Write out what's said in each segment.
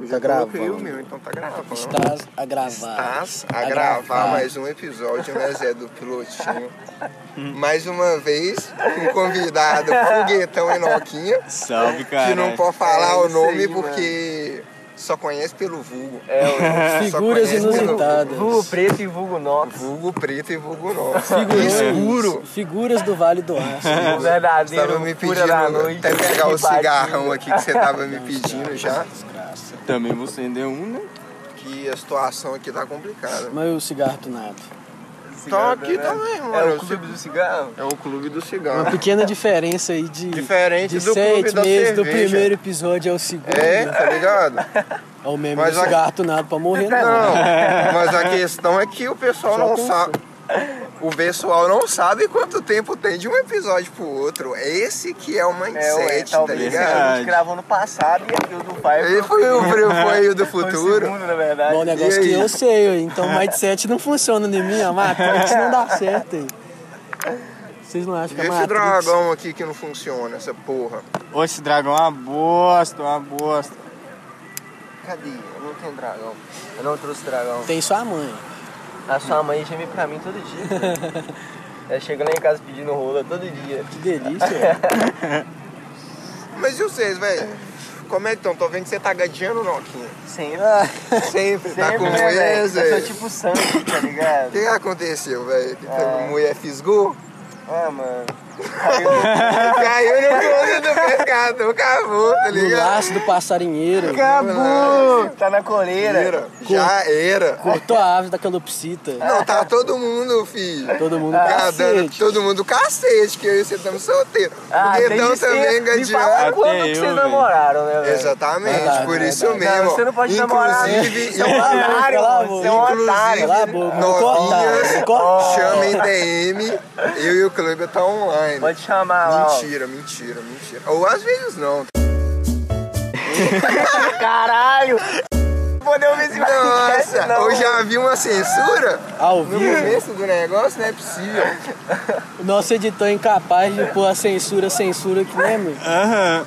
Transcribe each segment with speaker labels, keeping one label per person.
Speaker 1: Eu
Speaker 2: Tá gravando.
Speaker 1: coloquei o meu, então tá gravando.
Speaker 2: Estás a gravar.
Speaker 1: Estás a gravar mais um episódio, né, Zé, do Pilotinho. mais uma vez, com um convidado, Foguetão Enoquinha,
Speaker 3: Salve, cara.
Speaker 1: que não pode falar
Speaker 4: É
Speaker 1: o
Speaker 4: isso
Speaker 1: nome
Speaker 4: aí,
Speaker 1: porque só conhece pelo vulgo.
Speaker 4: É,
Speaker 1: Só
Speaker 2: Figuras
Speaker 1: conhece pelo
Speaker 2: inusitadas.
Speaker 4: o vulgo preto e vulgo nox.
Speaker 1: Vulgo preto e vulgo nosso.
Speaker 2: Figurões-
Speaker 1: Escuro.
Speaker 2: Figuras do Vale do Aço.
Speaker 4: O verdadeiro
Speaker 1: Estava me
Speaker 4: cura da
Speaker 1: pedindo
Speaker 4: noite.
Speaker 1: até pegar o
Speaker 4: Que pariu.
Speaker 1: cigarrão aqui que você tava me pedindo já,
Speaker 2: Desgraça.
Speaker 3: Também vou acender um, né?
Speaker 1: que a situação aqui tá complicada.
Speaker 2: Mas o cigarro do nada.
Speaker 1: Então aqui também, mano.
Speaker 4: É o clube do cigarro?
Speaker 1: É o clube do
Speaker 2: Uma
Speaker 1: cigarro.
Speaker 2: pequena diferença aí de,
Speaker 1: Diferente
Speaker 2: de
Speaker 1: do
Speaker 2: sete
Speaker 1: clube da
Speaker 2: meses do
Speaker 1: cerveja.
Speaker 2: primeiro episódio ao segundo.
Speaker 1: É, tá ligado?
Speaker 2: Ao mesmo
Speaker 1: Mas a-
Speaker 2: cigarro do nada pra morrer, não.
Speaker 1: Não, mas a questão é que o pessoal não sabe. O pessoal não sabe quanto tempo tem de um episódio pro outro. É esse que é o
Speaker 4: É, ué,
Speaker 1: mindset, tá
Speaker 4: talvez
Speaker 1: ligado?
Speaker 4: a gente gravou no passado e aqui o do pai
Speaker 1: Ele foi o foi o do
Speaker 4: foi o
Speaker 1: futuro.
Speaker 4: segundo, na verdade.
Speaker 2: Bom, né? o negócio
Speaker 1: E
Speaker 2: que
Speaker 1: aí?
Speaker 2: eu sei, ué, então o mindset não funciona em mim, a Matrix não dá certo aí. Vocês não acham que
Speaker 1: E
Speaker 2: a Matrix...
Speaker 1: esse dragão aqui que não funciona, essa porra.
Speaker 3: Ô, esse dragão é uma bosta, uma bosta.
Speaker 4: Cadê? Eu não tenho dragão. Eu não trouxe dragão.
Speaker 2: Tem sua mãe.
Speaker 4: A sua mãe geme pra mim todo dia. velho. Ela chega lá em casa pedindo rola todo dia.
Speaker 2: Que delícia. ué.
Speaker 1: Mas e vocês, velho? Como é que estão? Tô vendo que você tá gadeando, Noquinha.
Speaker 4: Sempre.
Speaker 1: Sempre, tá com
Speaker 4: Sempre, né, velho?
Speaker 1: mulher,
Speaker 4: Eu
Speaker 1: Zé.
Speaker 4: sou tipo santo, tá
Speaker 1: O
Speaker 4: ligado?
Speaker 1: que aconteceu, velho? Que
Speaker 4: Ah.
Speaker 1: Mulher fisgou?
Speaker 4: Ah, mano. Caiu-
Speaker 1: Caiu no clube do pescador, acabou, tá
Speaker 2: No
Speaker 1: ligado?
Speaker 2: laço do passarinheiro, ué.
Speaker 4: Acabou! Tá na coleira.
Speaker 1: Já era.
Speaker 2: cortou a ave da calopsita.
Speaker 1: Não, tá todo mundo, filho.
Speaker 2: Todo mundo
Speaker 1: Gadando,
Speaker 2: cacete.
Speaker 1: todo mundo cacete, que eu e você estamos solteiros.
Speaker 4: Ah,
Speaker 1: Porque
Speaker 4: tem
Speaker 1: então
Speaker 4: que ser-
Speaker 1: também
Speaker 4: Me fala
Speaker 1: gadeando.
Speaker 4: quando
Speaker 3: Até
Speaker 4: que
Speaker 3: eu,
Speaker 4: vocês
Speaker 3: velho.
Speaker 4: namoraram, né, velho?
Speaker 1: Exatamente,
Speaker 2: Verdade,
Speaker 1: por isso
Speaker 4: Não,
Speaker 1: mesmo.
Speaker 4: você não pode namorar, né?
Speaker 1: Inclusive,
Speaker 4: Você é um otário,
Speaker 2: Pelo
Speaker 4: mano. Você é um
Speaker 1: Inclusive,
Speaker 4: otário.
Speaker 2: Cala a boca, vou cortar,
Speaker 1: novinhas,
Speaker 2: vou cortar.
Speaker 1: chama em DM, eu e o Kleber tá online.
Speaker 4: Pode chamar lá. ó.
Speaker 1: Mentira, mentira, mentira. Ou às vezes não.
Speaker 4: Caralho! Poder ouvir esse podcast,
Speaker 1: Nossa,
Speaker 4: não.
Speaker 1: eu já vi uma censura
Speaker 2: Ao
Speaker 1: no
Speaker 2: vivo.
Speaker 1: começo do negócio, não é possível.
Speaker 2: O nosso editor é incapaz de pôr a censura, censura aqui, né, meu?
Speaker 3: Aham.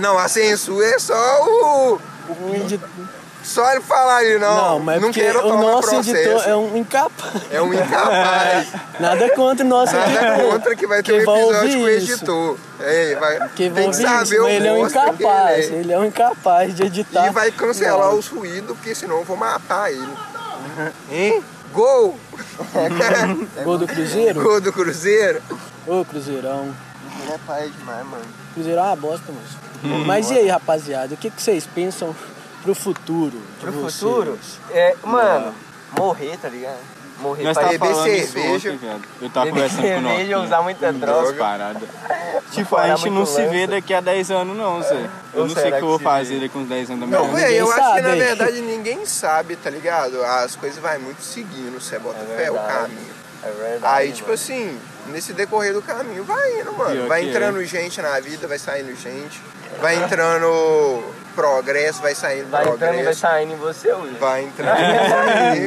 Speaker 1: Não, a censura é só o.
Speaker 2: O edi-
Speaker 1: Só ele falar ali, não.
Speaker 2: Não, mas é porque
Speaker 1: quero
Speaker 2: o
Speaker 1: tomar
Speaker 2: nosso
Speaker 1: processo.
Speaker 2: editor é um incapaz.
Speaker 1: É um incapaz.
Speaker 2: Nada contra o nosso
Speaker 1: Nada
Speaker 2: editor.
Speaker 1: contra que vai ter
Speaker 2: Quem
Speaker 1: um
Speaker 2: vai
Speaker 1: episódio
Speaker 2: ouvir
Speaker 1: com o
Speaker 2: isso?
Speaker 1: editor. Ei, vai,
Speaker 2: Porque
Speaker 1: tem
Speaker 2: vão
Speaker 1: que
Speaker 2: ver isso,
Speaker 1: saber o
Speaker 2: mas ele é um
Speaker 1: monstro que
Speaker 2: incapaz.
Speaker 1: ele é.
Speaker 2: Ele é um incapaz de editar.
Speaker 1: E vai cancelar
Speaker 2: Não.
Speaker 1: os ruídos, porque senão eu vou matar ele. Hein? Gol!
Speaker 2: Gol do Cruzeiro?
Speaker 1: Gol do Cruzeiro?
Speaker 2: Ô, Cruzeirão.
Speaker 4: Ele é pai demais, mano.
Speaker 2: Cruzeirão é uma bosta,
Speaker 1: Hum,
Speaker 2: mano. Mas e aí, rapaziada? O que, que vocês pensam pro futuro? de
Speaker 4: Pro
Speaker 2: vocês?
Speaker 4: futuro, é, mano, morrer, tá ligado? Morrer
Speaker 3: Nós
Speaker 4: pra
Speaker 3: tá
Speaker 1: Beber
Speaker 3: falando
Speaker 1: cerveja.
Speaker 3: isso ontem, velho. Eu tava
Speaker 4: beber
Speaker 3: conversando com nós.
Speaker 4: cerveja, usar muita droga.
Speaker 3: paradas. Tipo,
Speaker 4: parar
Speaker 3: a gente não
Speaker 4: muito
Speaker 3: se vê
Speaker 4: lança.
Speaker 3: daqui a 10 anos, não, Zé. Eu
Speaker 4: Ou
Speaker 3: não sei o
Speaker 4: será
Speaker 3: que eu vou
Speaker 4: que se vê?
Speaker 3: fazer daqui a uns 10 anos da minha
Speaker 1: Não,
Speaker 3: vida.
Speaker 1: velho, eu acho que na
Speaker 2: sabe.
Speaker 1: verdade ninguém sabe, tá ligado? As coisas vai muito seguindo, você bota
Speaker 4: É
Speaker 1: fé, o
Speaker 4: verdade.
Speaker 1: caminho.
Speaker 4: É verdade,
Speaker 1: Aí,
Speaker 4: mano.
Speaker 1: tipo assim, nesse decorrer do caminho, vai indo, mano.
Speaker 3: Pior
Speaker 1: vai
Speaker 3: que é.
Speaker 1: entrando gente na vida, vai saindo gente. Vai entrando progresso, vai saindo
Speaker 4: vai entrando e vai
Speaker 1: progresso.
Speaker 4: saindo em você, Will.
Speaker 1: Vai entrando. em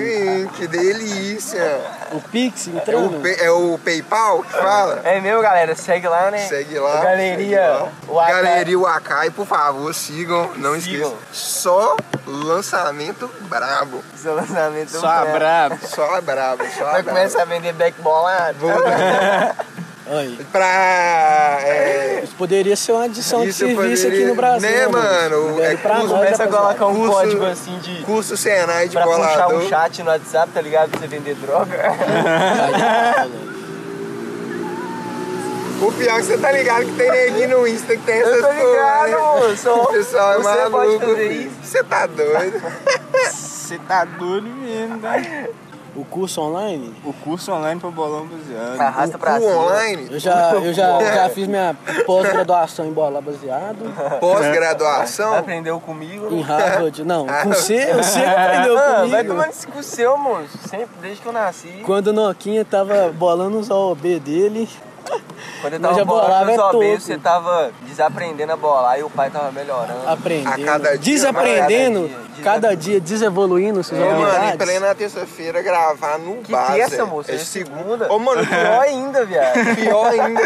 Speaker 1: mim, que delícia.
Speaker 2: O Pix
Speaker 1: É
Speaker 2: entrando?
Speaker 1: o, Pe- é o PayPal que fala?
Speaker 4: É meu, galera, segue lá, né?
Speaker 1: Segue lá.
Speaker 4: Galeria,
Speaker 1: segue
Speaker 4: o
Speaker 1: lá.
Speaker 4: AK.
Speaker 1: Galeria Wakai, por favor, sigam. Não
Speaker 4: Sigam.
Speaker 1: esqueçam. Só lançamento brabo.
Speaker 4: Seu lançamento. é um
Speaker 3: Só a brabo.
Speaker 1: Só a brabo, só a
Speaker 4: Vai
Speaker 1: brabo.
Speaker 4: começar a vender back bolado.
Speaker 1: Vou
Speaker 2: Aí.
Speaker 1: pra. é,
Speaker 2: Isso poderia ser uma adição de
Speaker 1: Isso
Speaker 2: serviço
Speaker 1: poderia-
Speaker 2: aqui no Brasil.
Speaker 1: Né, mano?
Speaker 2: Não deve
Speaker 1: É
Speaker 2: pra
Speaker 1: curso,
Speaker 2: nós,
Speaker 4: Começa a
Speaker 2: rapaziada.
Speaker 4: colocar um
Speaker 1: Curso-
Speaker 4: código assim de.
Speaker 1: curso Senai de
Speaker 4: Pra puxar
Speaker 1: bolador.
Speaker 4: um chat no WhatsApp, tá ligado? Pra você vender droga.
Speaker 1: um- O pior é que você tá ligado que tem neguinho no Insta que tem essas
Speaker 4: Eu tô ligado,
Speaker 1: coisas.
Speaker 4: moço.
Speaker 1: O pessoal é
Speaker 4: Você pode
Speaker 1: maluco.
Speaker 4: fazer
Speaker 1: filho.
Speaker 4: isso.
Speaker 1: Você tá doido?
Speaker 3: Você tá doido mesmo, né?
Speaker 2: O curso online?
Speaker 3: O curso online pro bolão É baseado.
Speaker 4: Arrasta
Speaker 1: O
Speaker 4: pra cima.
Speaker 1: online,
Speaker 2: Eu já, eu já,
Speaker 4: Uau.
Speaker 2: já fiz minha pós-graduação em bola baseado,
Speaker 1: pós-graduação,
Speaker 4: Aprendeu comigo.
Speaker 2: em Harvard. Não, com
Speaker 1: Ah.
Speaker 2: C, o C que aprendeu
Speaker 4: Ah, vai
Speaker 2: comigo.
Speaker 4: tomando esse cu seu, moço. Sempre, desde que eu nasci.
Speaker 2: Quando o Noquinha tava bolando os OB dele,
Speaker 4: Quando eu
Speaker 2: Mas
Speaker 4: tava
Speaker 2: a bolada
Speaker 4: bolando
Speaker 2: é
Speaker 4: os OB,
Speaker 2: toco.
Speaker 4: você tava desaprendendo a bolar e o pai tava melhorando.
Speaker 2: aprendendo,
Speaker 1: A cada dia,
Speaker 2: desaprendendo,
Speaker 4: cada dia,
Speaker 2: cada dia, desevoluindo suas
Speaker 1: Ô, mano, em
Speaker 2: habilidades.
Speaker 1: plena terça-feira gravar no
Speaker 4: É. que
Speaker 1: bar.
Speaker 4: terça,
Speaker 1: Zé.
Speaker 4: moço?
Speaker 1: É
Speaker 4: É segunda.
Speaker 1: Ô, mano,
Speaker 4: Pior ainda, viado.
Speaker 1: pior ainda.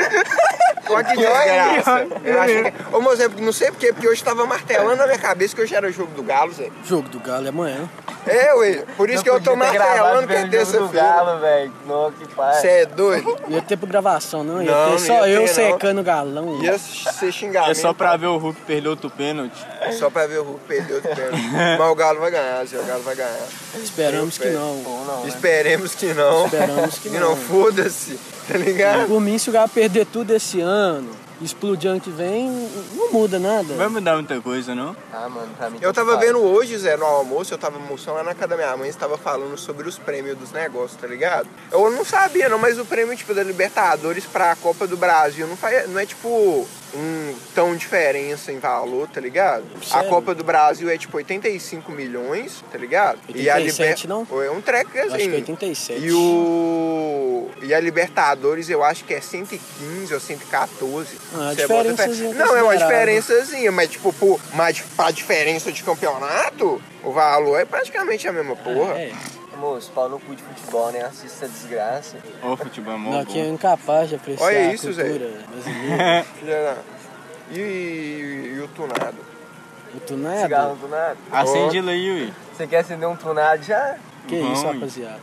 Speaker 1: Olha que desgraça. Eu acho
Speaker 4: É.
Speaker 1: que... Ô, moço, não sei porque, porque hoje tava martelando na minha cabeça que hoje era o jogo do Galo, Zé.
Speaker 2: Jogo do Galo é amanhã.
Speaker 1: É, ué. Por isso que eu tô martelando que é terça-feira.
Speaker 4: Galo, velho. Não, que pai.
Speaker 1: Você é doido?
Speaker 2: Não ia ter pra gravação, não. Ia
Speaker 1: Não,
Speaker 2: ter
Speaker 1: não
Speaker 2: só
Speaker 1: ia
Speaker 2: eu
Speaker 1: ter, não.
Speaker 2: secando o galão.
Speaker 1: Ia ser xingamento.
Speaker 3: É só pra ver o Hulk perder outro pênalti.
Speaker 1: Só pra ver o Hulk perder outro pênalti. Mas o Galo vai ganhar, Zé. O Galo vai ganhar.
Speaker 2: Esperamos que não.
Speaker 4: Ou não, né?
Speaker 1: Esperemos que não.
Speaker 2: Esperamos que
Speaker 1: Que não
Speaker 2: não.
Speaker 1: foda-se. Tá ligado?
Speaker 2: Por mim, se o Galo perder tudo esse ano, explodir ano que vem, não muda
Speaker 3: Não vai
Speaker 2: nada.
Speaker 3: mudar muita coisa, não?
Speaker 4: Ah, mano, pra mim.
Speaker 1: Eu
Speaker 4: tanto
Speaker 1: tava
Speaker 4: faz.
Speaker 1: vendo hoje, Zé, no almoço, eu tava almoçando lá na casa da minha mãe, estava falando sobre os prêmios dos negócios, tá ligado? Eu não sabia, não, mas o prêmio, tipo, da Libertadores pra Copa do Brasil não, faz, não é, tipo, um tão diferença em valor, tá ligado?
Speaker 2: Sério?
Speaker 1: A Copa do Brasil é, tipo 85 milhões, tá ligado?
Speaker 2: 87 não?
Speaker 1: É um treco assim.
Speaker 2: Acho que 87.
Speaker 1: E o. E a Libertadores eu acho que é 115 ou 114.
Speaker 2: Ah,
Speaker 1: Você bota fé.
Speaker 2: diferençazinha
Speaker 1: Não, é uma
Speaker 2: considerável.
Speaker 1: diferençazinha, mas tipo, pô, mas pra diferença de campeonato, o valor é praticamente a mesma porra.
Speaker 2: É,
Speaker 4: Moço, pau no cu de futebol, né? Assista a desgraça.
Speaker 3: Ô, futebol é mó
Speaker 2: não,
Speaker 3: bom.
Speaker 2: que é incapaz de apreciar
Speaker 1: Olha
Speaker 2: a
Speaker 1: isso,
Speaker 2: cultura brasileira.
Speaker 1: Filha da- E, e o tunado?
Speaker 2: O tunado?
Speaker 4: Cigarro do nada.
Speaker 3: Acende ele aí, Ui.
Speaker 4: Você quer acender um tunado já?
Speaker 2: Que
Speaker 3: Não,
Speaker 2: isso,
Speaker 3: hein?
Speaker 2: rapaziada.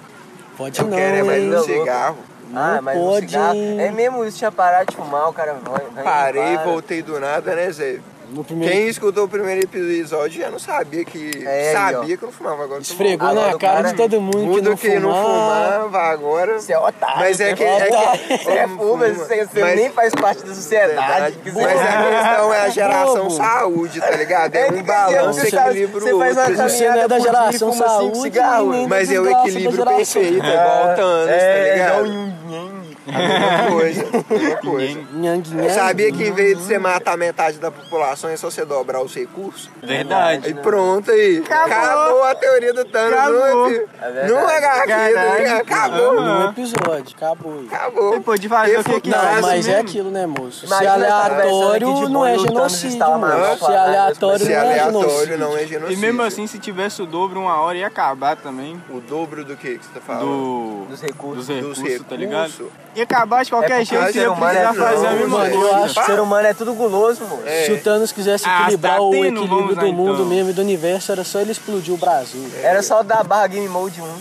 Speaker 2: Pode
Speaker 1: Eu
Speaker 2: não,
Speaker 1: quero é mais
Speaker 2: hein?
Speaker 1: um
Speaker 4: Não,
Speaker 1: cigarro.
Speaker 2: Não
Speaker 4: ah, mas um
Speaker 2: pode.
Speaker 4: cigarro. É mesmo isso, tinha parado de fumar, o cara vai. vai
Speaker 1: Parei,
Speaker 4: para.
Speaker 1: voltei do nada, né, Zé?
Speaker 2: No primeiro...
Speaker 1: Quem escutou o primeiro episódio já não sabia que.
Speaker 4: É, aí,
Speaker 1: sabia que eu não fumava agora. eu tô
Speaker 2: Esfregou
Speaker 4: Agora
Speaker 2: na
Speaker 4: o
Speaker 2: cara
Speaker 4: cara
Speaker 2: de todo mundo que
Speaker 1: Mudo
Speaker 2: não
Speaker 1: que não
Speaker 2: fumar.
Speaker 1: fumava agora.
Speaker 4: Você é otário.
Speaker 1: Mas é
Speaker 4: você
Speaker 1: que-
Speaker 2: é
Speaker 4: otário.
Speaker 1: que-
Speaker 4: Você é fumo, você, você
Speaker 1: Mas-
Speaker 4: nem faz parte da sociedade. que
Speaker 1: Mas
Speaker 4: você-
Speaker 1: a questão é a geração
Speaker 2: Bobo.
Speaker 1: saúde, tá ligado? É
Speaker 4: que
Speaker 1: um
Speaker 4: quer dizer,
Speaker 1: balanço,
Speaker 4: você faz-
Speaker 1: equilíbrio.
Speaker 4: você faz uma
Speaker 1: outro.
Speaker 2: Você não é da
Speaker 4: Caminhada por dia,
Speaker 2: geração
Speaker 4: fuma cinco
Speaker 2: saúde,
Speaker 4: cigarros.
Speaker 2: nem
Speaker 1: Mas é o
Speaker 2: desgraça da
Speaker 1: equilíbrio
Speaker 2: geração.
Speaker 1: perfeito, é igual o Thanos,
Speaker 4: É,
Speaker 1: tá
Speaker 4: é
Speaker 1: ligado?
Speaker 4: um yin-yang.
Speaker 1: A mesma coisa, a mesma coisa.
Speaker 2: Nhang, nhang.
Speaker 1: Eu sabia que em vez de você matar metade da população, é só você dobrar os recursos.
Speaker 3: É Verdade.
Speaker 1: Aí pronto, aí. Acabou, a teoria do Thanos.
Speaker 3: Acabou.
Speaker 1: Não, não é
Speaker 3: Caralho.
Speaker 1: garrafa, acabou.
Speaker 2: No Um episódio, acabou.
Speaker 1: Acabou.
Speaker 3: Ele pode fazer o que
Speaker 1: Porque
Speaker 3: que
Speaker 1: faz
Speaker 2: Não,
Speaker 1: isso
Speaker 2: mas é
Speaker 3: mesmo.
Speaker 2: aquilo, né, moço? Se
Speaker 4: Imagina essa
Speaker 2: aleatório,
Speaker 4: é conversa aqui de
Speaker 2: não é
Speaker 4: boi, o Thanos
Speaker 2: genocídio,
Speaker 4: instala uma
Speaker 2: mano.
Speaker 4: nova
Speaker 2: Se
Speaker 4: lá,
Speaker 2: aleatório,
Speaker 4: mas
Speaker 1: Se
Speaker 2: não é
Speaker 1: aleatório
Speaker 2: genocídio.
Speaker 1: não é genocídio.
Speaker 3: E mesmo assim, se tivesse o dobro uma hora, ia acabar também.
Speaker 1: O dobro do que que você tá falando?
Speaker 3: Do...
Speaker 4: Dos recursos.
Speaker 3: Dos
Speaker 1: Dos
Speaker 3: recursos, tá ligado?
Speaker 1: recursos.
Speaker 3: Ia acabar de
Speaker 4: É
Speaker 3: qualquer
Speaker 4: porque
Speaker 3: jeito,
Speaker 1: o ser
Speaker 3: ia
Speaker 1: humano é
Speaker 3: precisar fazer a
Speaker 1: não,
Speaker 3: mesma
Speaker 1: mano.
Speaker 2: eu
Speaker 3: coisa.
Speaker 2: acho-
Speaker 4: O ser humano é tudo guloso, moço.
Speaker 1: É.
Speaker 2: Se o Thanos quisesse
Speaker 3: Ah,
Speaker 2: equilibrar
Speaker 3: tá
Speaker 2: o
Speaker 3: tendo,
Speaker 2: equilíbrio
Speaker 3: vamos lá,
Speaker 2: do mundo
Speaker 3: então.
Speaker 2: mesmo e do universo, era só ele explodir o Brasil.
Speaker 4: Era só dar barra Game Mode 1.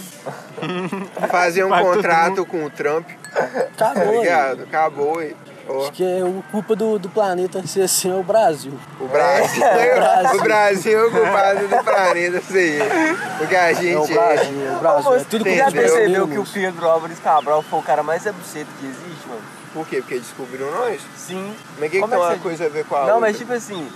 Speaker 1: Fazer um
Speaker 3: Pra todo
Speaker 1: contrato com o Trump, tá
Speaker 2: Acabou. né?
Speaker 1: ligado? Acabou, aí. Ó.
Speaker 2: Acho que é o culpa do, do planeta ser assim é o Brasil.
Speaker 1: O Brasil,
Speaker 2: Brasil.
Speaker 1: o Brasil é o culpado do planeta, isso aí. Porque a
Speaker 2: É o
Speaker 1: gente.
Speaker 2: Brasil, o Brasil. É tudo culpa
Speaker 1: Você
Speaker 4: já
Speaker 2: do Brasil.
Speaker 4: percebeu que o
Speaker 2: moço.
Speaker 4: Pedro Álvares Cabral foi o cara mais absurdo que existe, mano?
Speaker 1: é- Por quê? Porque descobriram nós?
Speaker 4: Sim.
Speaker 1: Mas o que, que
Speaker 4: Como
Speaker 1: tem
Speaker 4: é
Speaker 1: uma
Speaker 4: você-
Speaker 1: coisa a ver com a
Speaker 4: Não,
Speaker 1: outra?
Speaker 4: mas tipo assim,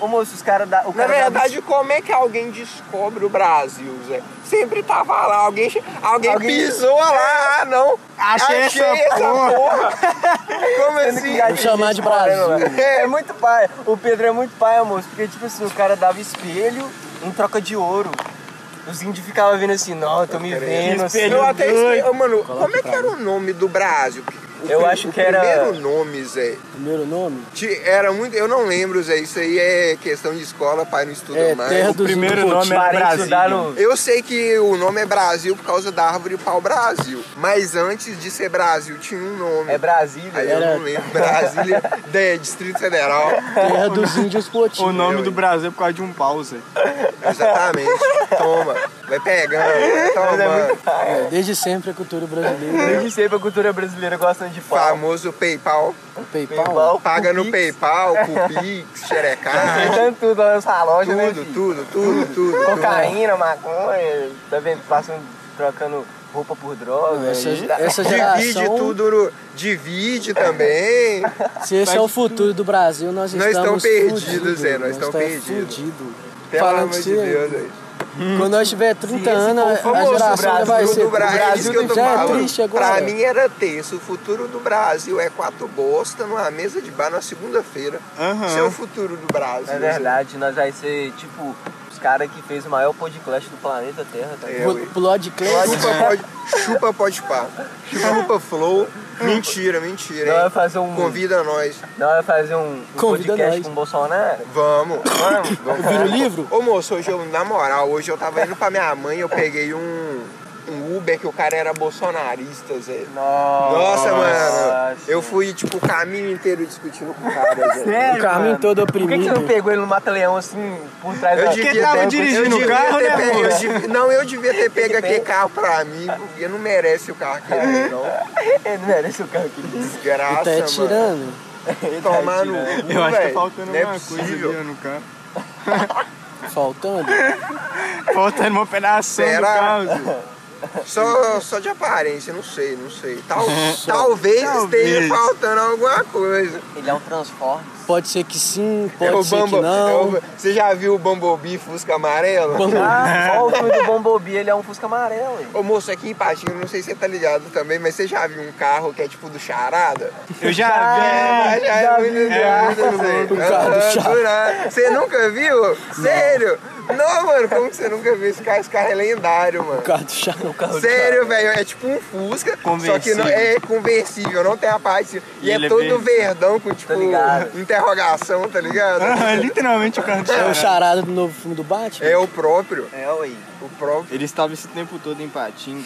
Speaker 4: ô moço, os caras da. O
Speaker 1: então. Na
Speaker 4: cara dá
Speaker 1: verdade, como é que alguém descobre o Brasil, Zé? Sempre tava lá, alguém, che- alguém,
Speaker 4: Alguém- É.
Speaker 1: pisou lá, ah, não.
Speaker 3: Achei essa porra.
Speaker 1: Como
Speaker 4: Sendo
Speaker 1: assim?
Speaker 4: que já
Speaker 2: Vou chamar de
Speaker 4: tinha gente
Speaker 2: Brasil.
Speaker 4: falando, velho. É muito pai. O Pedro é muito pai, moço. Porque, tipo assim, o cara dava espelho em troca de ouro. Os índios ficavam vendo assim, não, eu tô me vendo. Assim.
Speaker 1: Eu até esqueci. Ô, Mano, como é que
Speaker 2: pra
Speaker 1: era o nome do Brasil? O
Speaker 4: Eu
Speaker 1: pri-
Speaker 4: acho
Speaker 1: o
Speaker 4: que era-
Speaker 1: primeiro nome, Zé.
Speaker 2: Primeiro nome?
Speaker 1: Ti- Era muito. Eu não lembro, Zé. Isso aí é questão de escola, pai não estuda
Speaker 2: É,
Speaker 1: mais.
Speaker 2: terra
Speaker 3: O
Speaker 2: dos
Speaker 3: primeiro
Speaker 2: Indocuti.
Speaker 3: nome é
Speaker 4: Parei de estudar
Speaker 3: Brasil.
Speaker 4: no.
Speaker 1: Eu sei que o nome é Brasil por causa da árvore pau Brasil. Mas antes de ser Brasil tinha um nome.
Speaker 4: É Brasília.
Speaker 1: Aí eu
Speaker 2: Era-
Speaker 1: não lembro. Brasília, da Distrito Federal.
Speaker 2: Terra dos índios Poti.
Speaker 3: O nome
Speaker 1: Eu,
Speaker 3: do
Speaker 1: hein.
Speaker 3: Brasil é por causa de um pau, Zé.
Speaker 1: Exatamente. Toma. Vai
Speaker 2: é
Speaker 1: pegando. né? Toma.
Speaker 2: Desde sempre a cultura brasileira.
Speaker 4: Eu que sei, a cultura brasileira gosta de pau.
Speaker 1: Famoso PayPal.
Speaker 2: O
Speaker 4: Paypal.
Speaker 2: PayPal.
Speaker 1: Paga no
Speaker 4: Pix.
Speaker 1: PayPal, Cupix,
Speaker 4: Tem
Speaker 1: xerecá.
Speaker 4: tanto assim, tá tudo lá nessa loja, né?
Speaker 1: Tudo,
Speaker 4: filho?
Speaker 1: tudo, tudo, tudo.
Speaker 4: Cocaína, maconha, tá vendo? Passando, trocando roupa por droga.
Speaker 2: Essa,
Speaker 4: e-
Speaker 2: essa
Speaker 1: Divide
Speaker 2: geração,
Speaker 1: tudo no. Divide também.
Speaker 2: se esse é o futuro do Brasil, nós,
Speaker 1: Nós
Speaker 2: estamos
Speaker 1: estamos perdidos,
Speaker 2: fudidos,
Speaker 1: Zé, nós
Speaker 2: nós
Speaker 1: estamos perdidos.
Speaker 2: fudidos.
Speaker 1: Pelo
Speaker 2: Falando
Speaker 1: amor de
Speaker 2: sério,
Speaker 1: Deus, aí.
Speaker 2: Quando nós tiver 30
Speaker 4: esse
Speaker 2: anos,
Speaker 4: for
Speaker 2: a- a
Speaker 4: famoso,
Speaker 2: geração
Speaker 4: Brasil
Speaker 2: já vai
Speaker 1: futuro
Speaker 2: ser...
Speaker 1: do Brasil, é isso que eu tô
Speaker 2: já é
Speaker 1: falando.
Speaker 2: triste agora.
Speaker 1: Pra mim era terça. O futuro do Brasil é quatro bosta numa mesa de bar na segunda-feira.
Speaker 3: Aham.
Speaker 1: Isso é o futuro do Brasil.
Speaker 4: É verdade, nós vai ser tipo os caras que fez o maior podcast do planeta Terra, tá
Speaker 1: É,
Speaker 4: ligado?
Speaker 1: ué.
Speaker 2: Pular de classe,
Speaker 1: Chupa pode, chupa pode pá. Chupa flow. Mentira, mentira.
Speaker 4: Nós
Speaker 1: hein?
Speaker 4: vai fazer um.
Speaker 1: Convida nós.
Speaker 4: Nós vai fazer um, um
Speaker 2: Convida
Speaker 4: podcast
Speaker 2: nós.
Speaker 4: com o Bolsonaro.
Speaker 1: Vamos.
Speaker 4: Vamos, vamos.
Speaker 2: vira o livro?
Speaker 1: Ô moço, hoje eu, na moral, hoje eu tava indo pra minha mãe, eu peguei um. um Uber que o cara era bolsonarista, Zé.
Speaker 4: Nossa,
Speaker 1: Nossa, mano. Eu fui, tipo, o caminho inteiro discutindo com o cara, Zé.
Speaker 4: Sério,
Speaker 2: O caminho
Speaker 4: mano?
Speaker 2: todo
Speaker 4: Por que, que você não
Speaker 2: oprimido.
Speaker 4: pegou ele no Mata-Leão assim, por trás da...
Speaker 3: devia- tava
Speaker 1: ter-
Speaker 3: dirigindo
Speaker 1: eu
Speaker 3: o carro,
Speaker 1: devia ter
Speaker 3: né,
Speaker 1: pego-
Speaker 3: amor?
Speaker 1: eu devia- Não, eu devia ter pego
Speaker 4: que
Speaker 1: aquele
Speaker 4: pega?
Speaker 1: carro pra mim, porque não merece o carro que ele não.
Speaker 4: Ele É, não merece o carro que ele disse.
Speaker 1: Desgraça,
Speaker 2: Tá
Speaker 1: mano.
Speaker 2: tirando.
Speaker 4: Ele tá
Speaker 1: Tomar no
Speaker 4: atirando.
Speaker 1: cu,
Speaker 3: Eu acho que tá
Speaker 1: velho.
Speaker 3: faltando
Speaker 1: Não é
Speaker 3: alguma coisa
Speaker 1: possível.
Speaker 3: ali ó, no carro.
Speaker 2: Faltando.
Speaker 3: Faltando uma operação do
Speaker 1: Será?
Speaker 3: carro. Zé.
Speaker 1: Só, só de aparência, não sei, não sei. Tal, talvez,
Speaker 3: Talvez.
Speaker 1: esteja faltando alguma coisa.
Speaker 4: Ele é um Transformers.
Speaker 2: Pode ser que sim, pode
Speaker 1: É o
Speaker 2: ser
Speaker 1: Bumble-
Speaker 2: que não.
Speaker 1: é o- você já viu o Bumblebee Fusca Amarelo?
Speaker 2: Bumblebee.
Speaker 4: Ah, olha o filme do Bumblebee, ele é um Fusca amarelo, hein?
Speaker 1: Ô moço, aqui em Patinho, não sei se você tá ligado também, mas você já viu um carro que é tipo do Charada?
Speaker 3: Eu Ah, já
Speaker 1: É,
Speaker 3: vi.
Speaker 1: já é muito
Speaker 3: é
Speaker 1: doido,
Speaker 3: muito
Speaker 1: Zé.
Speaker 2: louco. O carro do
Speaker 1: Aham,
Speaker 2: Charada.
Speaker 1: do nada. Você nunca viu? Sério? Não, mano, como que você nunca viu esse carro? Esse carro é lendário, mano.
Speaker 2: O carro do chá. O carro
Speaker 1: Sério, velho, é tipo um Fusca, só que
Speaker 3: Conversível.
Speaker 1: não, é conversível, não tem a parte. E,
Speaker 3: E ele
Speaker 1: é
Speaker 3: é
Speaker 1: todo
Speaker 3: verde.
Speaker 1: verdão com, tipo,
Speaker 4: ligado.
Speaker 1: interrogação, tá ligado?
Speaker 3: né? Literalmente o carro do
Speaker 2: É o
Speaker 3: Charada.
Speaker 2: charada do novo filme do Batman?
Speaker 1: é o próprio,
Speaker 4: É, oi.
Speaker 1: o próprio.
Speaker 3: Ele estava esse tempo todo em Patinga.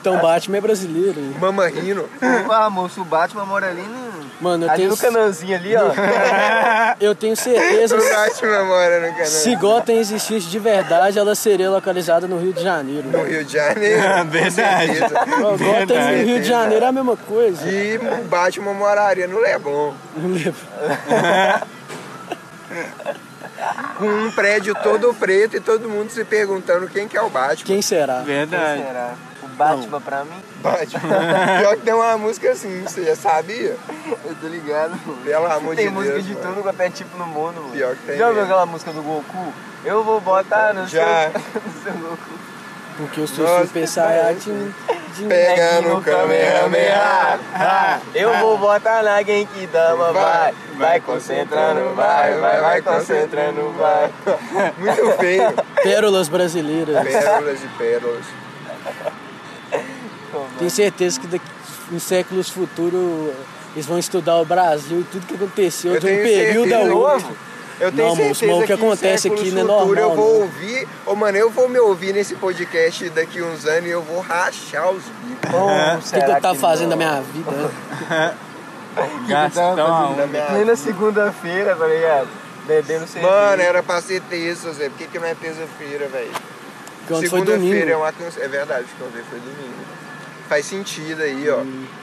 Speaker 2: Então Batman é brasileiro. hein?
Speaker 1: Mama Rino.
Speaker 4: Ah, moço, o Batman mora ali no...
Speaker 2: Mano, eu
Speaker 4: Ali
Speaker 2: tenho,
Speaker 4: no canalzinho ali, ó.
Speaker 2: eu tenho certeza
Speaker 1: Eu acho memória no
Speaker 2: que se
Speaker 1: canal.
Speaker 2: Gotham existisse de verdade, ela seria localizada no Rio de Janeiro.
Speaker 1: No Rio de Janeiro. com
Speaker 3: Verdade.
Speaker 1: certeza.
Speaker 2: Ó, Gotham e
Speaker 3: Verdade.
Speaker 2: Rio de Janeiro é a mesma coisa.
Speaker 1: E o Batman moraria no Leblon.
Speaker 2: Não lembro.
Speaker 1: Com um prédio todo preto e todo mundo se perguntando quem que é o Batman.
Speaker 2: Quem será?
Speaker 4: Quem
Speaker 3: Verdade.
Speaker 4: será? O Batman pra mim?
Speaker 1: Batman. Pior que tem uma música assim, você já sabia?
Speaker 4: Eu tô ligado, mano.
Speaker 1: Pelo amor
Speaker 4: Tem
Speaker 1: de
Speaker 4: música
Speaker 1: Deus.
Speaker 4: de
Speaker 1: mano.
Speaker 4: tudo quanto é tipo no mundo, mano.
Speaker 1: Pior que tem
Speaker 4: Já ouviu
Speaker 1: mesmo.
Speaker 4: aquela música do Goku? Eu vou botar no
Speaker 1: Já.
Speaker 4: seu... no seu Goku.
Speaker 2: Porque os seus
Speaker 1: Nossa,
Speaker 2: super
Speaker 1: que
Speaker 2: saiyajin... de-
Speaker 4: né?
Speaker 1: Pega
Speaker 4: Aqui
Speaker 1: no né? Kamehameha.
Speaker 4: Ah, Eu vou botar na Genkidama, vai. Vai concentrando, vai, vai, vai concentrando, vai.
Speaker 1: Muito feio.
Speaker 2: Pérolas brasileiras.
Speaker 1: Pérolas e pérolas.
Speaker 2: Tenho certeza que daqui, em séculos futuros eles vão estudar o Brasil e tudo que aconteceu
Speaker 1: Eu
Speaker 2: de um
Speaker 1: tenho
Speaker 2: período a
Speaker 1: certeza.
Speaker 2: outro.
Speaker 1: Eu tenho
Speaker 2: Não, moço,
Speaker 1: certeza
Speaker 2: mas o que
Speaker 1: em
Speaker 2: acontece aqui não
Speaker 1: séculos
Speaker 2: é
Speaker 1: futuros Eu
Speaker 2: normal,
Speaker 1: vou
Speaker 2: não.
Speaker 1: ouvir, ô mano, eu vou me ouvir nesse podcast daqui uns anos e eu vou rachar os bicos.
Speaker 4: Ou
Speaker 2: O que, que eu tava fazendo na
Speaker 4: na
Speaker 2: minha vida? né?
Speaker 3: Gastão a
Speaker 1: na
Speaker 3: um.
Speaker 1: minha
Speaker 4: Nem na segunda-feira, tá ligado? Bebendo cerveja.
Speaker 1: Mano, era pra ser terça, Zé. Por que, que não é terça-feira, velho?
Speaker 2: Porque ontem foi
Speaker 1: Segunda-feira é
Speaker 2: domingo.
Speaker 1: uma canção. É verdade, que ontem foi domingo. Faz sentido aí,
Speaker 2: Hum,
Speaker 1: ó.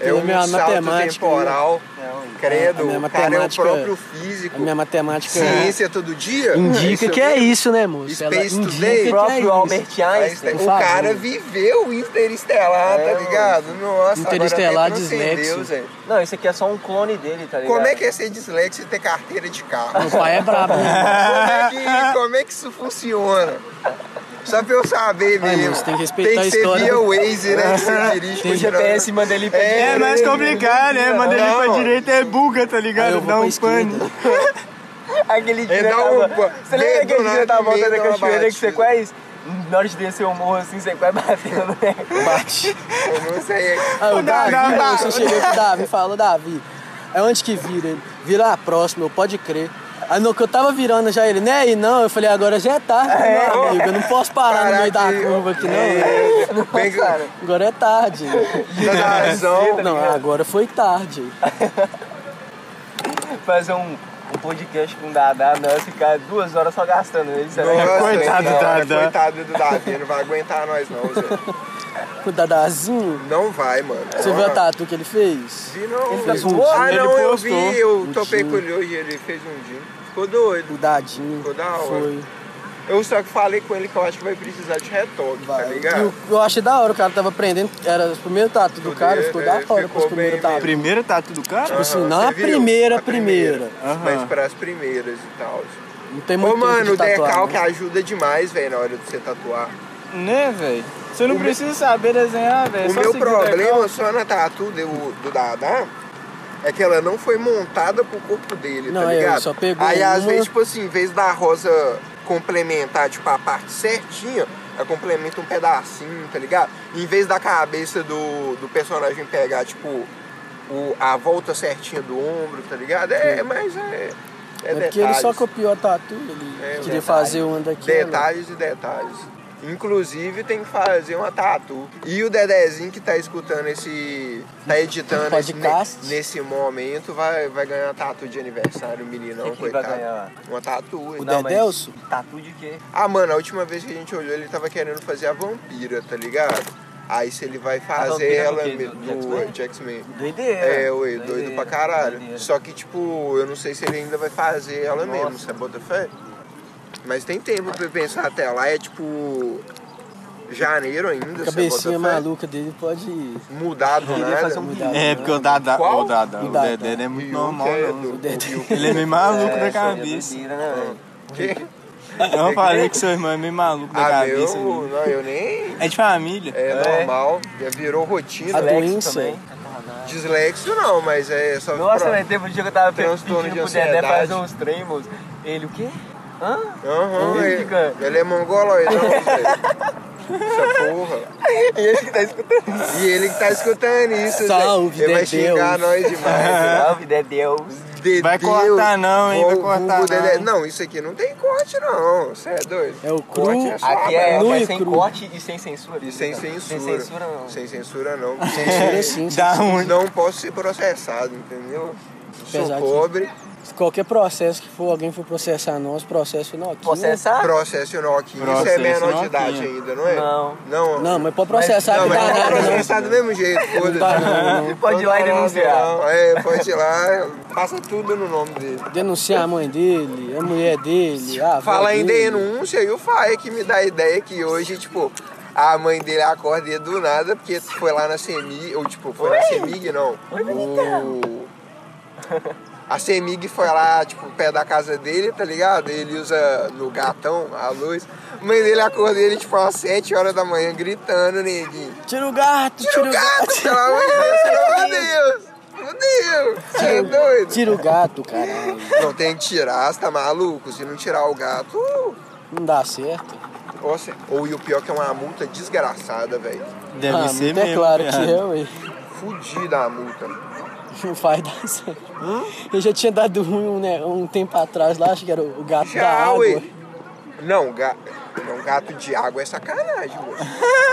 Speaker 1: É
Speaker 2: Pela
Speaker 1: um
Speaker 2: minha
Speaker 1: salto
Speaker 2: matemática, né?
Speaker 1: temporal, É, um
Speaker 4: Não,
Speaker 1: credo.
Speaker 2: A minha
Speaker 1: O cara é o
Speaker 2: matemática-
Speaker 1: próprio
Speaker 2: A
Speaker 1: físico.
Speaker 2: minha matemática é
Speaker 1: Ciência todo dia?
Speaker 2: indica que é isso, né, moço? Ela
Speaker 1: Space
Speaker 2: indica
Speaker 1: Today.
Speaker 2: que
Speaker 4: O
Speaker 2: é
Speaker 4: próprio
Speaker 2: isso.
Speaker 4: Albert Einstein.
Speaker 1: Einstein.
Speaker 2: por
Speaker 1: O
Speaker 2: favor.
Speaker 1: cara viveu o Interestelar,
Speaker 4: É,
Speaker 1: tá ligado? Nossa,
Speaker 2: Interestelar Tá
Speaker 1: agora até transcendeu,
Speaker 2: dislexo.
Speaker 1: Zé.
Speaker 4: Não, esse aqui é só um clone dele, tá ligado?
Speaker 1: Como é que é ser dislexo e ter carteira de carro?
Speaker 2: Meu pai é brabo, né?
Speaker 1: como, é que, como é que isso funciona? Só pra eu saber
Speaker 2: Ai,
Speaker 1: mesmo.
Speaker 2: moço, tem que respeitar
Speaker 1: Tem que
Speaker 2: a
Speaker 1: ser
Speaker 2: história.
Speaker 1: via Waze, né? Que você dirige
Speaker 2: Tem
Speaker 4: O GPS manda ele pra
Speaker 1: É,
Speaker 3: É mais complicado, né? Manda ele pra direita é buga, tá
Speaker 2: Aí
Speaker 3: ligado?
Speaker 2: eu vou
Speaker 3: Dá
Speaker 2: pra
Speaker 3: um
Speaker 2: esquerda.
Speaker 3: pane.
Speaker 4: Aquele dia
Speaker 1: É, dá
Speaker 4: da
Speaker 1: um-
Speaker 4: volta. Você lembra
Speaker 1: vê,
Speaker 4: aquele
Speaker 1: do
Speaker 4: dia
Speaker 1: nada,
Speaker 4: da
Speaker 1: no
Speaker 4: volta
Speaker 1: meio
Speaker 4: da
Speaker 1: dá uma
Speaker 4: cachoeira que você
Speaker 1: batida.
Speaker 4: quase. Na hora de descer o morro assim, você quase batendo, né?
Speaker 2: Bate.
Speaker 1: Eu não sei.
Speaker 2: Aí o Davi,
Speaker 3: Davi.
Speaker 2: moço, eu cheguei pro Davi e falou, Davi, é onde que vira ele? Vira a próxima, eu pode crer. Aí no que eu tava virando já ele, né? E não, eu falei, agora já é tarde, meu amigo. Eu não posso parar no meio da curva aqui, não. né?
Speaker 1: não. Bem que
Speaker 4: Cara,
Speaker 2: Agora é tarde.
Speaker 1: dá razão.
Speaker 2: Não, agora foi tarde.
Speaker 4: fazer um, um podcast com o Dadá, nós ficar duas horas só gastando ele, será que- é?
Speaker 1: Nossa,
Speaker 3: coitado do
Speaker 1: não,
Speaker 3: Dadá.
Speaker 1: Coitado do Davi, não vai aguentar nós não, Zé.
Speaker 2: O Dadazinho,
Speaker 1: Não vai, mano.
Speaker 2: você
Speaker 1: Não
Speaker 2: viu a
Speaker 1: vai.
Speaker 2: tatu que ele fez?
Speaker 1: Vi não.
Speaker 2: Ele fez um
Speaker 1: ah,
Speaker 3: gin,
Speaker 1: não,
Speaker 3: ele
Speaker 1: eu
Speaker 3: postou.
Speaker 1: vi, eu
Speaker 2: Um
Speaker 1: topei
Speaker 2: gin.
Speaker 1: com ele hoje, ele fez um gin. Ficou
Speaker 2: O
Speaker 1: doido.
Speaker 2: dadinho.
Speaker 1: Ficou da hora.
Speaker 2: Foi.
Speaker 1: Eu só que falei com ele que eu acho que vai precisar de retoque, tá
Speaker 2: E
Speaker 1: ligado?
Speaker 2: o- eu achei da hora, o cara tava aprendendo, era o primeiro tatu do
Speaker 1: Poder,
Speaker 2: cara, ficou da
Speaker 1: né?
Speaker 2: hora com os
Speaker 1: Ficou bem
Speaker 2: primeiros
Speaker 3: A
Speaker 2: tatu.
Speaker 3: primeira tá tudo cara?
Speaker 2: Tipo assim,
Speaker 1: Aham,
Speaker 2: não
Speaker 1: você
Speaker 2: a
Speaker 1: viu?
Speaker 2: primeira,
Speaker 1: A primeira.
Speaker 2: primeira.
Speaker 1: Mas
Speaker 3: Aham.
Speaker 1: para as primeiras e tal.
Speaker 2: Não tem muito
Speaker 1: Ô,
Speaker 2: tempo
Speaker 1: mano,
Speaker 2: de
Speaker 1: o
Speaker 2: tatuar, né?
Speaker 1: decalque
Speaker 2: não.
Speaker 1: ajuda demais, velho, na hora de você tatuar.
Speaker 3: Né, velho? Você não precisa saber desenhar, é
Speaker 2: né?
Speaker 3: velho.
Speaker 1: o meu problema só na tatu do, do Dada é que ela não foi montada pro corpo dele,
Speaker 2: Não,
Speaker 1: tá
Speaker 2: é,
Speaker 1: ligado?
Speaker 2: só pegou
Speaker 1: Aí às
Speaker 2: uma-
Speaker 1: vezes, tipo assim, em vez da rosa complementar, tipo, a parte certinha, ela complementa um pedacinho, tá ligado? Em vez da cabeça do, do personagem pegar, tipo, o- a volta certinha do ombro, tá ligado? É, mas é. É,
Speaker 2: É porque ele
Speaker 1: detalhes.
Speaker 2: só copiou a tatu, ele
Speaker 1: É,
Speaker 2: queria
Speaker 1: detalhe.
Speaker 2: fazer uma daquela.
Speaker 1: Detalhes e detalhes. Inclusive tem que fazer uma tatu. E o Dedezinho que tá escutando esse. tá editando esse,
Speaker 2: podcast.
Speaker 1: ne- nesse momento vai, vai ganhar uma tatu de aniversário, o meninão,
Speaker 4: O que que ele vai
Speaker 1: coitado.
Speaker 4: ganhar?
Speaker 1: Uma tatu.
Speaker 2: O
Speaker 1: né?
Speaker 4: mas-
Speaker 2: Dedelso?
Speaker 4: Tatu de quê?
Speaker 1: Ah, mano, a última vez que a gente olhou, ele tava querendo fazer a vampira, tá ligado? Aí se ele vai fazer
Speaker 4: vampira do
Speaker 1: ela
Speaker 4: quê?
Speaker 1: me-
Speaker 4: Do
Speaker 1: do
Speaker 4: X-Men?
Speaker 1: X-Men.
Speaker 4: Doideira.
Speaker 1: É, ué, doido
Speaker 4: Doideira,
Speaker 1: pra caralho.
Speaker 4: doideira.
Speaker 1: Só que, tipo, eu não sei se ele ainda vai fazer ela
Speaker 4: Nossa.
Speaker 1: mesmo, você bota fé? Mas tem tempo pra pensar até lá, é tipo. janeiro ainda, você bota fé?
Speaker 2: Cabecinha maluca dele pode ir.
Speaker 1: Mudar do
Speaker 4: Queria fazer
Speaker 1: nada.
Speaker 4: um
Speaker 2: Cuidado,
Speaker 5: É,
Speaker 2: né?
Speaker 5: porque o Dada,
Speaker 1: Qual?
Speaker 5: o, Dada,
Speaker 2: O
Speaker 5: o
Speaker 2: Dada.
Speaker 5: Dedé não é muito
Speaker 1: E um
Speaker 5: normal,
Speaker 1: que é
Speaker 5: não.
Speaker 1: do-
Speaker 2: O Dedé.
Speaker 5: Ele é meio maluco
Speaker 4: É,
Speaker 5: da
Speaker 4: isso aí é
Speaker 5: cabeça.
Speaker 4: doideira, né, velho?
Speaker 1: Que?
Speaker 5: Eu falei que seu irmão é meio maluco da
Speaker 1: Ah,
Speaker 5: cabeça.
Speaker 1: meu,
Speaker 5: menino.
Speaker 1: não, eu nem.
Speaker 5: É de família.
Speaker 1: É,
Speaker 4: É.
Speaker 1: normal, já virou rotina.
Speaker 2: A
Speaker 4: Lex
Speaker 2: doença.
Speaker 4: também.
Speaker 1: Dislexo não, mas é só.
Speaker 4: Nossa,
Speaker 1: pra-
Speaker 4: velho, teve um dia que eu tava pe-
Speaker 1: Transtorno
Speaker 4: pedindo
Speaker 1: de
Speaker 4: pro Dedé
Speaker 1: ansiedade.
Speaker 4: fazer uns tremos. Ele, o quê? Hã?
Speaker 1: Aham,
Speaker 4: Ele
Speaker 1: ele,
Speaker 4: fica-
Speaker 1: ele é mongoloidão, velho. Essa porra.
Speaker 4: E ele que tá escutando.
Speaker 1: E ele que tá escutando isso,
Speaker 2: Salve,
Speaker 1: Zé. Ele vai
Speaker 2: Dedeus.
Speaker 1: xingar nós demais.
Speaker 4: Salve, Dedéus.
Speaker 1: Dedeus,
Speaker 5: Vai cortar não, hein? Vai
Speaker 1: vulgo
Speaker 5: cortar não.
Speaker 1: Dedé. Não, isso aqui não tem corte, não. Você é doido.
Speaker 2: É o cru.
Speaker 1: Corte é só
Speaker 4: Aqui é,
Speaker 1: abraço.
Speaker 2: Nu
Speaker 4: é
Speaker 2: e
Speaker 4: sem
Speaker 2: cru.
Speaker 4: corte e sem censura.
Speaker 1: E sem censura.
Speaker 4: Sem censura, não.
Speaker 1: Sem censura, não.
Speaker 2: Censura sim.
Speaker 5: Dá ruim.
Speaker 1: Não posso ser processado, entendeu?
Speaker 2: Apesar
Speaker 1: Sou
Speaker 2: de-
Speaker 1: pobre,
Speaker 2: Se qualquer processo que for, alguém for processar nós, processo não. aqui,
Speaker 4: Processar?
Speaker 1: processo noquinho. Isso é
Speaker 5: Processo
Speaker 1: menor de idade
Speaker 5: noquinho.
Speaker 1: ainda, não é?
Speaker 4: Não.
Speaker 1: Não,
Speaker 2: né? Não, mas pode processar né? que
Speaker 1: Não,
Speaker 2: dá
Speaker 1: mas tá
Speaker 2: nada, não.
Speaker 1: processado do mesmo jeito, foda-se.
Speaker 2: Tá, não, não.
Speaker 4: Pode ir lá e denunciar.
Speaker 1: Não, é, pode ir lá, passa tudo no nome dele.
Speaker 2: Denunciar a mãe dele, a mulher dele, a avó
Speaker 1: Fala em
Speaker 2: dele.
Speaker 1: denúncia e o Faia que me dá a ideia que hoje, tipo, a mãe dele acorda e é do nada, porque foi lá na CEMIG, ou tipo, foi na CEMIG, não. o... A CEMIG foi lá, tipo, pé da casa dele, tá ligado? Ele usa no gatão a luz. A mãe dele acorda ele, tipo, às 7 horas da manhã, gritando, neguinho.
Speaker 2: Tira o gato, tira,
Speaker 1: Tira o gato, pelo amor de Deus, pelo amor de Deus. Meu Deus, você é doido.
Speaker 2: Tira o gato, caralho.
Speaker 1: Não, tem que tirar, você tá maluco? Se não tirar o gato. uh,
Speaker 2: Não dá certo.
Speaker 1: Ou, se- ou e o pior que é uma multa desgraçada, velho.
Speaker 5: Deve
Speaker 2: Ah,
Speaker 5: ser
Speaker 2: muito
Speaker 5: mesmo.
Speaker 2: é claro que
Speaker 5: viado.
Speaker 2: é, ué.
Speaker 1: Fudida a multa.
Speaker 2: Não vai dar certo.
Speaker 1: Hum?
Speaker 2: Eu já tinha dado ruim um, né, um tempo atrás lá, acho que era o o gato da
Speaker 1: Já,
Speaker 2: água.
Speaker 1: ué. Não, ga... não, gato de água é sacanagem, moço.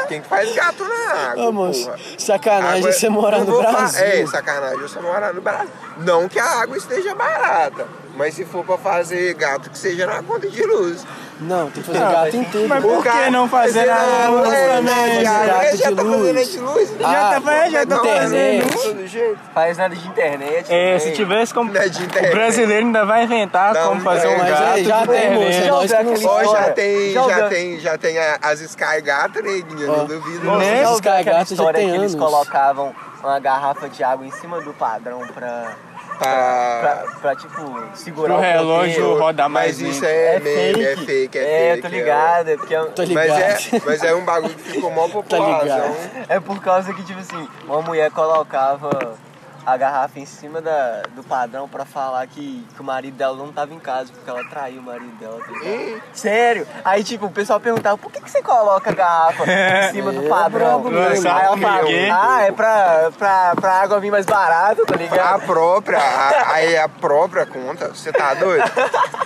Speaker 1: Quem que faz gato na água?
Speaker 2: Ô, moço,
Speaker 1: porra?
Speaker 2: sacanagem
Speaker 1: Água-
Speaker 2: você morar
Speaker 1: Não
Speaker 2: no
Speaker 1: vou fa-
Speaker 2: Brasil.
Speaker 1: É, sacanagem você morar no Brasil. Não que a água esteja barata, mas se for pra fazer gato, que seja na conta de luz.
Speaker 2: Não, tem que fazer o gato inteiro.
Speaker 5: Mas por que não fazer na
Speaker 1: Não,
Speaker 5: luz
Speaker 1: é,
Speaker 5: também?
Speaker 1: é,
Speaker 2: gato
Speaker 1: é, Já
Speaker 2: de
Speaker 1: tá fazendo
Speaker 2: luz.
Speaker 1: de luz.
Speaker 2: Ah,
Speaker 5: Já tá fazendo, já tá
Speaker 1: Não,
Speaker 2: internet.
Speaker 5: fazendo.
Speaker 1: de todo jeito.
Speaker 4: Faz nada de internet.
Speaker 3: É,
Speaker 4: também.
Speaker 3: se tivesse como.
Speaker 1: Não é de internet.
Speaker 3: O brasileiro ainda vai inventar
Speaker 1: Não,
Speaker 3: como fazer um
Speaker 1: mas é,
Speaker 3: gato.
Speaker 2: já
Speaker 3: de né?
Speaker 2: tem,
Speaker 3: internet.
Speaker 2: moça, nós né?
Speaker 4: Já ouviu
Speaker 2: que não
Speaker 4: aquele
Speaker 1: Ó,
Speaker 2: somos.
Speaker 1: já
Speaker 4: Olha,
Speaker 1: tem,
Speaker 5: tá
Speaker 4: já
Speaker 1: já
Speaker 4: ouviu-
Speaker 1: tem, já tem a- as Sky Gato, neguinho,
Speaker 2: Ó.
Speaker 1: não duvido. né?
Speaker 2: Nossa,
Speaker 5: Né?
Speaker 4: Você
Speaker 2: esses
Speaker 4: já ouviu aquela
Speaker 2: cagatos Né? já
Speaker 4: história
Speaker 2: tem
Speaker 4: que eles
Speaker 2: anos.
Speaker 4: colocavam uma garrafa de água em cima do padrão pra,
Speaker 1: Pra-
Speaker 4: pra, pra, tipo, segurar
Speaker 3: Pro
Speaker 4: o
Speaker 3: relógio
Speaker 4: ponteiro.
Speaker 3: rodar
Speaker 1: Mas
Speaker 3: mais lento.
Speaker 1: isso é,
Speaker 4: É
Speaker 1: meme, é
Speaker 4: fake.
Speaker 1: fake, é,
Speaker 4: É,
Speaker 1: fake.
Speaker 4: tô ligado, é porque é,
Speaker 2: Tô ligado.
Speaker 1: Mas é, mas é um bagulho que ficou
Speaker 5: Tá
Speaker 1: mó popularzão.
Speaker 4: é por causa que, tipo assim, uma mulher colocava a garrafa em cima da, do padrão pra falar que, que o marido dela não tava em casa, porque ela traiu o marido dela. tá ligado?
Speaker 1: Ih.
Speaker 4: Sério? Aí, tipo, o pessoal perguntava, por que, que você coloca a garrafa
Speaker 1: É,
Speaker 4: em cima do padrão?
Speaker 5: brabo mesmo.
Speaker 4: Aí ela
Speaker 5: Sabe por
Speaker 4: fala,
Speaker 5: quê?
Speaker 4: ah, é pra, pra, pra água vir mais barata, tá
Speaker 1: A
Speaker 4: ligado?
Speaker 1: própria, a, aí a própria conta, você tá doido?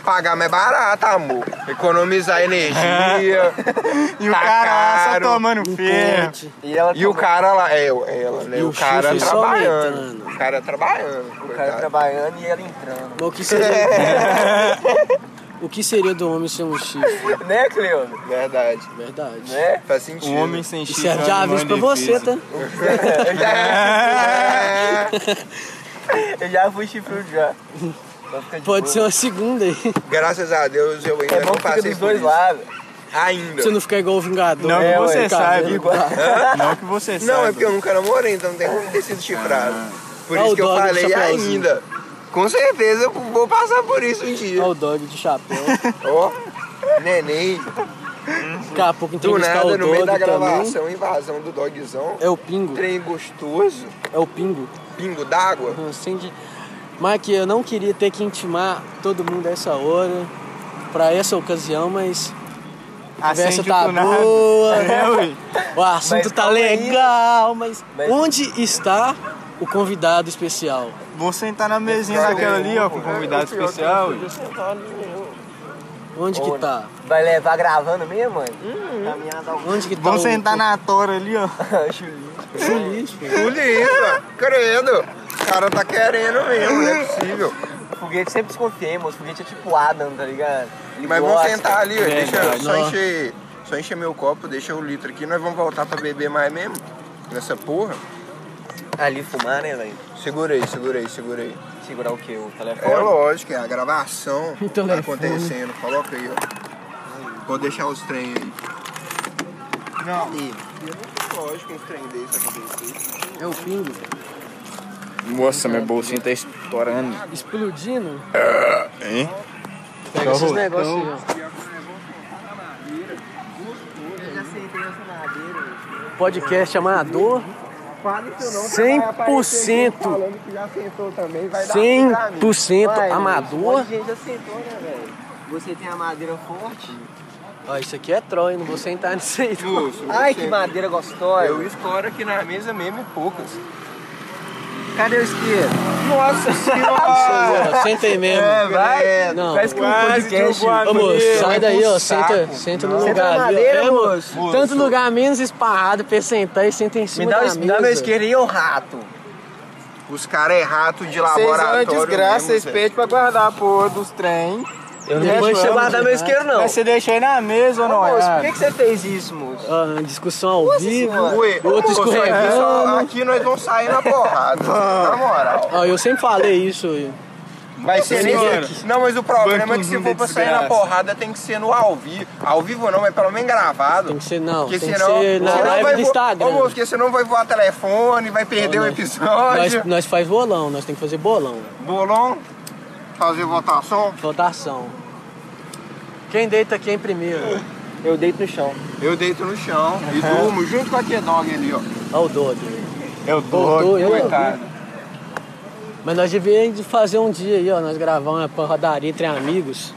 Speaker 1: Pagar mais barato, amor. Economizar energia.
Speaker 5: E o
Speaker 1: Tá
Speaker 5: cara lá só
Speaker 1: caro.
Speaker 5: tomando ferro. Um
Speaker 2: Ponte.
Speaker 4: E, ela
Speaker 1: Ah, E o
Speaker 4: tomou-
Speaker 1: cara lá, é, ela, né?
Speaker 2: E
Speaker 1: O
Speaker 2: o
Speaker 1: cara
Speaker 2: chifre só
Speaker 1: trabalhando.
Speaker 2: aumentando.
Speaker 1: O cara trabalhando.
Speaker 4: o cara
Speaker 1: coitado.
Speaker 4: trabalhando e ela entrando.
Speaker 2: Mas o que
Speaker 1: É.
Speaker 2: seria... o que seria do homem sem um chifre?
Speaker 4: Né, Cleone?
Speaker 1: É Verdade.
Speaker 2: Verdade.
Speaker 4: Né?
Speaker 1: Faz sentido. É
Speaker 5: Um homem sem
Speaker 2: Isso
Speaker 5: chifre.
Speaker 2: é já aviso pra você, tá?
Speaker 4: Eu já fui chifrudo já. Então fica de
Speaker 2: Pode
Speaker 4: boa.
Speaker 2: ser uma segunda aí.
Speaker 1: Graças a Deus eu ainda
Speaker 4: É bom
Speaker 1: não
Speaker 4: que fica
Speaker 1: passei
Speaker 4: dos
Speaker 1: por
Speaker 4: dois
Speaker 1: isso.
Speaker 4: lados.
Speaker 1: Ainda.
Speaker 2: Você não ficar igual o Vingador.
Speaker 5: Não
Speaker 4: É,
Speaker 5: que
Speaker 4: ué,
Speaker 5: você
Speaker 2: cabelo.
Speaker 5: saiba. Não que você saiba.
Speaker 1: Não, é porque eu nunca namorei, então não tem como ter sido chifrado. Por
Speaker 2: Olha
Speaker 1: isso
Speaker 2: o
Speaker 1: que eu
Speaker 2: dog do
Speaker 1: falei
Speaker 2: chapéuzinho.
Speaker 1: ainda. Com certeza eu vou passar por isso um dia.
Speaker 2: Olha o dog de chapéu.
Speaker 1: Ó, neném,
Speaker 2: Daqui a pouco então,
Speaker 1: do
Speaker 2: entrevistar
Speaker 1: nada,
Speaker 2: o
Speaker 1: no meio da
Speaker 2: dog também.
Speaker 1: gravação, invasão do dogzão.
Speaker 2: É o pingo.
Speaker 1: Trem gostoso,
Speaker 2: É o pingo.
Speaker 1: pingo d'água.
Speaker 2: Eu senti- Mas que eu não queria ter que intimar todo mundo a essa hora, pra essa ocasião, mas a conversa
Speaker 5: Acende
Speaker 2: tá
Speaker 5: o nada.
Speaker 2: boa,
Speaker 5: É, ué.
Speaker 2: o assunto
Speaker 4: Mas
Speaker 2: tá
Speaker 4: calma aí.
Speaker 2: legal, mas,
Speaker 4: Mas-
Speaker 2: onde está o convidado especial?
Speaker 5: um Vou sentar na mesinha daquela ali, ó, com convidado especial. ué.
Speaker 2: Onde que
Speaker 4: Ô,
Speaker 2: tá?
Speaker 4: Vai levar gravando mesmo, mãe? Caminhada ao
Speaker 2: Onde que tá?
Speaker 5: Vamos
Speaker 2: o-
Speaker 5: sentar na tora ali, ó.
Speaker 2: o Julito, filho?
Speaker 1: Julita, credo. O cara tá querendo mesmo, não é possível.
Speaker 4: Foguete sempre desconfiei, moço. Foguete é tipo Adam, tá ligado? Ele
Speaker 1: Mas vamos
Speaker 4: gosta.
Speaker 1: sentar ali, ó. deixa eu só
Speaker 2: Não.
Speaker 1: encher, só encher meu copo, deixa o litro aqui, nós vamos voltar pra beber mais mesmo. Nessa porra.
Speaker 4: Ali fumar, né, velho?
Speaker 1: Segura aí, segura aí, segura aí.
Speaker 4: Segurar o quê? O telefone?
Speaker 1: É lógico, é a gravação
Speaker 2: O
Speaker 1: tá
Speaker 2: telefone.
Speaker 1: acontecendo. Coloca aí, ó. Vou deixar os trem aí.
Speaker 5: Não.
Speaker 1: Lógico, uns trem desse acontecer.
Speaker 2: É o pingo.
Speaker 5: Nossa, minha bolsinha tá estourando.
Speaker 2: Explodindo.
Speaker 5: Hein?
Speaker 2: Pega esses
Speaker 5: horror.
Speaker 2: negócios aí, ó.
Speaker 4: Eu já sei, tem essa madeira.
Speaker 2: Podcast é amador.
Speaker 1: Fala isso
Speaker 2: 100%
Speaker 1: que já sentou também, vai
Speaker 2: 100% amador.
Speaker 4: gente já sentou, né, velho? Você tem a madeira forte?
Speaker 2: Ó, isso aqui é Troia, não vou sentar nisso aí. não.
Speaker 4: Ai, que madeira gostosa.
Speaker 1: Eu escoro aqui na mesa mesmo e poucas.
Speaker 4: Cadê o isqueiro?
Speaker 1: Nossa senhora!
Speaker 2: Ó, Senta aí mesmo.
Speaker 1: É, vai!
Speaker 2: Não.
Speaker 4: Parece que um
Speaker 5: Quase
Speaker 4: podcast...
Speaker 5: derrubou a
Speaker 2: Ô, moço,
Speaker 5: Meu,
Speaker 2: sai
Speaker 3: é
Speaker 1: vai
Speaker 2: daí,
Speaker 1: pro
Speaker 2: ó.
Speaker 1: saco.
Speaker 2: Senta, senta no
Speaker 4: Senta
Speaker 2: lugar
Speaker 4: na
Speaker 2: ali, ó.
Speaker 4: madeira,
Speaker 2: É,
Speaker 4: moço.
Speaker 2: moço. Tanto lugar menos esparrado pra você sentar e senta em
Speaker 4: Me
Speaker 2: cima
Speaker 4: dá,
Speaker 2: da
Speaker 4: o- me dá
Speaker 2: mesa.
Speaker 4: meu isqueiro aí, ô rato.
Speaker 1: Os caras é rato de
Speaker 3: Vocês olham a
Speaker 1: laboratório.
Speaker 3: desgraça,
Speaker 1: mesmo,
Speaker 3: vocês
Speaker 1: velho.
Speaker 3: pedem pra guardar a porra dos trem.
Speaker 2: Eu não
Speaker 3: Depois
Speaker 2: vou
Speaker 3: você
Speaker 2: encher
Speaker 3: guarda
Speaker 2: nada.
Speaker 4: meu isqueiro, não.
Speaker 3: Mas você deixa aí na mesa ou não?
Speaker 4: Ô, moço,
Speaker 3: é?
Speaker 4: por que, que você fez isso, moço?
Speaker 2: Ó, uma discussão ao vivo.
Speaker 4: senhora.
Speaker 1: Ué,
Speaker 2: Outro
Speaker 1: ô, só aqui,
Speaker 2: escorregando.
Speaker 1: só- Tá Aqui nós vamos sair na porrada.
Speaker 2: Ah.
Speaker 1: na moral.
Speaker 2: Ó, eu sempre falei isso. eu-
Speaker 1: Vai ser
Speaker 5: Senhora.
Speaker 1: nesse. Não, mas o problema é que se
Speaker 5: Bancozinho
Speaker 1: for
Speaker 5: de
Speaker 1: pra sair na
Speaker 5: desgraça.
Speaker 1: porrada tem que ser no ao vivo. Ao vivo não, mas pelo menos gravado.
Speaker 2: Tem que ser, não. Tem que ser na
Speaker 1: senão
Speaker 2: live
Speaker 1: vai
Speaker 2: do
Speaker 1: vo-
Speaker 2: Instagram.
Speaker 1: Ô, moço, porque senão vai voar telefone, vai perder o
Speaker 2: nós-
Speaker 1: episódio.
Speaker 2: Nós, nós faz bolão, nós tem que fazer bolão.
Speaker 1: Bolão, fazer votação.
Speaker 2: Votação. Quem deita quem primeiro?
Speaker 4: Eu deito no chão.
Speaker 1: Eu deito no chão e durmo junto com a Kedog ali, ó.
Speaker 2: Ó o Dodo.
Speaker 5: Eu
Speaker 2: Voltou,
Speaker 5: dou.
Speaker 2: eu
Speaker 1: Coitado.
Speaker 2: Mas nós devíamos fazer um dia aí, ó. Nós gravar uma rodaria entre amigos.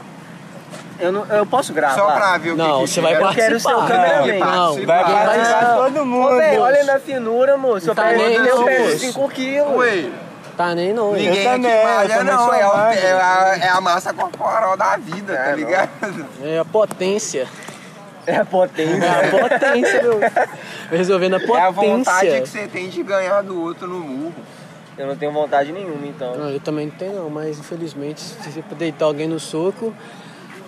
Speaker 4: Eu, não, eu posso gravar?
Speaker 1: Só pra ver o que
Speaker 2: Ah, Não,
Speaker 1: que
Speaker 2: você vai
Speaker 1: chega.
Speaker 4: Eu quero
Speaker 2: participar.
Speaker 4: ser o cameraman.
Speaker 2: Não,
Speaker 1: Vai
Speaker 5: Vai
Speaker 2: ninguém
Speaker 5: participar
Speaker 2: vai-
Speaker 5: todo mundo.
Speaker 4: Ô, velho, olha
Speaker 5: moço.
Speaker 4: na finura, moço. Eu
Speaker 2: Tá
Speaker 4: pego,
Speaker 2: nem
Speaker 4: eu
Speaker 2: não,
Speaker 4: pego
Speaker 2: moço.
Speaker 4: 5 quilos.
Speaker 1: Ué,
Speaker 2: Tá nem não. hein?
Speaker 1: ninguém aqui
Speaker 5: também, eu
Speaker 1: malha
Speaker 5: também
Speaker 1: não,
Speaker 5: sou
Speaker 1: é, o-
Speaker 5: magro.
Speaker 1: é a, é a massa corporal da vida, tá ligado?
Speaker 2: É a potência.
Speaker 4: É a potência.
Speaker 2: É a potência, meu. Resolvendo a
Speaker 1: É a vontade
Speaker 2: potência.
Speaker 1: que você tem de ganhar do outro no murro.
Speaker 4: Eu não tenho vontade nenhuma, então.
Speaker 2: Não, eu também não tenho não, mas infelizmente, se você deitar alguém no soco,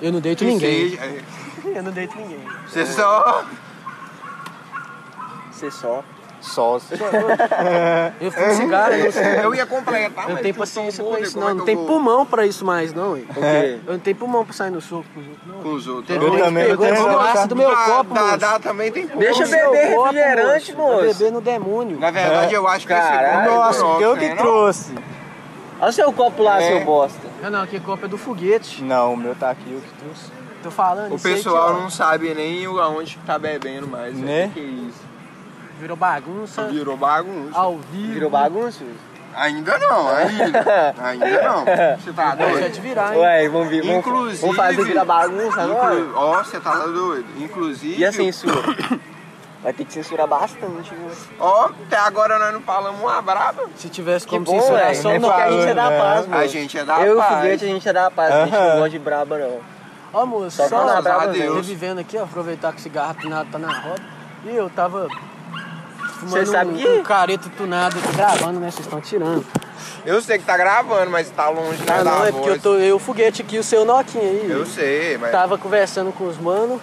Speaker 2: eu não deito ninguém.
Speaker 1: Seja, é.
Speaker 4: Eu não deito ninguém.
Speaker 1: Você só.
Speaker 4: Você só.
Speaker 5: Sócio.
Speaker 2: Eu fumo cigarro, eu,
Speaker 1: Eu ia completar.
Speaker 2: eu não
Speaker 1: mas
Speaker 2: tenho
Speaker 1: com
Speaker 2: paciência
Speaker 1: o
Speaker 2: com
Speaker 1: Buda,
Speaker 2: isso
Speaker 1: como
Speaker 2: não,
Speaker 1: é
Speaker 2: não
Speaker 1: que eu
Speaker 2: tem
Speaker 1: vou
Speaker 2: pulmão pra isso mais não, hein?
Speaker 4: O
Speaker 1: É.
Speaker 4: quê?
Speaker 2: Eu não tenho pulmão pra sair no soco com os outros, não.
Speaker 1: Com os outros.
Speaker 5: Eu também não
Speaker 2: pegou
Speaker 5: tenho
Speaker 2: o
Speaker 5: não,
Speaker 2: braço
Speaker 5: tá?
Speaker 2: do meu
Speaker 1: Dá-
Speaker 2: copo,
Speaker 1: dá-
Speaker 2: moço.
Speaker 1: dá também tem pulmão.
Speaker 4: Deixa eu
Speaker 2: Do meu
Speaker 4: beber
Speaker 2: copo,
Speaker 4: refrigerante,
Speaker 2: Vai
Speaker 4: moço.
Speaker 2: Beber no demônio.
Speaker 1: Na verdade, eu acho que esse
Speaker 4: Caralho.
Speaker 1: copo é
Speaker 5: Nossa,
Speaker 1: próprio,
Speaker 5: eu que
Speaker 1: né, não?
Speaker 5: trouxe.
Speaker 4: Olha o seu copo lá, seu bosta.
Speaker 2: Ah, não, aqui copo é do foguete.
Speaker 5: Não, o meu tá aqui, eu que trouxe.
Speaker 2: Tô falando,
Speaker 1: O
Speaker 2: isso aí
Speaker 1: pessoal
Speaker 2: que, é.
Speaker 1: não sabe nem o- aonde que tá bebendo mais.
Speaker 5: Né?
Speaker 1: O que que é isso?
Speaker 2: ó, virou bagunça,
Speaker 1: Virou bagunça.
Speaker 2: ao vivo.
Speaker 4: Virou bagunça?
Speaker 1: Ainda não, ainda. ainda não. Você tá
Speaker 2: Deixa
Speaker 1: doido?
Speaker 2: de virar, hein?
Speaker 4: Ué, vamos vir. vamos-
Speaker 1: Inclusive-
Speaker 4: Vamos fazer virar bagunça agora?
Speaker 1: Inclu- Ó, você tá doido. Inclusive.
Speaker 4: tá E assim, a censura? Vai ter que censurar bastante, viu?
Speaker 1: Ó, até agora nós não falamos uma braba.
Speaker 2: Se tivesse
Speaker 4: Que
Speaker 2: como
Speaker 4: bom,
Speaker 2: censurar
Speaker 4: velho.
Speaker 2: só
Speaker 4: É
Speaker 2: não.
Speaker 4: porque a gente é da
Speaker 5: né?
Speaker 4: paz, mano.
Speaker 1: A gente é da
Speaker 4: Eu e o
Speaker 1: paz.
Speaker 4: foguete, a gente é da paz. A gente não
Speaker 5: Aham.
Speaker 4: gosta de braba, não.
Speaker 2: Ó, moço,
Speaker 4: Só
Speaker 2: só,
Speaker 4: pra lembrar,
Speaker 2: tava
Speaker 1: Deus.
Speaker 2: revivendo aqui, ó, aproveitar que o cigarro tunado tá na roda. E eu tava fumando
Speaker 4: Cê sabe
Speaker 2: um,
Speaker 4: que-
Speaker 2: um careto tunado aqui, gravando, né? Vocês estão tirando.
Speaker 1: Eu sei que tá gravando, mas tá longe da
Speaker 2: Ah, não,
Speaker 1: da
Speaker 2: é porque
Speaker 1: voz.
Speaker 2: eu tô. Tá- Eu, o foguete aqui, o seu Noquinha aí.
Speaker 1: Eu sei, mas.
Speaker 2: Tava conversando com os manos.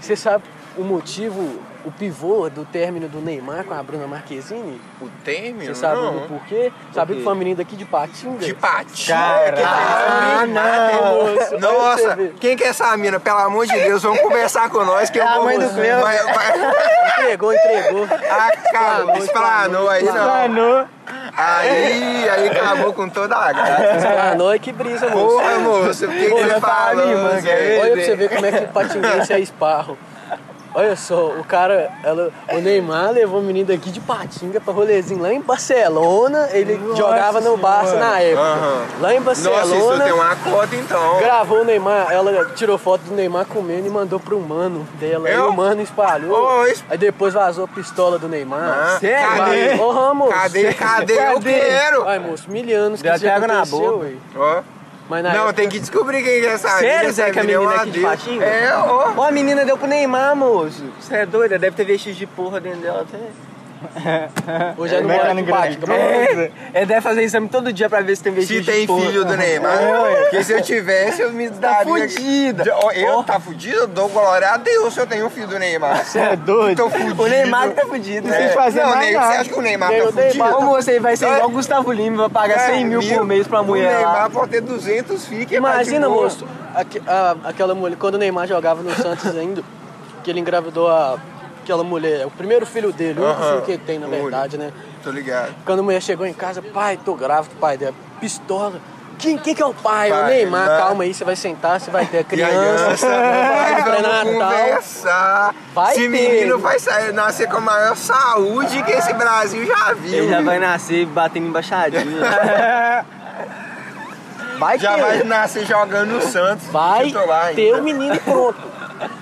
Speaker 2: Você sabe o motivo, o pivô do término do Neymar com a Bruna Marquezine?
Speaker 1: O término?
Speaker 2: Você sabe o
Speaker 1: não.
Speaker 2: porquê? Sabe
Speaker 4: quê?
Speaker 2: que foi uma menina daqui de Patinga?
Speaker 1: De patinha.
Speaker 5: Caralho.
Speaker 1: que tá
Speaker 4: Ah,
Speaker 1: filmado, hein,
Speaker 2: não.
Speaker 1: moço?
Speaker 2: Pra você
Speaker 1: Nossa,
Speaker 2: ver.
Speaker 1: quem que é essa mina? Pelo amor de Deus, vamos conversar com nós que eu
Speaker 4: É a
Speaker 1: vou...
Speaker 4: mãe do Cleo.
Speaker 1: Vai, vai... Ah,
Speaker 2: Entregou, entregou.
Speaker 1: Acabou, esplanou aí não.
Speaker 5: Mano,
Speaker 1: Aí, aí acabou com toda a graça.
Speaker 2: Esplanou e que brisa, moço.
Speaker 1: Porra, moço, o que, que ele falou? né? Zé?
Speaker 2: Olha pra você ver como é que patinguense é esparro. Olha só, o cara, ela- o Neymar levou o menino daqui de Patinga pra rolezinho lá em Barcelona. Ele jogava no Barça na época.
Speaker 1: Aham.
Speaker 2: Lá em
Speaker 1: Nossa, isso
Speaker 2: Barcelona,
Speaker 1: tem uma cota então.
Speaker 2: é gravou o Neymar, ela tirou foto do Neymar comendo e mandou pro mano dela. Aí
Speaker 1: Eu?
Speaker 2: o mano espalhou.
Speaker 1: Ô, es-
Speaker 2: Aí depois vazou a pistola do
Speaker 1: Ah,
Speaker 2: Neymar.
Speaker 1: cadê?
Speaker 2: Ô, Ramos.
Speaker 1: Cadê? Cadê? Eu quero!
Speaker 2: Ai, moço, mil anos que
Speaker 4: Deu
Speaker 2: isso já
Speaker 4: até água na
Speaker 2: aconteceu,
Speaker 4: boca.
Speaker 2: ué.
Speaker 1: Ó,
Speaker 2: Mas na
Speaker 1: Não,
Speaker 2: época-
Speaker 1: tem que descobrir quem é essa
Speaker 4: Sério,
Speaker 1: essa
Speaker 4: Zé, que a
Speaker 1: mina é um
Speaker 4: menina aqui de
Speaker 1: adeus.
Speaker 4: Patinga?
Speaker 1: É, ó.
Speaker 4: Ó, a menina deu pro Neymar, moço. Você é doida? Deve ter vestido de porra dentro dela até.
Speaker 2: Hoje é no
Speaker 3: Vai lá
Speaker 2: Morado
Speaker 3: no
Speaker 2: de Pática.
Speaker 3: Grande.
Speaker 2: mas-
Speaker 4: É, ele deve fazer exame todo dia pra ver se tem
Speaker 1: Se
Speaker 4: vestido de
Speaker 1: tem
Speaker 4: porra.
Speaker 1: filho do Neymar, porque se eu tivesse, eu me
Speaker 4: Tá
Speaker 1: daria...
Speaker 4: fudida.
Speaker 1: Ó, Eu
Speaker 4: Ó,
Speaker 1: tá fudido? Eu dou glória a Deus se eu tenho um filho do Neymar.
Speaker 3: Você é doido?
Speaker 1: Tô fudido.
Speaker 4: O Neymar tá fudido.
Speaker 1: É.
Speaker 3: Sem fazer
Speaker 1: Não,
Speaker 3: mais
Speaker 1: nego,
Speaker 3: nada.
Speaker 1: você acha que o Neymar
Speaker 3: Eu
Speaker 1: tá
Speaker 3: dei
Speaker 1: fudido?
Speaker 4: Como você vai ser
Speaker 1: É.
Speaker 4: igual o Gustavo Lima, vai pagar 100 mil por mês pra mulher
Speaker 1: O Neymar
Speaker 4: lá.
Speaker 1: pode ter 200 filhos. que é mais de
Speaker 2: Imagina,
Speaker 1: boa.
Speaker 2: moço, aque- a- aquela mulher, quando o Neymar jogava no Santos ainda, que ele engravidou a- aquela mulher, é o primeiro filho dele, o único
Speaker 1: Aham.
Speaker 2: filho que ele tem, na
Speaker 1: O único.
Speaker 2: verdade, né?
Speaker 1: Tô ligado.
Speaker 2: Quando a mulher chegou em casa, pai, tô grávida, pai dela, pistola. Quem, quem que é o pai? o
Speaker 1: Pai,
Speaker 2: Neymar,
Speaker 1: né?
Speaker 2: calma aí, você vai sentar, você vai ter a
Speaker 1: E a né?
Speaker 2: criança,
Speaker 1: vai,
Speaker 2: vai
Speaker 1: vamos
Speaker 2: pra
Speaker 4: tá?
Speaker 2: Natal.
Speaker 1: conversar.
Speaker 2: Vai
Speaker 1: Esse
Speaker 2: ter.
Speaker 1: menino vai sair, nascer com a maior saúde que esse Brasil já viu.
Speaker 4: Ele já vai nascer batendo embaixadinha. É
Speaker 2: Vai
Speaker 1: Já
Speaker 2: ter,
Speaker 1: vai nascer jogando no Santos.
Speaker 2: vai
Speaker 1: titular
Speaker 2: ter o
Speaker 1: ainda.
Speaker 2: menino e pronto.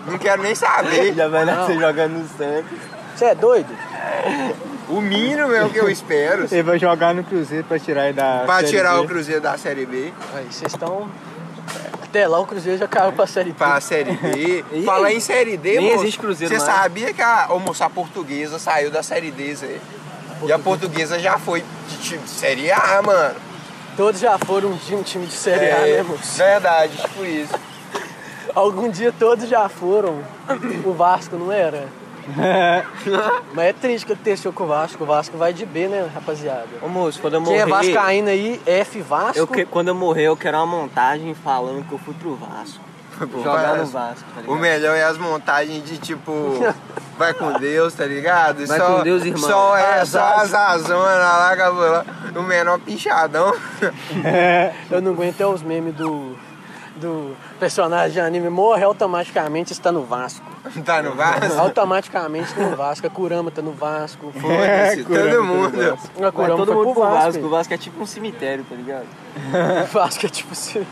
Speaker 1: Não quero nem saber.
Speaker 4: já vai nascer jogando no Santos.
Speaker 2: Você é doido?
Speaker 1: O mínimo é o que eu espero.
Speaker 3: Ele vai jogar no Cruzeiro pra tirar ele da.
Speaker 1: Pra
Speaker 3: Série
Speaker 1: tirar
Speaker 3: B.
Speaker 1: o Cruzeiro da Série B
Speaker 2: Aí, vocês estão... Até lá o Cruzeiro já caiu pra Série B.
Speaker 1: pra Série B.
Speaker 4: Ih,
Speaker 1: Falar em Série D,
Speaker 4: nem
Speaker 1: moço,
Speaker 4: existe Cruzeiro
Speaker 1: Você
Speaker 4: mais.
Speaker 1: sabia que a, ô, moço, a portuguesa saiu da Série D, Zé? E a portuguesa já foi de time Série A, mano. É
Speaker 2: Todos já foram de um time de Série A,
Speaker 4: É.
Speaker 2: né, moço?
Speaker 1: verdade, tipo isso.
Speaker 2: Algum dia todos já foram. O Vasco não era? Mas é triste que aconteceu com o Vasco. O Vasco vai de B, né, rapaziada?
Speaker 4: Ô moço, quando eu
Speaker 2: Quem
Speaker 4: morrer.
Speaker 2: é Vascaína aí, F Vasco.
Speaker 4: eu que- quando eu morrer, eu quero uma montagem falando que eu fui pro Vasco. Jogar no Vasco, tá
Speaker 1: O
Speaker 4: ligado?
Speaker 1: melhor é as montagens de tipo. Vai com Deus, tá ligado? E
Speaker 4: Vai com Deus, irmão.
Speaker 1: Só é
Speaker 4: As
Speaker 1: só as azonas lá, cabulão. O menor pinchadão.
Speaker 2: Eu não aguento é os memes do, do personagem de anime. Morre automaticamente está no Vasco.
Speaker 1: tá no vaso?
Speaker 2: Automaticamente está no Vasco. A Kurama tá no Vasco.
Speaker 1: Foda-se, todo
Speaker 3: curando,
Speaker 1: mundo.
Speaker 2: A
Speaker 4: Vai
Speaker 2: Kurama
Speaker 4: todo
Speaker 2: foi
Speaker 4: mundo
Speaker 2: pro
Speaker 4: pro Vasco. O
Speaker 2: Vasco.
Speaker 4: Vasco é tipo um cemitério, tá ligado?
Speaker 2: O Vasco é tipo assim.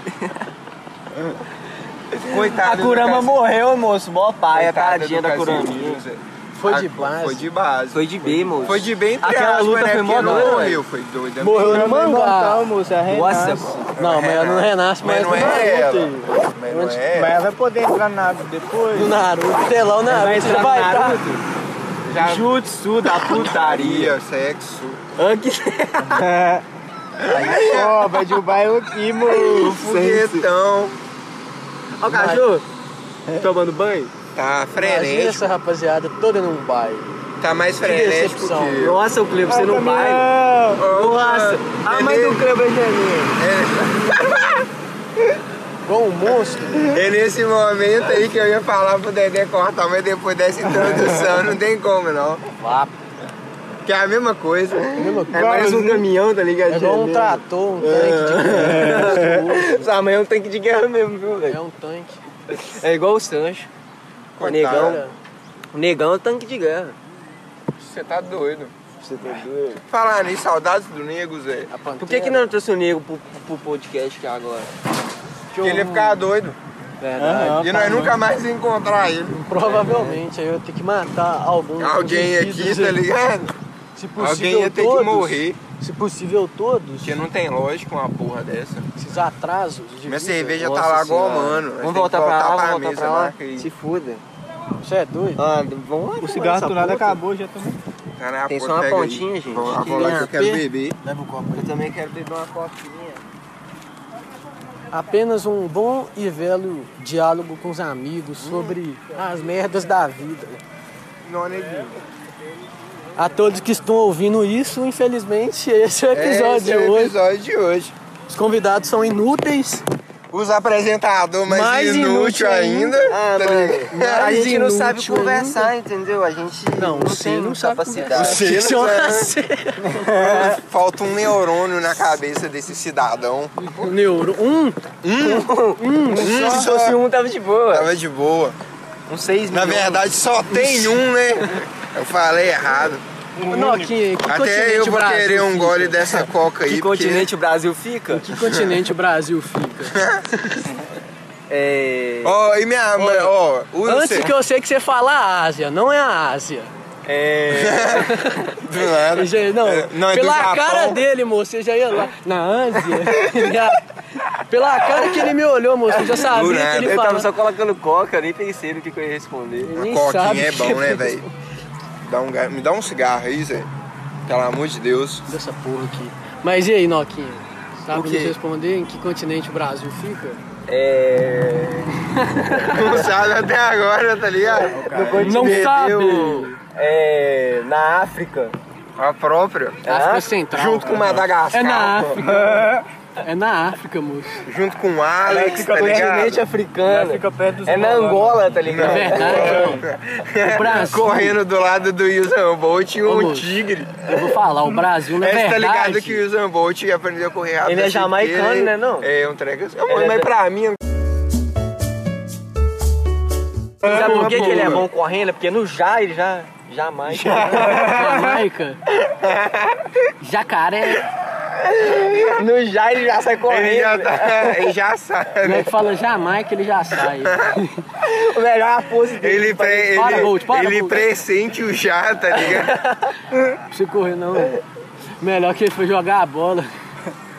Speaker 1: Coitado.
Speaker 4: A é Kurama
Speaker 1: do Cas-
Speaker 4: morreu, moço. Mó paia,
Speaker 1: coitado
Speaker 4: tadinha
Speaker 1: do
Speaker 4: da
Speaker 1: Casimiro,
Speaker 4: Kuraminha.
Speaker 1: Zé.
Speaker 2: Foi
Speaker 1: A-
Speaker 2: de base.
Speaker 1: Foi de base.
Speaker 4: Foi de B, moço.
Speaker 1: Foi de bem entre
Speaker 4: Aquela
Speaker 1: aspas,
Speaker 4: luta
Speaker 1: né?
Speaker 4: foi
Speaker 1: Porque
Speaker 4: mó
Speaker 1: não
Speaker 4: doida,
Speaker 1: morreu, foi doida.
Speaker 2: Morreu no
Speaker 3: Ela vai
Speaker 2: mangá.
Speaker 3: imortal, moço. Ela
Speaker 4: Nossa,
Speaker 3: renasce.
Speaker 4: moço.
Speaker 2: Não, mas ela não renasce
Speaker 1: Mas
Speaker 2: mais
Speaker 1: não
Speaker 2: do Naruto.
Speaker 1: é ela. Mas não
Speaker 2: Onde-
Speaker 1: é
Speaker 3: Mas
Speaker 1: ela.
Speaker 3: ela vai poder entrar na depois.
Speaker 2: Do Naruto. Até lá o
Speaker 4: Vai
Speaker 2: Naruto
Speaker 4: entrar
Speaker 2: vai
Speaker 4: no
Speaker 2: estar.
Speaker 4: Naruto?
Speaker 1: Já
Speaker 4: Jutsu da putaria.
Speaker 1: Maria, sexo.
Speaker 4: Aqui.
Speaker 3: Ó, vai derrubar eu aqui,
Speaker 1: O
Speaker 3: moço.
Speaker 1: foguetão.
Speaker 4: Ó, o cachorro. Tomando banho?
Speaker 1: Tá
Speaker 2: Imagina
Speaker 1: frenético.
Speaker 2: essa rapaziada toda num bairro.
Speaker 1: Tá mais
Speaker 2: Que
Speaker 1: frenético que
Speaker 2: decepção.
Speaker 1: eu.
Speaker 4: Nossa, o Cleo, você
Speaker 3: Vai,
Speaker 4: não vai?
Speaker 3: caminhão.
Speaker 4: Nossa, a mãe do Cleo vai gemer.
Speaker 2: Igual um monstro.
Speaker 1: É nesse momento aí que eu ia falar pro Dedé cortar, mas depois dessa introdução não tem como não.
Speaker 2: Vá,
Speaker 1: Que é a mesma coisa.
Speaker 2: mesma
Speaker 4: É
Speaker 2: coisa.
Speaker 4: mais um caminhão, tá ligado?
Speaker 2: É igual um
Speaker 4: Gemendo.
Speaker 2: trator, um
Speaker 4: É.
Speaker 2: tanque de
Speaker 4: Sua mãe é um tanque de guerra mesmo, viu,
Speaker 2: É
Speaker 4: velho?
Speaker 2: um tanque.
Speaker 4: É igual o Sancho. O negão,
Speaker 2: Cara,
Speaker 4: o negão é um tanque de guerra.
Speaker 1: Você tá doido.
Speaker 4: Você tá doido?
Speaker 1: Falar nisso, saudades do nego, Zé.
Speaker 2: a pantera.
Speaker 4: Por que, que não trouxe o nego pro, pro podcast aqui agora?
Speaker 1: Que ele ia ficar doido.
Speaker 4: Verdade.
Speaker 3: Aham,
Speaker 1: E
Speaker 3: tá
Speaker 1: nós nunca mais ia encontrar
Speaker 4: Ah.
Speaker 1: ele.
Speaker 2: Provavelmente, aí eu tenho que matar
Speaker 4: é
Speaker 2: algum.
Speaker 1: Alguém
Speaker 2: dos
Speaker 1: aqui,
Speaker 2: vírus
Speaker 1: tá
Speaker 2: aí.
Speaker 1: ligado?
Speaker 2: Se possível,
Speaker 1: Alguém ia ter que
Speaker 2: todos.
Speaker 1: morrer.
Speaker 2: Se possível, todos.
Speaker 1: Porque não tem lógica uma porra dessa.
Speaker 2: Esses atrasos de
Speaker 1: Minha
Speaker 2: vida.
Speaker 1: cerveja
Speaker 4: Nossa
Speaker 1: tá lá igual,
Speaker 4: senhora.
Speaker 1: mano. Nós tem
Speaker 4: Vamos
Speaker 1: que
Speaker 4: voltar pra lá,
Speaker 1: voltar
Speaker 4: vamos voltar
Speaker 1: mesa,
Speaker 4: pra lá.
Speaker 1: marca aí.
Speaker 4: Se fuda.
Speaker 2: Você é doido?
Speaker 4: Ah, vamos lá.
Speaker 3: O cigarro do nada acabou, já tomou.
Speaker 1: Tá na
Speaker 4: Tem só
Speaker 1: porta,
Speaker 4: uma
Speaker 1: pega aí.
Speaker 4: pontinha, gente.
Speaker 1: Vamos lá,
Speaker 4: Que
Speaker 1: vamos lá que eu
Speaker 2: ganha
Speaker 1: quero
Speaker 2: P.
Speaker 1: beber.
Speaker 2: Leva o copo
Speaker 4: Eu também quero beber uma copinha.
Speaker 2: Apenas um bom e velho diálogo com os amigos sobre as merdas da vida.
Speaker 1: Não,
Speaker 4: né,
Speaker 1: neguinho.
Speaker 2: A todos que estão ouvindo isso, infelizmente, esse é o episódio
Speaker 1: Esse é
Speaker 2: de
Speaker 1: o
Speaker 2: hoje.
Speaker 1: episódio de hoje.
Speaker 2: Os convidados são inúteis.
Speaker 1: Os apresentadores mais,
Speaker 2: Mais
Speaker 1: inútil,
Speaker 2: inútil
Speaker 1: ainda.
Speaker 4: Ah,
Speaker 1: tá ligado?
Speaker 4: mano, a
Speaker 2: Mais
Speaker 4: gente não sabe
Speaker 2: inútil
Speaker 4: conversar, entendeu? A gente
Speaker 2: Não,
Speaker 4: não,
Speaker 2: você
Speaker 4: tem
Speaker 2: não sabe
Speaker 4: capacidade.
Speaker 1: Você não
Speaker 2: Funciona
Speaker 1: sabe.
Speaker 2: assim.
Speaker 1: Falta um neurônio na cabeça desse cidadão.
Speaker 2: O Neuro. Um,
Speaker 4: Se fosse um, tava de boa.
Speaker 1: Tava de boa.
Speaker 4: Um seis
Speaker 1: Na
Speaker 4: milhões.
Speaker 1: verdade, só tem um, né? Eu falei errado.
Speaker 2: não, que, que continente
Speaker 1: Um Até eu
Speaker 2: o
Speaker 1: vou
Speaker 2: Brasil
Speaker 1: querer um
Speaker 2: fica?
Speaker 1: gole dessa coca aí.
Speaker 4: Que
Speaker 1: porque-
Speaker 4: continente o Brasil fica?
Speaker 2: Que continente o Brasil fica?
Speaker 4: É...
Speaker 1: Ó, e minha mãe, ó. o-
Speaker 2: Antes
Speaker 1: você-
Speaker 2: que eu sei que você fala a Ásia, não é a Ásia.
Speaker 4: É...
Speaker 1: Do nada.
Speaker 2: Já- Não,
Speaker 1: né? É, não, é do
Speaker 2: pela
Speaker 1: Japão.
Speaker 2: cara dele, moço, você já ia lá. Na Ásia? Pela cara que ele me olhou, moço, eu já sabia
Speaker 1: Do
Speaker 2: que
Speaker 1: nada.
Speaker 2: ele
Speaker 4: Eu
Speaker 2: falava.
Speaker 4: tava só colocando coca, nem pensei no que, que eu ia responder.
Speaker 2: Ele
Speaker 1: Uma
Speaker 2: nem sabe
Speaker 1: coquinha é
Speaker 2: o
Speaker 1: bom,
Speaker 2: que
Speaker 1: né,
Speaker 2: é.
Speaker 1: velho? Dá um, ga- me dá um cigarro aí, Zé. Pelo amor de Deus.
Speaker 2: Dessa porra aqui. Mas e aí, Noquinha?
Speaker 1: O
Speaker 2: Sabe
Speaker 1: quê?
Speaker 2: nos responder em que continente o Brasil fica?
Speaker 4: É.
Speaker 1: Não sabe até agora, tá ligado?
Speaker 2: Não sabe!
Speaker 4: É. Na África.
Speaker 1: A própria.
Speaker 2: África
Speaker 4: É?
Speaker 2: Central.
Speaker 1: Junto com
Speaker 2: cara.
Speaker 1: Madagascar.
Speaker 2: É na
Speaker 1: pô.
Speaker 2: África. É na África, moço.
Speaker 1: Junto com o Alex, tá
Speaker 4: Continente
Speaker 1: ligado?
Speaker 4: africano.
Speaker 3: Fica perto dos
Speaker 4: É na
Speaker 3: Malabar.
Speaker 4: Angola, tá ligado?
Speaker 2: É verdade. O Brasil.
Speaker 1: Correndo do lado do Usain Bolt e
Speaker 2: Ô,
Speaker 1: um
Speaker 2: moço.
Speaker 1: tigre.
Speaker 2: Eu vou falar, o Brasil não é
Speaker 1: Mas tá
Speaker 2: verdade.
Speaker 1: ligado que o Usain Bolt aprendeu a correr rápido.
Speaker 4: Ele é
Speaker 1: assim,
Speaker 4: jamaicano,
Speaker 1: porque ele-
Speaker 4: né, não?
Speaker 1: É, um treco assim. Mas,
Speaker 4: é
Speaker 1: mas
Speaker 4: da-
Speaker 1: pra mim...
Speaker 4: Sabe por que, que ele é
Speaker 1: boa.
Speaker 4: bom correndo? É Porque no já ele já. Jamais.
Speaker 2: Jamaica. Jacaré.
Speaker 4: No já ele já sai
Speaker 1: Ele já,
Speaker 4: correndo.
Speaker 1: tá, ele já sabe.
Speaker 2: Como é que fala Jamaica, ele já sai.
Speaker 4: O melhor é a força dele.
Speaker 1: Ele, pre, ele,
Speaker 2: Para, Bolt, para,
Speaker 1: ele
Speaker 2: Bolt.
Speaker 1: pressente o já, tá ligado?
Speaker 2: Se correr não. Melhor que ele foi jogar a bola.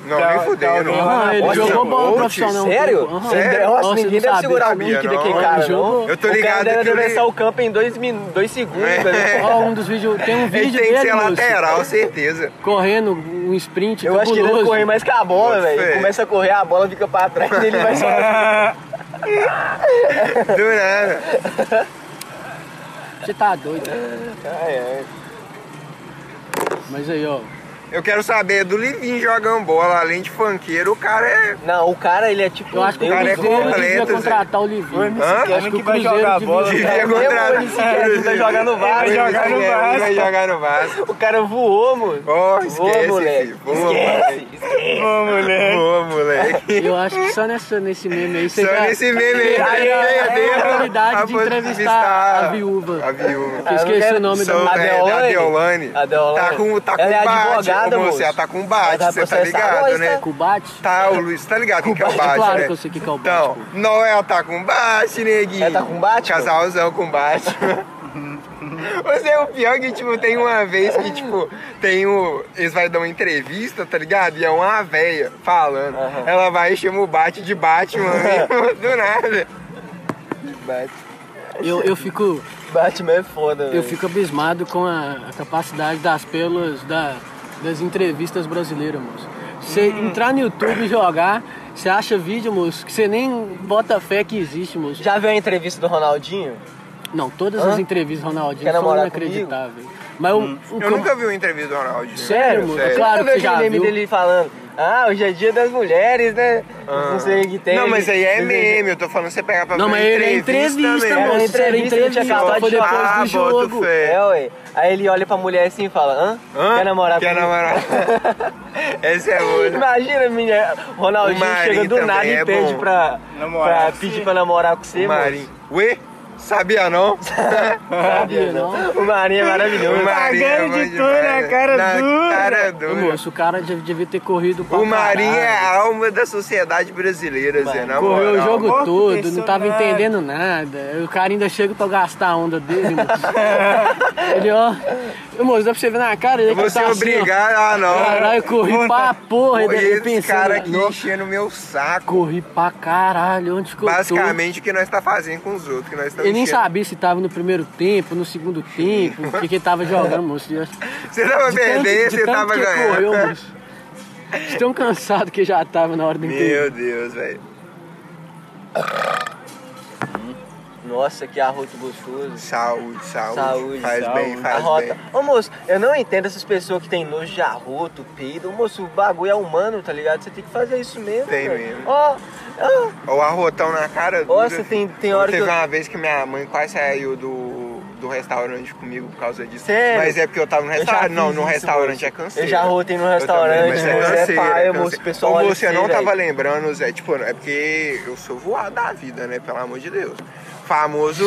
Speaker 1: Não, nem fudeu, não.
Speaker 2: Ah, ele
Speaker 1: Nossa,
Speaker 2: jogou bom
Speaker 1: Bolt,
Speaker 2: profissional. um
Speaker 4: Sério?
Speaker 2: tempo. Aham.
Speaker 1: Sério?
Speaker 4: Nossa,
Speaker 2: Nossa,
Speaker 4: ninguém
Speaker 2: eu não
Speaker 4: deve
Speaker 2: sabia,
Speaker 4: segurar o
Speaker 1: sabia,
Speaker 4: bico daquele
Speaker 1: não.
Speaker 4: cara,
Speaker 2: Jogou.
Speaker 4: não.
Speaker 1: Eu tô
Speaker 4: O
Speaker 1: ligado
Speaker 4: cara
Speaker 1: que
Speaker 4: deve
Speaker 1: ele-
Speaker 4: atravessar o campo em dois, min... dois segundos.
Speaker 1: É.
Speaker 4: né?
Speaker 2: Ó, um dos vídeos. Tem um
Speaker 1: Ele
Speaker 2: vídeo
Speaker 1: tem que
Speaker 2: dele,
Speaker 1: ser
Speaker 2: moço,
Speaker 1: lateral, certeza.
Speaker 2: correndo um sprint
Speaker 4: Eu acho que ele
Speaker 2: cabuloso.
Speaker 4: vai correr mais que a bola,
Speaker 1: Bota fé.
Speaker 4: velho. Começa a correr, a bola fica pra trás e ele vai só.
Speaker 1: Do nada.
Speaker 2: Você tá doido.
Speaker 1: Ah, é,
Speaker 4: Ai, ai.
Speaker 2: Mas aí, ó.
Speaker 1: Eu quero saber do Livinho jogando bola, além de funkeiro, o cara é.
Speaker 4: Não, o cara, ele é tipo.
Speaker 2: Eu acho que o
Speaker 1: O cara é
Speaker 2: Cruzeiro devia
Speaker 1: completo, Zé.
Speaker 2: contratar o Livinho.
Speaker 1: Hã?
Speaker 3: Homem
Speaker 2: Acho que o
Speaker 3: que vai
Speaker 2: Cruzeiro
Speaker 3: jogar a
Speaker 2: devia-
Speaker 3: bola.
Speaker 1: Devia
Speaker 4: É mesmo,
Speaker 1: contratar.
Speaker 4: ele
Speaker 3: tá-
Speaker 4: sequer vai jogar no Vasco.
Speaker 3: Vai jogar no Vasco.
Speaker 1: Vai jogar no Vasco.
Speaker 4: O cara voou, mano.
Speaker 1: Ó,
Speaker 4: voou,
Speaker 1: esquece,
Speaker 4: moleque.
Speaker 1: filho. Voa, moleque.
Speaker 3: Ô, moleque.
Speaker 1: Voa, moleque.
Speaker 2: Eu acho que só nessa, nesse meme aí você
Speaker 1: Só
Speaker 2: já...
Speaker 1: nesse meme aí, tá
Speaker 2: Aí, ó,
Speaker 1: ideia
Speaker 2: é
Speaker 1: dele,
Speaker 2: a oportunidade
Speaker 1: pra
Speaker 2: de
Speaker 1: poder
Speaker 2: entrevistar a viúva.
Speaker 1: A viúva.
Speaker 2: Eu esqueci
Speaker 4: Eu quero-
Speaker 2: o nome
Speaker 1: Sou,
Speaker 2: do...
Speaker 4: A
Speaker 1: é, da
Speaker 4: Deolane.
Speaker 1: Deolane.
Speaker 4: A Deolane.
Speaker 1: Tá com, tá com
Speaker 4: Ela é
Speaker 1: bate,
Speaker 4: advogada,
Speaker 1: ô, moço,
Speaker 4: moço.
Speaker 1: Ela tá com
Speaker 4: Ela
Speaker 1: bate,
Speaker 4: vai
Speaker 1: você tá
Speaker 4: processar
Speaker 1: ligado,
Speaker 4: nós,
Speaker 1: né?
Speaker 4: tá?
Speaker 2: Cubate?
Speaker 1: Tá, o Luiz, tá ligado o que, que é o bate,
Speaker 2: Claro
Speaker 1: né?
Speaker 2: que eu sei o que que é o bate,
Speaker 1: Então,
Speaker 2: pô.
Speaker 1: não, ela tá com bate, neguinho.
Speaker 4: Ela tá com bate, pô?
Speaker 1: Casalzão com bate. Você é o pior que, tipo, tem uma vez que, tipo, tem o... Eles vão dar uma entrevista, tá ligado? E é uma véia falando. Ela vai e chama o bate de Batman, mesmo, do nada.
Speaker 2: Eu, eu fico...
Speaker 4: Batman é foda,
Speaker 2: Eu
Speaker 4: velho.
Speaker 2: fico abismado com a, a capacidade das pelas da- das entrevistas brasileiras, moço. Você entrar no YouTube e jogar, você acha vídeo, moço, que você nem bota fé que existe, moço.
Speaker 4: Já viu a entrevista do Ronaldinho?
Speaker 2: Não, todas
Speaker 4: Hã?
Speaker 2: as entrevistas do Ronaldinho
Speaker 4: Quer
Speaker 2: são
Speaker 4: namorar
Speaker 2: inacreditáveis. Mas o, o
Speaker 1: Eu
Speaker 2: que-
Speaker 1: nunca vi uma entrevista do Ronaldinho.
Speaker 2: Sério, moço?
Speaker 1: Sério.
Speaker 2: Claro
Speaker 4: Você
Speaker 2: que
Speaker 4: viu
Speaker 2: já
Speaker 4: aquele meme
Speaker 2: viu.
Speaker 4: dele falando. Ah, hoje é dia das mulheres, né? Não sei o que tem.
Speaker 1: Ah. Não, mas aí é meme, eu tô falando você pegar pra
Speaker 2: Não,
Speaker 1: ver
Speaker 2: mas ele é entrevista,
Speaker 1: mesmo.
Speaker 2: moço. Isso era
Speaker 4: Entrevista que tinha
Speaker 2: entrevista,
Speaker 4: acabado
Speaker 2: foi
Speaker 4: de
Speaker 2: depois
Speaker 1: falar.
Speaker 2: do
Speaker 1: Ah, bota
Speaker 2: jogo.
Speaker 1: fé.
Speaker 4: É, ué. Aí ele olha pra mulher assim e fala, hã?
Speaker 1: Hã?
Speaker 4: Quer namorar
Speaker 1: Quer
Speaker 4: comigo?
Speaker 1: namorar? Essa é boa.
Speaker 4: Imagina, menina,
Speaker 1: O
Speaker 4: Ronaldinho
Speaker 1: Marinho
Speaker 4: chega do
Speaker 1: também
Speaker 4: nada e
Speaker 1: é
Speaker 4: pede
Speaker 1: bom.
Speaker 4: pra,
Speaker 3: Namorar
Speaker 4: pra
Speaker 3: assim.
Speaker 4: pedir pra namorar com você,
Speaker 1: Marinho. Ué? Sabia não?
Speaker 2: Sabia, não?
Speaker 4: mano. O Marinho é maravilhoso.
Speaker 1: é
Speaker 3: Pagando
Speaker 1: bom
Speaker 3: de tudo,
Speaker 1: demais.
Speaker 3: né? Cara
Speaker 1: Na
Speaker 3: dura.
Speaker 1: Cara
Speaker 2: Ô,
Speaker 1: dura.
Speaker 2: moço, o cara já devia ter corrido pra
Speaker 1: né? O Marinho é
Speaker 2: caralho.
Speaker 1: a alma da sociedade brasileira, Zé. Na
Speaker 2: Correu o
Speaker 1: moral.
Speaker 2: jogo
Speaker 3: Corpo
Speaker 2: todo, não tava
Speaker 3: personagem.
Speaker 2: entendendo nada. O cara ainda chega pra gastar a onda dele, moço. Ele, ó. Ô, moço, dá pra você ver na cara
Speaker 1: Eu
Speaker 2: dele
Speaker 1: vou
Speaker 2: que
Speaker 1: ser
Speaker 2: tá assim, ó.
Speaker 1: obrigado. Ah, não.
Speaker 2: Caralho, eu corri
Speaker 3: Puta.
Speaker 2: pra porra.
Speaker 1: E
Speaker 2: Ele ele
Speaker 1: esse
Speaker 2: pensando,
Speaker 1: cara aqui
Speaker 2: "Nossa,
Speaker 1: enchendo meu saco.
Speaker 2: corri pra caralho, onde que eu tô?
Speaker 1: Basicamente o que nós tá fazendo com os outros, que nós estamos
Speaker 2: Ele nem
Speaker 1: enchendo.
Speaker 2: sabia se tava no primeiro tempo, no segundo tempo, o que que ele tava jogando, moço. De
Speaker 1: Você tava
Speaker 2: tanto- de
Speaker 1: perdendo, você
Speaker 2: tanto
Speaker 1: tava
Speaker 2: que ele
Speaker 1: ganhando.
Speaker 2: correu, moço. De tão cansado que já tava na hora do
Speaker 1: Meu Deus, velho.
Speaker 4: Nossa, que arroto gostoso.
Speaker 1: Saúde, saúde.
Speaker 4: Saúde,
Speaker 1: faz
Speaker 4: saúde.
Speaker 1: bem, faz
Speaker 4: Arrota.
Speaker 1: bem.
Speaker 4: Ô moço, eu não entendo essas pessoas que tem nojo de arroto, peido. Ô, Moço, o bagulho é humano, tá ligado? Você tem que fazer isso mesmo.
Speaker 1: Tem
Speaker 4: velho.
Speaker 1: mesmo.
Speaker 4: Ó, ó.
Speaker 1: O arrotão na cara dura.
Speaker 4: Nossa, tem, tem hora que
Speaker 1: Teve
Speaker 4: eu...
Speaker 1: uma vez que minha mãe quase saiu do, do restaurante comigo por causa disso.
Speaker 4: Sério?
Speaker 1: Mas é porque eu tava no
Speaker 4: já
Speaker 1: restaurante.
Speaker 4: fiz
Speaker 1: Não, no
Speaker 4: isso,
Speaker 1: restaurante
Speaker 4: moço.
Speaker 1: é canseiro.
Speaker 4: Eu já rotei no
Speaker 1: também,
Speaker 4: restaurante,
Speaker 1: mas
Speaker 4: moço, é
Speaker 1: canseiro,
Speaker 4: paia,
Speaker 1: canseiro.
Speaker 4: moço, o pessoal
Speaker 1: Ô,
Speaker 4: olha
Speaker 1: moço, eu
Speaker 4: assim,
Speaker 1: não
Speaker 4: velho.
Speaker 1: tava lembrando, Zé. Tipo, é porque eu sou voado da vida, né? Pelo amor de Deus. Famoso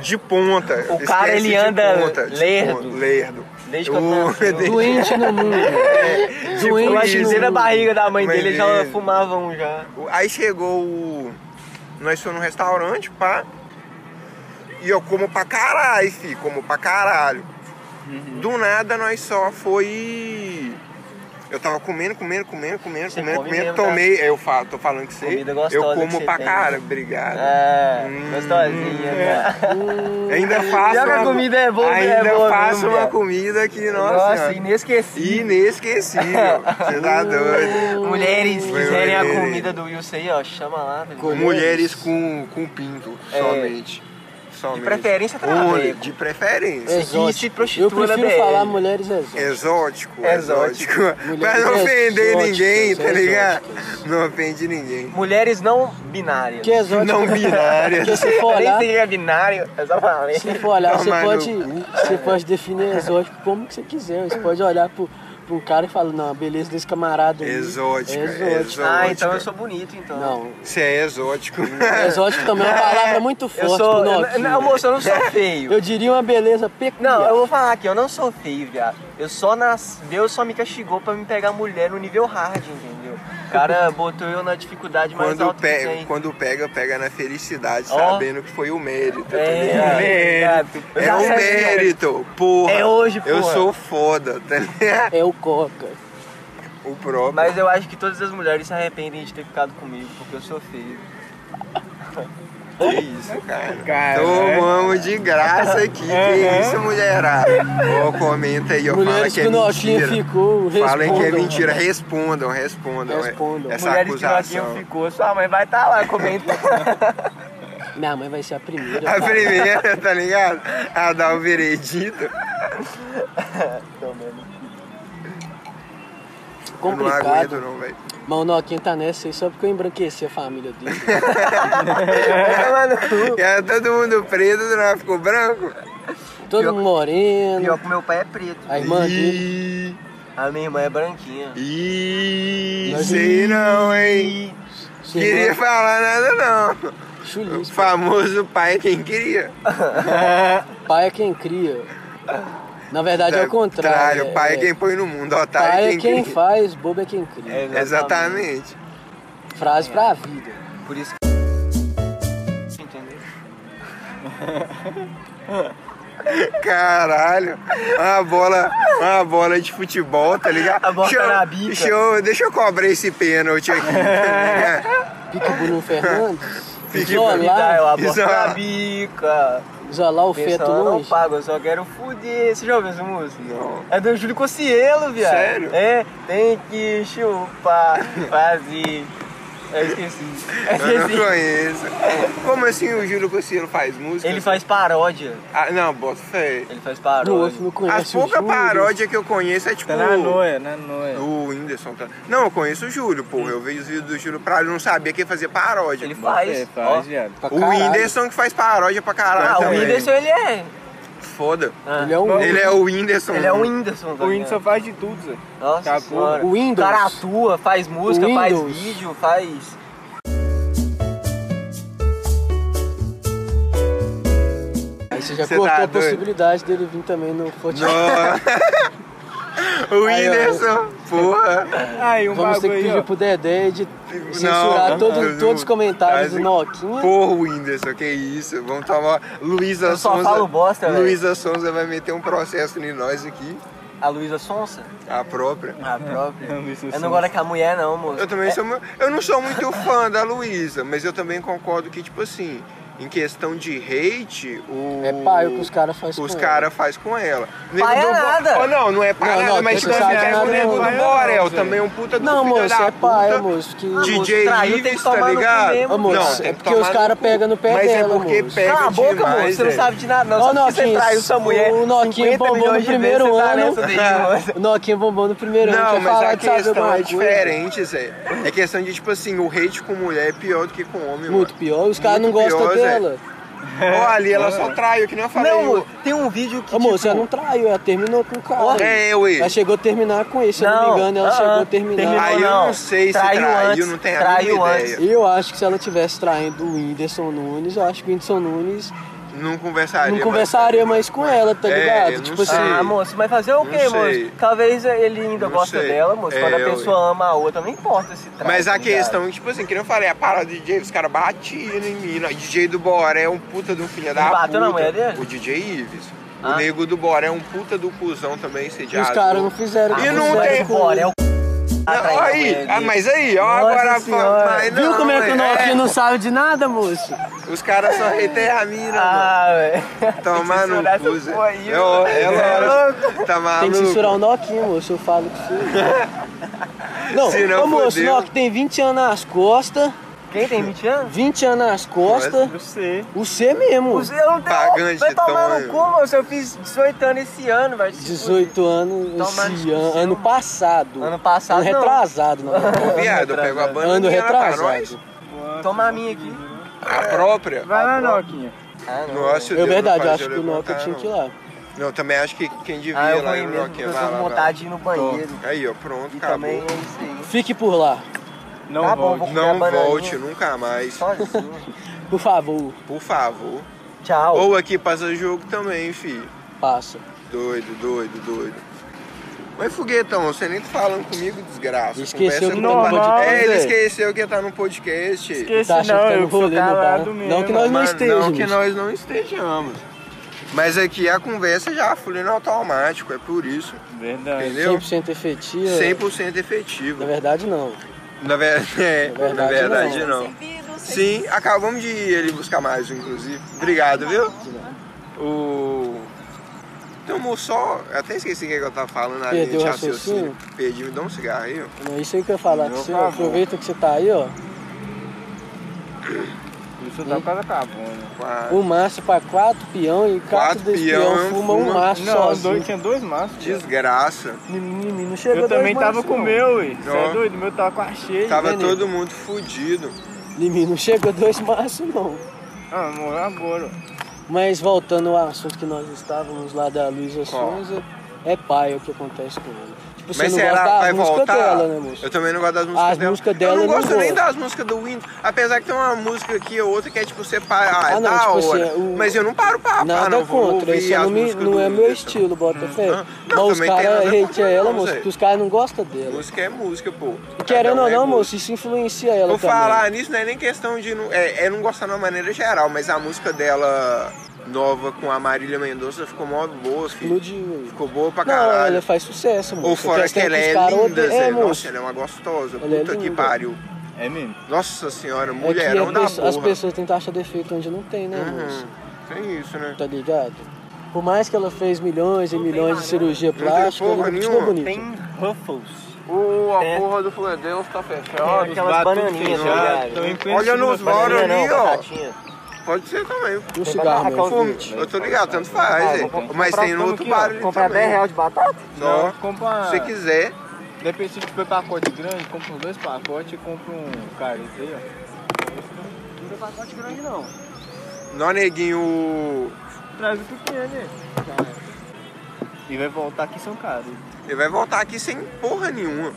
Speaker 1: de ponta.
Speaker 4: O
Speaker 1: Esquece
Speaker 4: cara, ele
Speaker 1: de
Speaker 4: anda
Speaker 1: ponta, de
Speaker 4: lerdo.
Speaker 1: ponta, lerdo.
Speaker 4: Desde que eu
Speaker 1: O-
Speaker 4: nasci, eu-
Speaker 1: desde-
Speaker 2: Doente no mundo. Doente
Speaker 4: Eu acho que
Speaker 2: no
Speaker 4: desde a
Speaker 2: mundo.
Speaker 4: barriga da mãe dele ele já
Speaker 1: Mas-
Speaker 4: fumava um já.
Speaker 1: Aí chegou o. Nós fomos no restaurante, pá. E eu como pra caralho, fi,
Speaker 4: Uhum.
Speaker 1: como pra caralho. Do nada nós só foi. Eu tava comendo, comendo, comendo, comendo,
Speaker 4: Você
Speaker 1: comendo,
Speaker 4: come
Speaker 1: comendo,
Speaker 4: mesmo, tá?
Speaker 1: tomei. Eu falo, tô falando que você.
Speaker 4: Comida gostosa
Speaker 1: Eu
Speaker 4: que
Speaker 1: como
Speaker 4: você
Speaker 1: pra
Speaker 4: tem. né?
Speaker 1: cara, obrigado.
Speaker 4: É,
Speaker 1: Hum,
Speaker 4: gostosinha.
Speaker 1: é.
Speaker 4: cara.
Speaker 1: Ainda faço.
Speaker 4: Pior que a
Speaker 1: uma-
Speaker 4: comida é boa,
Speaker 1: Ainda
Speaker 4: é boa
Speaker 1: faço
Speaker 4: mesmo,
Speaker 1: uma
Speaker 4: viado.
Speaker 1: comida que, nossa.
Speaker 4: Nossa,
Speaker 1: senhora,
Speaker 4: inesquecível.
Speaker 1: inesquecível. Você tá doido.
Speaker 4: Mulheres
Speaker 1: Foi
Speaker 4: quiserem a
Speaker 1: mulheres.
Speaker 4: comida do Wilson aí, ó, chama lá. velho.
Speaker 1: Mulheres com, com pinto,
Speaker 4: É.
Speaker 1: somente. somente.
Speaker 4: De preferência, traveco.
Speaker 1: Onde? De preferência.
Speaker 4: se
Speaker 2: Eu
Speaker 4: prostitua na
Speaker 2: prefiro
Speaker 4: BR.
Speaker 2: falar mulheres exóticas.
Speaker 1: Exótico,
Speaker 4: Exótico.
Speaker 1: exótico. Pra
Speaker 2: Mulheres
Speaker 1: não ofender
Speaker 2: exóticas,
Speaker 1: ninguém, tá
Speaker 2: exóticas.
Speaker 1: ligado? Não ofende ninguém.
Speaker 4: Mulheres não binárias.
Speaker 2: Que exótico.
Speaker 1: Não binárias.
Speaker 2: Porque se for
Speaker 4: Eu nem
Speaker 1: ah.
Speaker 2: olhar,
Speaker 4: sei o que é binário, é só falei.
Speaker 2: se for olhar, você
Speaker 1: Tomar no
Speaker 2: pode, você pode definir exótico como que você quiser. Você pode olhar pro, pro um cara e falar, não, a beleza desse camarada aí. é
Speaker 1: Exótica,
Speaker 2: exótica.
Speaker 1: exótica.
Speaker 4: Ah, então eu sou bonito, então.
Speaker 2: Não,
Speaker 1: Você é exótico.
Speaker 2: exótico também é uma palavra muito forte.
Speaker 4: Eu sou.
Speaker 2: pro
Speaker 4: eu-
Speaker 2: Nokia.
Speaker 4: não, moço, eu não sou feio.
Speaker 2: Eu diria uma beleza peculiar.
Speaker 4: Não, eu vou falar aqui, eu não sou feio, viado. Eu só nasci. Deus só me castigou pra me pegar mulher no nível hard, entendeu? O cara botou eu na dificuldade mais
Speaker 1: Quando
Speaker 4: alta que
Speaker 1: pega,
Speaker 4: tem.
Speaker 1: quando pega, pega na felicidade,
Speaker 4: Ó.
Speaker 1: sabendo que foi o mérito. tá
Speaker 4: É,
Speaker 1: ligado?
Speaker 4: é,
Speaker 1: É,
Speaker 4: é,
Speaker 1: o
Speaker 4: é,
Speaker 1: mérito, porra.
Speaker 4: É hoje,
Speaker 1: Eu
Speaker 4: porra.
Speaker 1: sou foda, tá ligado?
Speaker 2: É o Coca.
Speaker 1: O próprio.
Speaker 4: Mas eu acho que todas as mulheres se arrependem de ter ficado comigo, porque eu sou feio.
Speaker 1: Que isso, cara.
Speaker 2: É, né?
Speaker 1: Tomamos de graça aqui. Que isso, mulherada. Ó, comenta aí, ó.
Speaker 2: Mulheres que,
Speaker 1: fala
Speaker 2: o
Speaker 1: que é
Speaker 2: Noquinha
Speaker 1: mentira.
Speaker 2: ficou,
Speaker 1: Falem que é
Speaker 2: respondam.
Speaker 1: mentira. Respondam, respondam. é
Speaker 2: Respondam.
Speaker 1: Essa
Speaker 4: mulheres que
Speaker 1: acusação.
Speaker 4: novinha ficou, sua mãe vai estar lá comentando.
Speaker 2: Minha mãe vai ser a primeira.
Speaker 1: A
Speaker 2: tá?
Speaker 1: primeira, tá ligado? A dar o veredito.
Speaker 4: Então,
Speaker 1: Eu não aguento,
Speaker 2: Complicado.
Speaker 1: não, velho.
Speaker 2: Mas o Noquinha tá nessa aí só porque eu embranqueci a família dele.
Speaker 1: E Era É, todo mundo preto, do nada ficou branco.
Speaker 2: Todo
Speaker 4: Pior-
Speaker 2: mundo moreno.
Speaker 4: Pior que meu pai é preto.
Speaker 2: A irmã dele.
Speaker 1: Ih,
Speaker 4: A minha irmã é branquinha.
Speaker 1: ih,
Speaker 2: Mas-
Speaker 1: sei não, hein?
Speaker 2: sua
Speaker 1: Queria
Speaker 2: irmã,
Speaker 1: falar nada, não. O
Speaker 2: Chulíssimo.
Speaker 1: famoso pai é quem queria.
Speaker 2: Pai é quem cria. Na verdade é o contrário.
Speaker 1: O pai é, quem põe no mundo, o otário
Speaker 2: Pai
Speaker 1: é
Speaker 2: é
Speaker 1: quem,
Speaker 2: quem
Speaker 1: cria.
Speaker 2: faz, bobo é quem cria.
Speaker 1: Exatamente.
Speaker 4: É.
Speaker 2: Frase pra vida.
Speaker 4: Por isso que. Entendeu?
Speaker 1: Caralho. Uma bola, uma bola de futebol, tá ligado?
Speaker 4: A bola
Speaker 1: Deixa eu-
Speaker 4: na bica.
Speaker 1: Deixa eu, deixa eu cobrar esse pênalti aqui. tá
Speaker 2: Pique Bruno Fernandes.
Speaker 1: Pique
Speaker 4: Me dá, eu
Speaker 2: Isolar,
Speaker 4: aborto
Speaker 1: Isso é
Speaker 4: na
Speaker 1: uma-
Speaker 4: bica.
Speaker 2: isolar o
Speaker 4: Pensa,
Speaker 2: feto
Speaker 4: eu não
Speaker 2: longe.
Speaker 4: pago, eu só quero fuder. Você já ouviu essa música?
Speaker 1: Não.
Speaker 4: É do Júlio Cocielo, viado.
Speaker 1: Sério?
Speaker 4: É, tem que chupar, fazer. Eu esqueci. Eu
Speaker 1: ligado? Eu não
Speaker 4: esqueci.
Speaker 1: conheço. Como assim o Júlio Cossielo faz música?
Speaker 4: Ele faz paródia.
Speaker 1: Ah, não, bota fé.
Speaker 4: Ele faz
Speaker 2: No
Speaker 4: paródia.
Speaker 2: outro não conhece
Speaker 1: As
Speaker 2: o
Speaker 1: poucas
Speaker 2: Júlio.
Speaker 1: paródias que eu conheço é tipo.
Speaker 3: Tá na noia, na noia.
Speaker 1: O Whindersson. Tá... Não, eu conheço o Júlio, porra. Eu vi os vídeos do Júlio pra ele não sabia que ele fazia paródia.
Speaker 4: Ele
Speaker 3: É,
Speaker 4: faz. ó.
Speaker 3: faz, viado.
Speaker 2: Pra
Speaker 1: O
Speaker 2: caralho.
Speaker 1: Whindersson que faz paródia pra caralho.
Speaker 4: Ah, o
Speaker 1: também.
Speaker 4: Whindersson ele é.
Speaker 1: Foda.
Speaker 4: Ah,
Speaker 2: Ele é um. Tá,
Speaker 1: Ele é o Whindersson.
Speaker 4: Ele é o Whindersson, tá
Speaker 3: O
Speaker 4: ligado?
Speaker 3: Whindersson faz de tudo, Zé.
Speaker 4: Nossa
Speaker 3: Acabou.
Speaker 4: senhora.
Speaker 2: O Windows.
Speaker 4: cara atua, faz música,
Speaker 2: O
Speaker 4: faz
Speaker 2: Windows.
Speaker 4: vídeo, faz.
Speaker 2: Aí você já
Speaker 1: Cê tá
Speaker 2: cortou a
Speaker 1: doido.
Speaker 2: possibilidade dele vir também no Fortnite.
Speaker 1: Não. o
Speaker 2: Aí, ó.
Speaker 1: Whindersson, porra.
Speaker 3: Aí, um
Speaker 2: Vamos ter
Speaker 3: bagulho
Speaker 2: que
Speaker 3: aí,
Speaker 2: pedir
Speaker 3: ó.
Speaker 2: pro Dedé de censurar
Speaker 1: não,
Speaker 2: todo-
Speaker 1: não.
Speaker 2: todos os comentários do
Speaker 1: Assim,
Speaker 2: Noquinha.
Speaker 1: Porra, Whindersson, que isso. Vamos tomar. Luísa
Speaker 4: Eu só
Speaker 1: Sonza.
Speaker 4: falo bosta, velho.
Speaker 1: Luísa Sonza vai meter um processo em nós aqui,
Speaker 4: A Luísa Sonsa,
Speaker 1: a própria.
Speaker 4: a
Speaker 2: É.
Speaker 4: própria.
Speaker 3: A Luísa
Speaker 4: Eu
Speaker 3: Sonza.
Speaker 4: não gosto daquela mulher, não, moço.
Speaker 1: Eu também sou. mu- Eu não sou muito fã da Luísa, mas eu também concordo que, tipo assim, em questão de hate, o.
Speaker 2: É paio que os caras fazem
Speaker 1: Os
Speaker 2: com
Speaker 1: caras fazem com ela. Nego
Speaker 4: é
Speaker 1: do Bo-
Speaker 4: nada.
Speaker 1: Oh, não, não é pai
Speaker 2: Não,
Speaker 1: nada,
Speaker 2: não,
Speaker 1: mas
Speaker 2: tem
Speaker 1: tipo
Speaker 2: que
Speaker 1: assim,
Speaker 2: saber
Speaker 1: é o
Speaker 2: nada, não.
Speaker 1: nego do Borel também, um puta do
Speaker 2: Não,
Speaker 1: filho
Speaker 2: moço,
Speaker 1: da
Speaker 2: é paia,
Speaker 1: puta.
Speaker 2: moço. Que...
Speaker 4: Ah, moço,
Speaker 1: DJ
Speaker 4: traiu, tem que
Speaker 1: Ives,
Speaker 4: tomar
Speaker 1: tá
Speaker 4: no cu
Speaker 1: ligado?
Speaker 4: mesmo.
Speaker 2: Ô, moço,
Speaker 1: Não, tem
Speaker 2: é
Speaker 1: que
Speaker 2: porque os
Speaker 1: tomar no
Speaker 2: caras
Speaker 1: cu.
Speaker 2: pegam no pé
Speaker 1: Mas é
Speaker 2: dela,
Speaker 1: porque
Speaker 2: moço.
Speaker 1: pega
Speaker 4: Cala a boca,
Speaker 1: demais, é.
Speaker 4: moço. Você não
Speaker 1: velho.
Speaker 4: sabe de nada, não.
Speaker 2: Ô,
Speaker 4: Só porque você
Speaker 2: Noquinha,
Speaker 4: traiu sua mulher.
Speaker 2: o Noquinha
Speaker 4: 50
Speaker 2: bombou
Speaker 4: milhões
Speaker 2: no
Speaker 4: de
Speaker 2: primeiro
Speaker 4: vezes, você tá
Speaker 2: ano.
Speaker 4: nessa daí, moço.
Speaker 2: O Noquinha bombou no primeiro ano.
Speaker 1: Não,
Speaker 2: quer
Speaker 1: mas
Speaker 2: falar
Speaker 1: a
Speaker 2: de saber
Speaker 1: questão
Speaker 2: alguma
Speaker 1: é
Speaker 2: coisa.
Speaker 1: diferente, Zé. É questão de, tipo assim, o hate com mulher é pior do que com homem,
Speaker 2: Muito
Speaker 1: mano.
Speaker 2: pior. Os caras não
Speaker 1: Muito
Speaker 2: gostam
Speaker 1: pior, Zé.
Speaker 2: dela.
Speaker 1: Ó, ali ela
Speaker 2: É.
Speaker 1: só traiu, que nem eu falei.
Speaker 4: Não,
Speaker 1: eu-
Speaker 4: moço, tem um vídeo que.
Speaker 2: Ô, moço,
Speaker 4: tipo,
Speaker 2: ela não traiu. Ela terminou com o cara.
Speaker 1: É, ué.
Speaker 2: Ela chegou a terminar com ele. Se eu não
Speaker 4: Não,
Speaker 2: me engano, ela
Speaker 4: ah,
Speaker 2: chegou
Speaker 4: ah,
Speaker 2: a terminar.
Speaker 4: terminou.
Speaker 1: Aí eu
Speaker 4: não.
Speaker 1: não sei se
Speaker 4: Traiu
Speaker 1: traiu,
Speaker 4: antes,
Speaker 1: não tenho a
Speaker 4: traiu
Speaker 1: mínima
Speaker 4: antes.
Speaker 1: ideia.
Speaker 2: Eu acho que se ela tivesse traindo o Whindersson Nunes, eu acho que o Whindersson Nunes
Speaker 1: Não conversaria.
Speaker 2: não
Speaker 1: mas-
Speaker 2: conversaria mais com ela, tá
Speaker 1: É,
Speaker 2: ligado?
Speaker 1: eu não
Speaker 2: tipo
Speaker 1: sei.
Speaker 4: Ah,
Speaker 2: assim,
Speaker 4: moço, mas fazer o quê,
Speaker 1: Não sei.
Speaker 4: moço? Talvez ele ainda
Speaker 1: Não
Speaker 4: gosta
Speaker 1: sei.
Speaker 4: dela, moço.
Speaker 1: É,
Speaker 4: Quando a
Speaker 1: eu-
Speaker 4: pessoa ama a outra, não importa se trai.
Speaker 1: Mas
Speaker 4: tá
Speaker 1: a
Speaker 4: ligado?
Speaker 1: questão, é que, tipo assim, que nem eu falei, a parada de DJ, os caras batiam em mim. não. O DJ do Boré é um puta do filho da
Speaker 4: bateu
Speaker 1: puta.
Speaker 4: na mulher dele?
Speaker 1: O DJ Ives. O
Speaker 4: Ah.
Speaker 1: nego do Boré é um puta do cuzão também,
Speaker 2: os
Speaker 1: sediado.
Speaker 2: caras não tá fizeram.
Speaker 1: E não
Speaker 2: fizeram
Speaker 1: tem-
Speaker 2: com-
Speaker 4: Bora, Ah, é o c... Atraindo
Speaker 1: Não, aí,
Speaker 4: ele.
Speaker 1: ah, mas aí, ó,
Speaker 2: Nossa
Speaker 1: agora
Speaker 2: senhora.
Speaker 1: mas
Speaker 2: Viu
Speaker 1: não,
Speaker 2: como é que o
Speaker 1: é,
Speaker 2: Noquinha não sabe de nada, moço?
Speaker 1: Os caras só retém a mina,
Speaker 4: Ah, velho.
Speaker 1: mano. Tomar no
Speaker 4: censurar
Speaker 1: cu,
Speaker 4: essa
Speaker 1: Zé.
Speaker 4: porra aí,
Speaker 1: É ó- é lógico. Tá
Speaker 2: Tem
Speaker 1: maluco.
Speaker 2: que censurar o Noquinha, moço, eu falo com você. Não,
Speaker 1: Se não,
Speaker 2: ô moço,
Speaker 1: fodeu.
Speaker 2: Nock tem 20 anos nas costas,
Speaker 4: Quem tem 20 anos?
Speaker 2: 20 anos nas costas,
Speaker 3: Você.
Speaker 2: o C mesmo.
Speaker 4: Eu não tenho.
Speaker 1: Pagante,
Speaker 4: vai tomar
Speaker 1: então,
Speaker 4: no
Speaker 1: é.
Speaker 4: cu, moço. Eu fiz 18 anos esse ano, vai. se fuder.
Speaker 2: 18 anos,
Speaker 4: Toma
Speaker 2: esse
Speaker 4: no
Speaker 2: ano,
Speaker 4: seu.
Speaker 2: ano passado.
Speaker 4: Ano passado,
Speaker 2: Ano
Speaker 4: não.
Speaker 2: retrasado, não.
Speaker 1: Viado, pegou a banda
Speaker 2: Ano
Speaker 1: e era pra nós.
Speaker 2: né? retrasado.
Speaker 4: Toma a minha aqui.
Speaker 1: A própria?
Speaker 3: Vai lá, Noquinha.
Speaker 4: Ah, não.
Speaker 1: Nossa,
Speaker 2: É
Speaker 1: Deus,
Speaker 2: verdade,
Speaker 1: não
Speaker 2: eu
Speaker 1: faz
Speaker 2: acho que o
Speaker 1: levantar,
Speaker 2: Nokia tinha
Speaker 1: não.
Speaker 2: que ir lá.
Speaker 1: Não, eu também acho que quem devia
Speaker 4: Ah,
Speaker 1: ir
Speaker 4: eu
Speaker 1: lá
Speaker 4: vou ir
Speaker 1: era o
Speaker 4: mesmo,
Speaker 1: Nokia.
Speaker 4: porque eu
Speaker 1: vai
Speaker 4: tô
Speaker 1: lá,
Speaker 4: com
Speaker 1: vai lá.
Speaker 4: vontade de ir no banheiro.
Speaker 1: Aí, ó, pronto,
Speaker 4: E
Speaker 1: acabou.
Speaker 4: também é isso aí.
Speaker 2: Fique por lá,
Speaker 3: Não
Speaker 4: Tá bom,
Speaker 3: volte.
Speaker 4: vou comer a
Speaker 1: Não
Speaker 4: bananinha
Speaker 1: volte nunca mais,
Speaker 4: Sozinho.
Speaker 2: por favor,
Speaker 1: por favor.
Speaker 4: Tchau.
Speaker 1: Ou aqui passa jogo também, fi.
Speaker 2: passa.
Speaker 1: Doido, doido, doido. Mas foguetão, você nem tá falando comigo, desgraça.
Speaker 2: Esqueceu
Speaker 1: Conversa
Speaker 2: que
Speaker 1: com
Speaker 3: tá no
Speaker 1: o Pat-
Speaker 3: podcast.
Speaker 1: É, ele
Speaker 2: Zé.
Speaker 1: esqueceu que tá no podcast.
Speaker 3: Esqueci,
Speaker 2: Tá achando
Speaker 3: não,
Speaker 2: que tá no
Speaker 3: eu sou
Speaker 2: rolê, não tá?
Speaker 3: calado
Speaker 2: Não
Speaker 3: mesmo.
Speaker 2: que nós-
Speaker 1: Mano,
Speaker 2: estejamos.
Speaker 1: Não que nós não estejamos. Mas aqui a conversa já flui no automático, é por isso,
Speaker 2: É,
Speaker 3: Verdade.
Speaker 1: entendeu?
Speaker 2: 100% efetiva.
Speaker 1: 100%
Speaker 2: Na
Speaker 1: efetivo.
Speaker 2: verdade, não.
Speaker 1: Na, ver... é,
Speaker 2: Na
Speaker 1: na
Speaker 2: É verdade,
Speaker 1: verdade, não.
Speaker 6: Servido,
Speaker 1: Sim, acabamos de ir ali buscar mais um, inclusive. Obrigado, viu? O. Tomou só. eu Até esqueci o que, é que eu tava falando ali
Speaker 2: Perdeu
Speaker 1: de
Speaker 2: o
Speaker 1: raciocínio. Perdi, me dá um cigarro aí, ó.
Speaker 2: Não é isso aí que eu ia falar com
Speaker 3: Meu
Speaker 2: você.
Speaker 3: favor.
Speaker 2: Aproveita que você tá aí, ó.
Speaker 3: Isso tá quase acabando.
Speaker 1: Quase.
Speaker 2: Um maço pra quatro peão e cada
Speaker 1: Quatro
Speaker 2: dois
Speaker 1: peão,
Speaker 2: peão, fuma um
Speaker 1: fuma-
Speaker 2: maço
Speaker 3: Não,
Speaker 2: sozinho.
Speaker 3: dois, tinha dois maços.
Speaker 1: Desgraça.
Speaker 2: Menino, menino, chegou
Speaker 3: Eu também
Speaker 2: dois
Speaker 3: tava
Speaker 2: maços,
Speaker 3: com o
Speaker 2: não.
Speaker 3: meu, ué. Você
Speaker 1: Ó.
Speaker 3: é doido? O meu tava quase cheio.
Speaker 1: Tava
Speaker 2: veneno.
Speaker 1: todo mundo fudido.
Speaker 2: Menino, não chegou dois maços, não.
Speaker 3: Ah, morreu agora. ó.
Speaker 2: Mas voltando ao assunto que nós estávamos lá da Luísa
Speaker 1: Qual?
Speaker 2: Souza, é pai o que acontece com ela. Tipo, você
Speaker 1: Mas
Speaker 2: não
Speaker 1: será
Speaker 2: gosta
Speaker 1: que
Speaker 2: da
Speaker 1: vai
Speaker 2: música
Speaker 1: voltar?
Speaker 2: dela, né, moço?
Speaker 1: Eu também não gosto das músicas
Speaker 2: As
Speaker 1: dela.
Speaker 2: músicas dela
Speaker 1: eu
Speaker 2: eu
Speaker 1: não
Speaker 2: não
Speaker 1: gosto nem
Speaker 2: gosto.
Speaker 1: das músicas do Windows. Apesar que tem uma música aqui ou outra que é tipo você para. Ah,
Speaker 2: Ah,
Speaker 1: é
Speaker 2: não,
Speaker 1: da
Speaker 2: tipo assim,
Speaker 1: hora.
Speaker 2: é o-
Speaker 1: Mas eu não paro pra ah,
Speaker 2: Nada
Speaker 1: não, vou
Speaker 2: contra,
Speaker 1: ouvir
Speaker 2: isso
Speaker 1: as
Speaker 2: não, me-
Speaker 1: músicas
Speaker 2: não
Speaker 1: do
Speaker 2: é meu
Speaker 1: Windows.
Speaker 2: estilo, bota fé.
Speaker 1: Não,
Speaker 2: Mas os
Speaker 1: também tem
Speaker 2: caras
Speaker 1: nada
Speaker 2: hate
Speaker 1: contra
Speaker 2: ela,
Speaker 1: não,
Speaker 2: moço,
Speaker 1: Zé.
Speaker 2: que os caras não gostam dela.
Speaker 1: Música é música, pô.
Speaker 2: E Querendo
Speaker 1: Cada um
Speaker 2: ou
Speaker 1: é
Speaker 2: não, né,
Speaker 1: música.
Speaker 2: moço, isso influencia ela
Speaker 1: Por
Speaker 2: também.
Speaker 1: falar nisso, não é nem questão de. não- É, é não gostar de uma maneira geral, mas a música dela nova com a Marília Mendonça ficou mó boa, filho.
Speaker 2: Explodiu.
Speaker 1: Ficou boa pra
Speaker 2: Não,
Speaker 1: caralho.
Speaker 2: ela faz sucesso, moço.
Speaker 1: Ou fora que
Speaker 2: questão
Speaker 1: ela
Speaker 2: os
Speaker 1: é
Speaker 2: caras
Speaker 1: linda,
Speaker 2: odeiam-
Speaker 1: Zé.
Speaker 2: É,
Speaker 1: Nossa,
Speaker 2: moço.
Speaker 1: ela é uma gostosa.
Speaker 2: Ela é
Speaker 1: Puta que
Speaker 2: linda.
Speaker 1: pariu.
Speaker 3: É mesmo?
Speaker 1: Nossa senhora,
Speaker 2: É que
Speaker 1: mulherão
Speaker 2: a
Speaker 1: da
Speaker 2: pesso-
Speaker 1: porra. Uhum.
Speaker 2: as pessoas tentam achar defeito onde não tem, né, moço?
Speaker 1: Tem isso, né?
Speaker 2: Tá ligado? Por mais que ela fez milhões e milhões de cirurgia
Speaker 1: né? tem
Speaker 2: plástica, ela
Speaker 1: porra
Speaker 2: continua
Speaker 1: nenhuma.
Speaker 2: bonita.
Speaker 4: Tem Ruffles.
Speaker 1: Ô, a
Speaker 4: É.
Speaker 1: porra do Fuledeus tá
Speaker 4: Tem
Speaker 1: fechada.
Speaker 4: aquelas bananinhas, tá ligado?
Speaker 3: Tô em pleno
Speaker 1: Olha
Speaker 3: cima,
Speaker 1: nos
Speaker 3: tá
Speaker 1: Bora
Speaker 4: Bananinha
Speaker 1: ali,
Speaker 4: não,
Speaker 1: ó.
Speaker 4: batatinha.
Speaker 1: Pode ser também.
Speaker 2: Um cigarro,
Speaker 4: barraca
Speaker 2: meu.
Speaker 1: Fume.
Speaker 4: leite.
Speaker 1: Eu tô ligado, tanto faz,
Speaker 4: Ah,
Speaker 1: é.
Speaker 4: vou comprar
Speaker 1: Mas tem no
Speaker 3: tudo
Speaker 1: outro
Speaker 3: aqui, ó.
Speaker 1: barulho
Speaker 4: Comprar 10
Speaker 1: também.
Speaker 4: reais de batata?
Speaker 1: Só.
Speaker 3: Não, compra.
Speaker 1: Se você quiser,
Speaker 3: Depende se tiver pacote grande, compra uns dois pacotes e compra um careta aí, ó.
Speaker 4: Não tem pacote grande, não.
Speaker 1: nó neguinho,
Speaker 3: Traz o pequeno, né? E vai voltar aqui em São Carlos.
Speaker 1: ele vai voltar aqui sem porra nenhuma.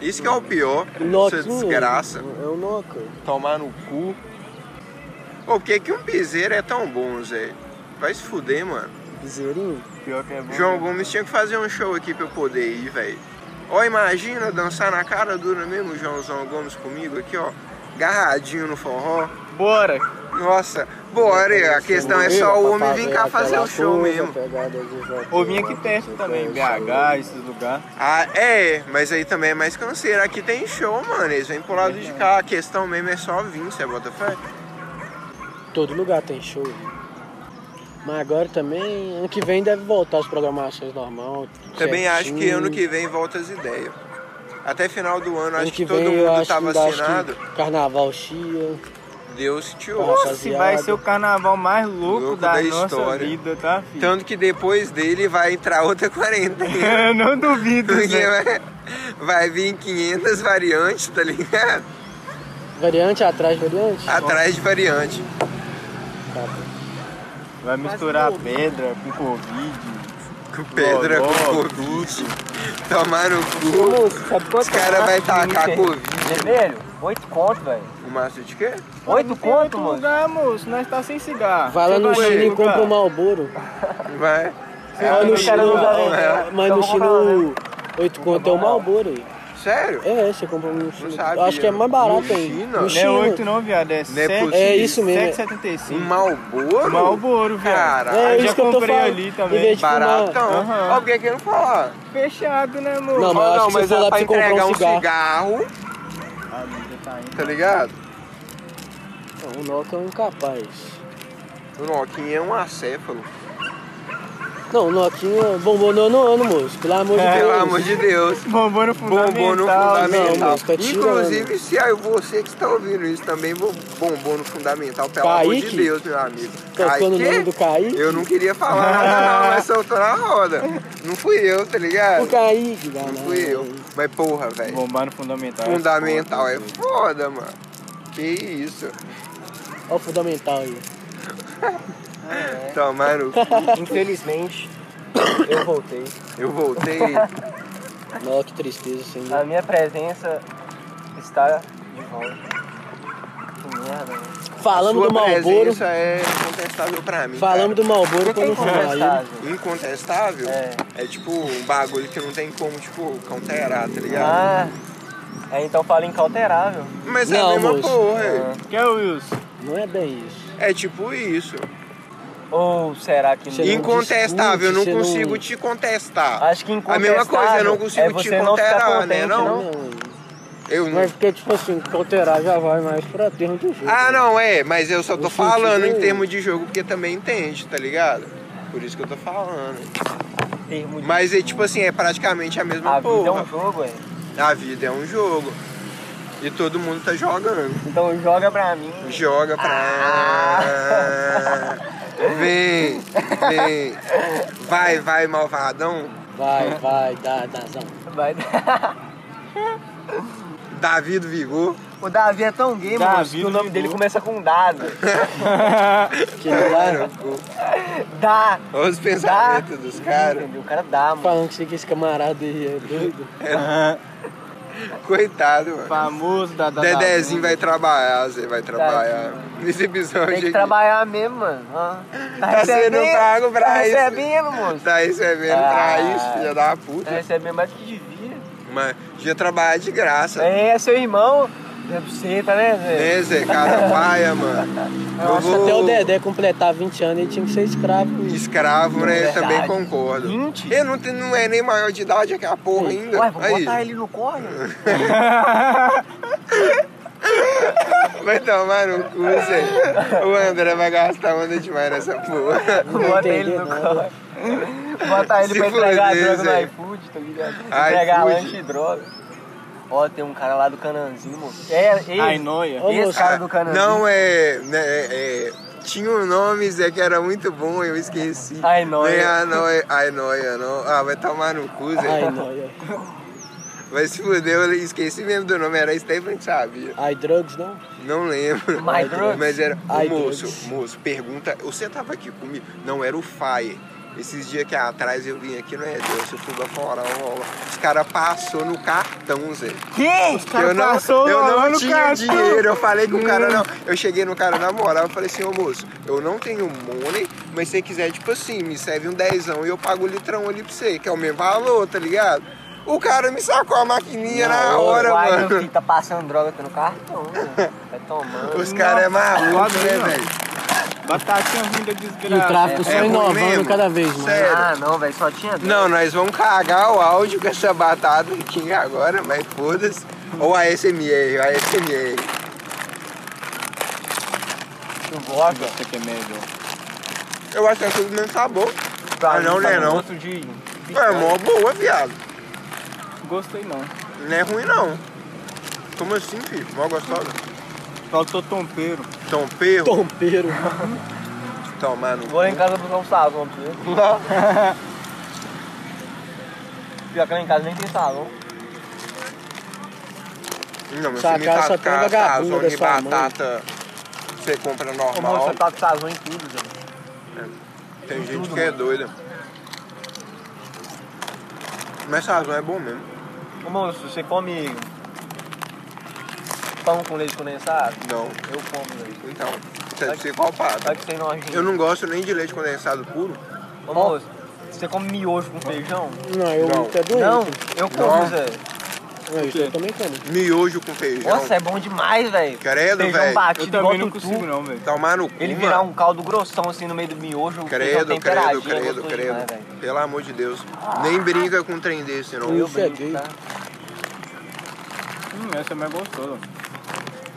Speaker 1: Isso que é o pior,
Speaker 2: Noca.
Speaker 1: essa desgraça.
Speaker 2: um É o Noca.
Speaker 1: Tomar no cu. Pô, por que que um piseiro é tão bom, Zé? Vai se fuder, mano.
Speaker 2: Piseirinho.
Speaker 3: Pior que é bom.
Speaker 1: João Gomes tinha que fazer um show aqui pra eu poder ir, velho. Ó, imagina dançar na cara dura mesmo o Joãozão Gomes comigo aqui, ó. Garradinho no forró.
Speaker 3: né? Bora!
Speaker 1: Nossa, bora, a questão é só o homem vir cá fazer o show mesmo.
Speaker 3: Ou vim aqui perto
Speaker 2: é um
Speaker 3: também, BH, esses lugares.
Speaker 1: Ah, é, mas aí também é mais canseiro. Aqui tem show, mano, eles vêm pro lado de cá. A questão mesmo é só vir, você bota fé?
Speaker 2: Todo lugar tem show. Mas agora também, ano que vem deve voltar as programações normal.
Speaker 1: Também acho que
Speaker 2: certinho.
Speaker 1: ano que vem volta as ideias. Até final do ano,
Speaker 2: Ano
Speaker 1: acho que
Speaker 2: que
Speaker 1: todo
Speaker 2: vem eu
Speaker 1: mundo
Speaker 2: acho
Speaker 1: tá
Speaker 2: que ainda acho
Speaker 1: vacinado.
Speaker 2: que carnaval chia.
Speaker 1: Deus te
Speaker 2: Nossa,
Speaker 1: ouça.
Speaker 3: Nossa, vai ser o carnaval mais louco,
Speaker 1: Louco
Speaker 3: da,
Speaker 1: da
Speaker 3: nossa
Speaker 1: história.
Speaker 3: vida, tá, filho?
Speaker 1: Tanto que depois dele vai entrar outra quarentena.
Speaker 3: Eu não duvido,
Speaker 1: Porque
Speaker 3: né?
Speaker 1: vai, vai vir 500 variantes, tá ligado?
Speaker 2: Variante atrás, variante?
Speaker 1: Atrás de variante.
Speaker 2: Tá bom.
Speaker 3: Vai misturar pedra com Covid.
Speaker 1: Com pedra, com
Speaker 3: Loló,
Speaker 1: Covid. Tomar no cu.
Speaker 4: Ô, moço, sabe quanto é
Speaker 1: Os caras vão tacar Covid.
Speaker 4: Vermelho? 8 é conto, velho.
Speaker 1: O maço de quê?
Speaker 4: 8
Speaker 3: Tem
Speaker 4: conto,
Speaker 3: outro
Speaker 4: mano.
Speaker 3: lugar, moço. Nós tá sem cigarro.
Speaker 2: Vai lá
Speaker 3: Você
Speaker 2: no
Speaker 1: vai
Speaker 2: Chile e
Speaker 1: no
Speaker 2: compra
Speaker 3: lugar?
Speaker 2: um Malboro.
Speaker 1: Vai.
Speaker 2: Mas no
Speaker 3: É,
Speaker 4: Os caras
Speaker 2: Chile,
Speaker 4: não
Speaker 2: não,
Speaker 1: É.
Speaker 4: usam, né?
Speaker 2: mas
Speaker 4: Então
Speaker 2: no
Speaker 4: vamos lá, né?
Speaker 2: Chile, 8 conto é o Malboro aí.
Speaker 1: Sério?
Speaker 2: É, você compra um no China.
Speaker 1: sabia.
Speaker 2: Eu acho que é mais barato
Speaker 1: No
Speaker 2: aí.
Speaker 1: China?
Speaker 2: No
Speaker 1: Não
Speaker 3: Não é
Speaker 2: China.
Speaker 3: 8 não, viado, é
Speaker 1: é
Speaker 3: 7.
Speaker 1: possível.
Speaker 2: É isso mesmo, é.
Speaker 3: 7,75.
Speaker 1: Um Malboro?
Speaker 3: Malboro, velho.
Speaker 1: Caralho.
Speaker 2: É
Speaker 3: Eu já
Speaker 2: isso que eu tô
Speaker 3: comprei
Speaker 2: falando.
Speaker 3: ali
Speaker 2: Em vez
Speaker 3: também.
Speaker 2: de fumar-
Speaker 1: Baratão.
Speaker 3: Aham.
Speaker 1: Ó, porque aqui não fala.
Speaker 3: Fechado, né, amor?
Speaker 2: Não, mas- eu
Speaker 1: Ó,
Speaker 2: acho que se
Speaker 1: mas
Speaker 2: for lá
Speaker 1: dá pra
Speaker 2: pra você comprar
Speaker 1: entregar
Speaker 2: um
Speaker 1: um cigarro,
Speaker 3: Ah, não, já tá indo.
Speaker 1: tá ligado?
Speaker 2: Não, o Nokia é um incapaz.
Speaker 1: O Noquinha é um acéfalo.
Speaker 2: Não, o Nokia bombou no ano, ano, moço. Pelo amor de Deus.
Speaker 1: É. Pelo amor de Deus.
Speaker 3: Bombou no fundamental.
Speaker 1: Bombou
Speaker 3: né?
Speaker 1: no
Speaker 2: É não,
Speaker 1: fundamental.
Speaker 2: moço, tá tirando.
Speaker 1: Inclusive, se aí você que está ouvindo isso também bo- bombou no fundamental, pelo amor de
Speaker 2: Kaique?
Speaker 1: Deus, meu amigo.
Speaker 2: Tocando o
Speaker 1: Kaique?
Speaker 2: nome do Kaique.
Speaker 1: Eu não queria falar nada, não, mas soltou na roda. Não fui eu, tá
Speaker 2: O
Speaker 1: ligado?
Speaker 2: Kaique, galera.
Speaker 1: Não fui eu. Mas porra, velho.
Speaker 3: Bombar no fundamental.
Speaker 1: Fundamental é
Speaker 3: foda, doido.
Speaker 1: foda, mano. Que isso.
Speaker 2: Olha o fundamental aí.
Speaker 1: Então, mano,
Speaker 4: Infelizmente, eu voltei.
Speaker 1: eu voltei.
Speaker 2: Nossa, que tristeza, assim. né?
Speaker 4: A minha presença está de volta. Que merda, né?
Speaker 2: Falamos
Speaker 1: Sua
Speaker 2: do Malboro.
Speaker 1: presença é incontestável pra mim.
Speaker 2: Falamos do
Speaker 4: Não
Speaker 2: Malboro
Speaker 4: tem
Speaker 2: quando
Speaker 4: como
Speaker 2: fumar
Speaker 4: restar,
Speaker 2: ele.
Speaker 4: gente.
Speaker 1: do. Incontestável?
Speaker 4: É.
Speaker 1: É tipo um bagulho que não tem como, tipo, counterar, tá ligado?
Speaker 4: Ah, é, então fala incalterável.
Speaker 1: Mas é a
Speaker 2: Não,
Speaker 1: mesma
Speaker 2: moço.
Speaker 1: porra.
Speaker 4: Ah,
Speaker 3: Que é o Wilson?
Speaker 2: Não é bem isso.
Speaker 1: É tipo isso.
Speaker 4: Ou será que
Speaker 2: Você não
Speaker 4: não?
Speaker 1: Incontestável, eu não
Speaker 2: discute, você
Speaker 1: consigo
Speaker 2: não- Ah,
Speaker 1: te contestar.
Speaker 4: Acho que
Speaker 1: A
Speaker 4: incontestável
Speaker 1: mesma coisa, eu não
Speaker 4: é
Speaker 1: consigo te
Speaker 4: você não ficar
Speaker 1: counterar, né,
Speaker 4: contente,
Speaker 1: não?
Speaker 4: não?
Speaker 1: Eu não.
Speaker 2: é Mas porque, tipo assim, alterar já vai mais pra termo de jeito.
Speaker 1: Ah, não, é, mas eu só
Speaker 2: No
Speaker 1: tô falando em
Speaker 2: sentido-
Speaker 1: termos de jogo porque também entende, tá ligado? Por isso que eu tô falando.
Speaker 4: Termo de-
Speaker 1: Mas é tipo assim, é praticamente a mesma
Speaker 4: A vida é
Speaker 1: porra.
Speaker 4: um jogo, é.
Speaker 1: A vida é um jogo. E todo mundo tá jogando.
Speaker 4: Então joga pra mim.
Speaker 1: Joga
Speaker 4: Ah.
Speaker 1: pra. Vem, vem. Vai, vai, malvadão.
Speaker 2: Vai, vai, dá, dazão.
Speaker 4: Vai dar.
Speaker 1: Davi do Vigor.
Speaker 4: O Davi é tão gay,
Speaker 3: Davi
Speaker 4: mano, que o
Speaker 3: do
Speaker 4: nome
Speaker 1: é
Speaker 3: Vigor.
Speaker 4: dele começa com dado.
Speaker 2: Que não dá.
Speaker 4: Dá.
Speaker 1: Olha os
Speaker 4: Dá.
Speaker 1: pensamentos dos caras.
Speaker 4: Entendeu? O cara dá, mano.
Speaker 2: Falando que você que esse camarada aí é doido.
Speaker 1: Coitado, mano.
Speaker 3: Famoso da da- da-
Speaker 1: Dedezinho vai trabalhar, Zé vai trabalhar. Nesse episódio
Speaker 4: Tem que
Speaker 1: aqui.
Speaker 4: trabalhar mesmo, mano. Ah,
Speaker 1: Tá sendo pago pra
Speaker 4: tá
Speaker 1: isso.
Speaker 4: recebendo, moço.
Speaker 1: Tá recebendo pra
Speaker 4: Ah.
Speaker 1: isso, filha da
Speaker 4: Tá
Speaker 1: puta.
Speaker 4: recebendo mais do que devia.
Speaker 1: Mas devia trabalhar de graça.
Speaker 4: É, é seu irmão. É pra você, tá né, Zé?
Speaker 1: Né, Zé? Cara, paia, mano. Eu
Speaker 2: Se até o Dedé completar 20 anos, ele tinha que ser escravo.
Speaker 1: Escravo, né? Eu
Speaker 4: Verdade.
Speaker 1: também concordo.
Speaker 4: 20?
Speaker 1: Ele não, tem- não é nem maior de idade aquela porra ainda.
Speaker 4: Ué, vou
Speaker 1: É, Aí,
Speaker 4: botar ele no corre.
Speaker 1: vai tomar no cu, Zé. O André vai gastar onda demais nessa porra.
Speaker 4: Bota ele no
Speaker 2: entendendo
Speaker 4: corre. Bota ele
Speaker 1: Se
Speaker 4: pra entregar
Speaker 1: fuder,
Speaker 4: droga
Speaker 1: Zé.
Speaker 4: no iFood, tá ligado? Entregar
Speaker 1: iFood.
Speaker 4: lanche e droga. Ó, tem um cara lá do Cananzinho, moço. É, esse,
Speaker 3: Ai, noia.
Speaker 2: Ô,
Speaker 4: esse
Speaker 2: moço.
Speaker 4: cara do Cananzinho.
Speaker 1: Não, é, né, é- é- Tinha um nome, Zé, que era muito bom, eu esqueci.
Speaker 4: Ai, noia.
Speaker 1: Não é a noia. Ai, noia, não. Ah, vai tomar no cu, Zé.
Speaker 2: Ai, noia.
Speaker 1: Vai se fuder, eu esqueci mesmo do nome, era Stephen Sabia.
Speaker 2: Ai, drugs, não?
Speaker 1: Não lembro.
Speaker 4: My drugs.
Speaker 1: Mas era. Ô,
Speaker 2: Ai,
Speaker 1: moço,
Speaker 2: drugs.
Speaker 1: moço, pergunta. Você tava aqui comigo? Não, era o Fire. Esses dias que é atrás eu vim aqui, não é Deus, eu fuga fora, ó, ó. Os caras passou no cartão, Zé.
Speaker 3: Que? Os
Speaker 1: eu
Speaker 3: caras
Speaker 1: não,
Speaker 3: passou
Speaker 1: eu
Speaker 3: lá
Speaker 1: não
Speaker 3: no
Speaker 1: tinha
Speaker 3: cartão.
Speaker 1: dinheiro, eu falei com o cara não. Eu cheguei no cara na moral, eu falei assim, ô moço, eu não tenho money, mas se você quiser, tipo assim, me serve um dezão e eu pago o litrão ali pra você, que é o mesmo valor, tá ligado? O cara me sacou a maquininha na, hora,
Speaker 4: Uai, meu
Speaker 1: mano.
Speaker 4: filho, tá passando droga tá no cartão, né? Vai tomando.
Speaker 1: Os caras é maluco,
Speaker 3: Logo
Speaker 1: né,
Speaker 3: aí, ó.
Speaker 1: velho?
Speaker 3: Batatinha ruim da
Speaker 2: E o
Speaker 3: desgraça.
Speaker 2: tráfico só
Speaker 1: é ruim mesmo?
Speaker 2: inovando cada vez mais.
Speaker 1: Sério?
Speaker 4: Ah, não, velho, só tinha dois.
Speaker 1: Não, nós vamos cagar o áudio com essa batata aqui agora, mas foda-se. Ou a ASMR, a ASMR.
Speaker 4: Tu gosta?
Speaker 3: Você que é médio.
Speaker 1: Eu acho que é tudo do mesmo sabor.
Speaker 4: Pra
Speaker 1: Ah,
Speaker 4: mim,
Speaker 1: não,
Speaker 4: tá
Speaker 1: né,
Speaker 4: no
Speaker 1: não.
Speaker 4: gosto de
Speaker 1: É mó boa, viado.
Speaker 3: Gostei não.
Speaker 1: Não é ruim, não. Como assim, filho? Mó gostosa.
Speaker 3: Faltou tompeiro.
Speaker 1: Tom Perro.
Speaker 2: é Tompeiro.
Speaker 1: Tom, mano.
Speaker 4: Vou lá em casa buscar um sabão pra você. Pior que lá em casa nem tem sabão.
Speaker 1: Não, meu
Speaker 2: Sua
Speaker 1: filho,
Speaker 2: casa só
Speaker 1: tá
Speaker 2: tem
Speaker 1: ca-
Speaker 2: vagabundo
Speaker 1: sazão de
Speaker 2: da sua mãe.
Speaker 1: batata. Você compra
Speaker 4: Ô, moço,
Speaker 1: normal. É.
Speaker 4: você tá com sabão em tudo, Zé.
Speaker 1: Tem gente que é doida. Mas sazão é bom mesmo.
Speaker 4: Ô, moço, você come pão com leite condensado?
Speaker 1: Não.
Speaker 4: Eu como, velho.
Speaker 1: Então, você é psicopata.
Speaker 4: Olha que você é nojento.
Speaker 1: Eu não gosto nem de leite condensado puro.
Speaker 4: Ô, moço, você come miojo com feijão?
Speaker 2: Não, eu
Speaker 1: Não.
Speaker 2: não. é doente.
Speaker 4: Não, eu como,
Speaker 1: Não.
Speaker 4: Zé.
Speaker 2: É, isso eu também como.
Speaker 1: Miojo com feijão.
Speaker 4: Nossa, é bom demais, velho.
Speaker 1: Credo,
Speaker 4: Feijão
Speaker 1: velho.
Speaker 4: batido
Speaker 3: Eu também
Speaker 4: igual
Speaker 3: não
Speaker 4: tutu.
Speaker 3: consigo, não, velho.
Speaker 1: Tomar no cu,
Speaker 4: Ele
Speaker 1: mano.
Speaker 4: virar um caldo grossão assim no meio do miojo. o feijão
Speaker 1: Credo, credo,
Speaker 4: temperadinho,
Speaker 1: credo,
Speaker 4: gostoso
Speaker 1: credo.
Speaker 4: demais, velho.
Speaker 1: Pelo amor de Deus. Nem brinca com um trem desse, não.
Speaker 2: Eu
Speaker 4: Eu brinco,
Speaker 2: cheguei.
Speaker 4: tá?
Speaker 3: Hum, essa é mais gostosa.